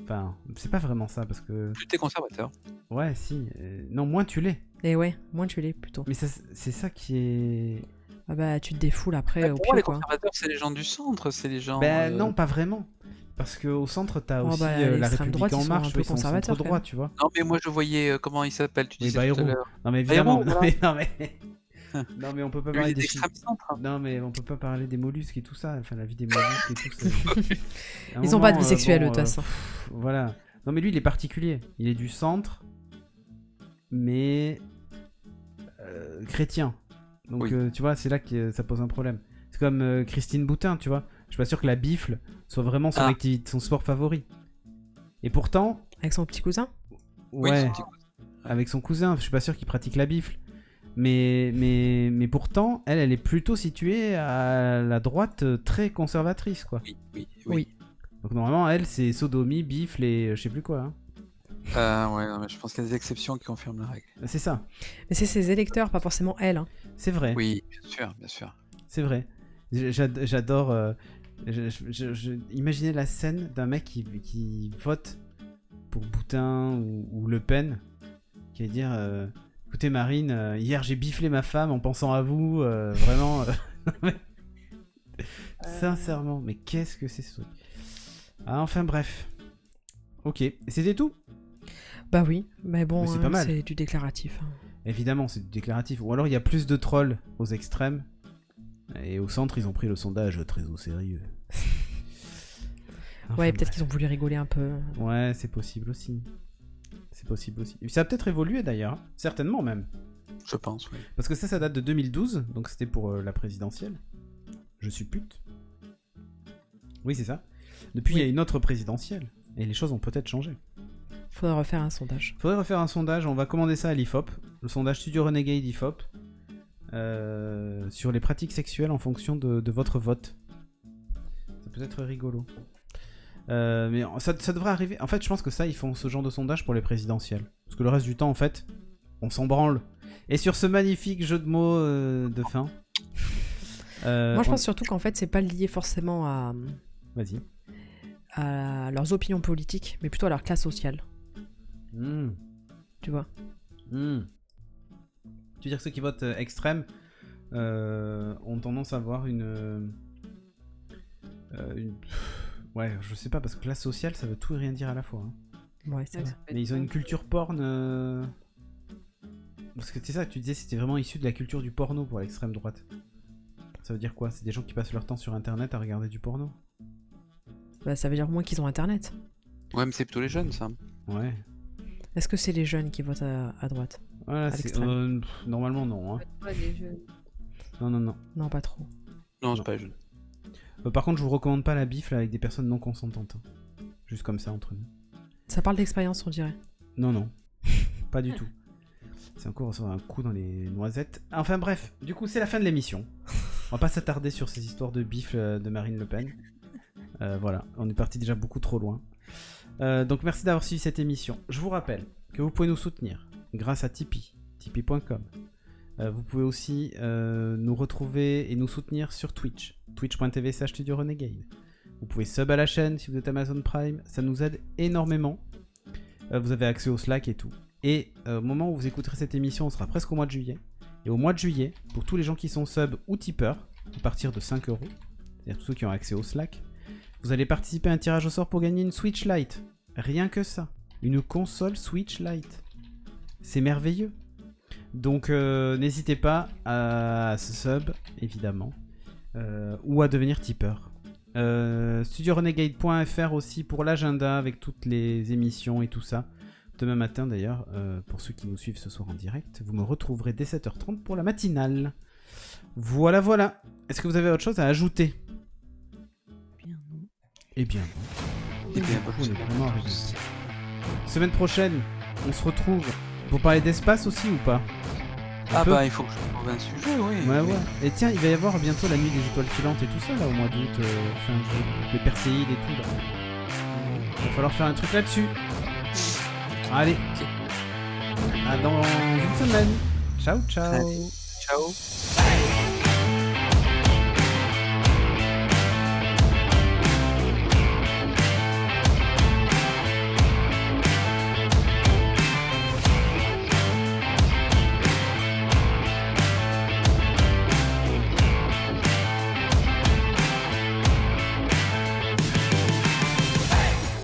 Speaker 1: Enfin, c'est pas vraiment ça parce que.
Speaker 4: plus t'es conservateur.
Speaker 1: Ouais, si. euh, Non, moins tu l'es.
Speaker 3: Et Eh ouais, moins tu l'es, plutôt.
Speaker 1: Mais ça, c'est ça qui est.
Speaker 3: Ah bah, tu te défoules après
Speaker 4: Ah,
Speaker 3: au
Speaker 4: pour moi,
Speaker 3: pire,
Speaker 4: les
Speaker 3: quoi.
Speaker 4: conservateurs, c'est les gens du centre, c'est les gens.
Speaker 1: Ben
Speaker 4: euh,
Speaker 1: non, pas vraiment. Parce qu'au centre, t'as
Speaker 3: Oh,
Speaker 1: aussi
Speaker 3: bah,
Speaker 1: euh, la
Speaker 3: l'extrême
Speaker 1: République
Speaker 3: droite, ils
Speaker 1: en
Speaker 3: sont
Speaker 1: marche,
Speaker 3: un peu
Speaker 1: ils sont au
Speaker 3: conservateurs, quand
Speaker 1: centre-droit, tu vois.
Speaker 4: Non, mais moi, je voyais. euh, comment il s'appelle Tu
Speaker 1: Oui, bah,
Speaker 4: disais tout à
Speaker 1: Bayrou.
Speaker 4: l'heure.
Speaker 1: Non mais évidemment,
Speaker 4: bon,
Speaker 1: non,
Speaker 4: voilà.
Speaker 1: mais, non, mais... non mais on peut pas
Speaker 4: Lui, il
Speaker 1: parler
Speaker 4: est
Speaker 1: des chi-
Speaker 4: d'extrême centre. hein.
Speaker 1: Non mais on peut pas parler des mollusques et tout ça, enfin la vie des mollusques et tout ça. À un
Speaker 3: Ils ont pas de vie
Speaker 1: moment, euh,
Speaker 3: sexuelle,
Speaker 1: bon,
Speaker 3: de toute
Speaker 1: euh,
Speaker 3: façon.
Speaker 1: pff, Voilà. Non mais lui il est particulier, il est du centre, mais euh, chrétien. Donc
Speaker 4: Oui.
Speaker 1: euh, tu vois, c'est là que euh, ça pose un problème. C'est comme euh, Christine Boutin, tu vois. Je suis pas sûr que la bifle soit vraiment son
Speaker 4: Ah.
Speaker 1: activité, son sport favori. Et pourtant,
Speaker 3: Avec son petit cousin
Speaker 4: Oui,
Speaker 1: ouais
Speaker 4: son petit-
Speaker 1: avec son cousin. Je suis pas sûr qu'il pratique la bifle. Mais, mais, mais pourtant, elle, elle est plutôt située à la droite euh, très conservatrice, quoi.
Speaker 4: oui, oui, oui.
Speaker 3: Oui.
Speaker 1: Donc normalement, elle, c'est sodomie, bifle et euh, je sais plus quoi. hein.
Speaker 4: Euh, ouais, non, mais je pense qu'il y a des exceptions qui confirment la règle.
Speaker 1: C'est ça.
Speaker 3: Mais c'est ses électeurs, pas forcément elle. hein.
Speaker 1: C'est vrai.
Speaker 4: Oui, bien sûr, bien sûr.
Speaker 1: C'est vrai. J'- j'ad- J'adore euh, Je, je- je- je- imaginez la scène d'un mec qui, qui vote pour Boutin ou, ou Le Pen, qui va dire euh, Écoutez, Marine, euh, hier j'ai biflé ma femme en pensant à vous, euh, vraiment. euh, non, mais- Sincèrement, mais qu'est-ce que c'est ce truc Ah, enfin, bref. Ok, c'était tout
Speaker 3: Bah oui, mais bon,
Speaker 1: Mais c'est
Speaker 3: hein,
Speaker 1: pas mal.
Speaker 3: c'est du déclaratif. hein.
Speaker 1: Évidemment, c'est du déclaratif. Ou alors il y a plus de trolls aux extrêmes. Et au centre, ils ont pris le sondage très au sérieux. Enfin,
Speaker 3: ouais, peut-être
Speaker 1: bref.
Speaker 3: qu'ils ont voulu rigoler un peu. hein.
Speaker 1: Ouais, c'est possible aussi. C'est possible aussi. Ça a peut-être évolué d'ailleurs, hein. certainement même.
Speaker 4: je pense. oui.
Speaker 1: Parce que ça, ça date de 2012, donc c'était pour euh, la présidentielle. Je suis pute. Oui, c'est ça. Depuis, il y a une autre présidentielle. Et les choses ont peut-être changé.
Speaker 3: Faudrait refaire un sondage.
Speaker 1: Faudrait refaire un sondage, on va commander ça à l'IFOP, le sondage Studio Renegade IFOP, euh, sur les pratiques sexuelles en fonction de, de votre vote. Ça peut être rigolo. Euh, mais en- ça, ça devrait arriver. En fait, je pense que ça, ils font ce genre de sondage pour les présidentielles. Parce que le reste du temps, en fait, on s'en branle. Et sur ce magnifique jeu de mots euh, de fin. euh,
Speaker 3: Moi, je
Speaker 1: on-
Speaker 3: pense surtout qu'en fait, c'est pas lié forcément à,
Speaker 1: Vas-y.
Speaker 3: à leurs opinions politiques, mais plutôt à leur classe sociale,
Speaker 1: Hmm.
Speaker 3: tu vois.
Speaker 1: Hmm. Tu veux dire que ceux qui votent euh, extrême euh, ont tendance à avoir une, euh, une- Ouais, je sais pas, parce que classe sociale, ça veut tout et rien dire à la fois. hein.
Speaker 3: Ouais, c'est
Speaker 2: Ouais,
Speaker 3: vrai.
Speaker 2: ça peut
Speaker 1: Mais
Speaker 2: être
Speaker 1: ils ont
Speaker 2: ça.
Speaker 1: une culture porn... euh, Parce que c'est ça que tu disais, c'était vraiment issu de la culture du porno pour l'extrême droite. Ça veut dire quoi C'est des gens qui passent leur temps sur Internet à regarder du porno
Speaker 3: Bah, ça veut dire au moins qu'ils ont Internet.
Speaker 4: Ouais, mais c'est plutôt les jeunes, ça.
Speaker 1: Ouais.
Speaker 3: Est-ce que c'est les jeunes qui votent à, à droite
Speaker 1: Voilà,
Speaker 3: À
Speaker 1: c'est-
Speaker 3: l'extrême.
Speaker 1: euh, pff, normalement, non. hein.
Speaker 2: Ouais, les jeunes.
Speaker 1: Non, non, non.
Speaker 3: Non, pas trop.
Speaker 4: Non,
Speaker 1: Non.
Speaker 4: c'est pas les jeunes.
Speaker 1: Euh, par contre, je vous recommande pas la bifle avec des personnes non consentantes. hein. Juste comme ça, entre nous.
Speaker 3: Ça parle d'expérience, on dirait.
Speaker 1: Non, non. pas du tout. C'est encore recevoir un coup dans les noisettes. Enfin bref, du coup, c'est la fin de l'émission. On va pas s'attarder sur ces histoires de bifle euh, de Marine Le Pen. Euh, voilà, on est parti déjà beaucoup trop loin. Euh, donc merci d'avoir suivi cette émission. Je vous rappelle que vous pouvez nous soutenir grâce à Tipeee, tipeee.com. Euh, vous pouvez aussi euh, nous retrouver et nous soutenir sur Twitch, twitch.tv slash studio renegade. Vous pouvez sub à la chaîne si vous êtes Amazon Prime, ça nous aide énormément. Euh, vous avez accès au Slack et tout. Et euh, au moment où vous écouterez cette émission, on sera presque au mois de juillet. Et au mois de juillet, pour tous les gens qui sont sub ou tipeurs, à partir de 5 euros, c'est-à-dire tous ceux qui ont accès au Slack, vous allez participer à un tirage au sort pour gagner une Switch Lite. Rien que ça. Une console Switch Lite. C'est merveilleux. Donc euh, n'hésitez pas à sub, évidemment, euh, ou à devenir tipeur. Euh, StudioRenegade.fr aussi pour l'agenda avec toutes les émissions et tout ça. Demain matin d'ailleurs, euh, pour ceux qui nous suivent ce soir en direct, vous me retrouverez dès 7h30 pour la matinale. Voilà, voilà. Est-ce que vous avez autre chose à ajouter
Speaker 2: Bien, non.
Speaker 1: Eh bien,
Speaker 4: Et Eh bien,
Speaker 1: on est vraiment arrivé. Semaine prochaine, on se retrouve pour parler d'espace aussi ou pas On
Speaker 4: Ah
Speaker 1: peut
Speaker 4: bah, il faut que je trouve un sujet, oui.
Speaker 1: Ouais, ouais. Et tiens, il va y avoir bientôt la nuit des étoiles filantes et tout ça, là, au mois d'août, euh, fin juillet, les perséides et tout, là. Il va falloir faire un truc là-dessus. Allez. À dans une semaine. Ciao, ciao.
Speaker 4: Allez. Ciao.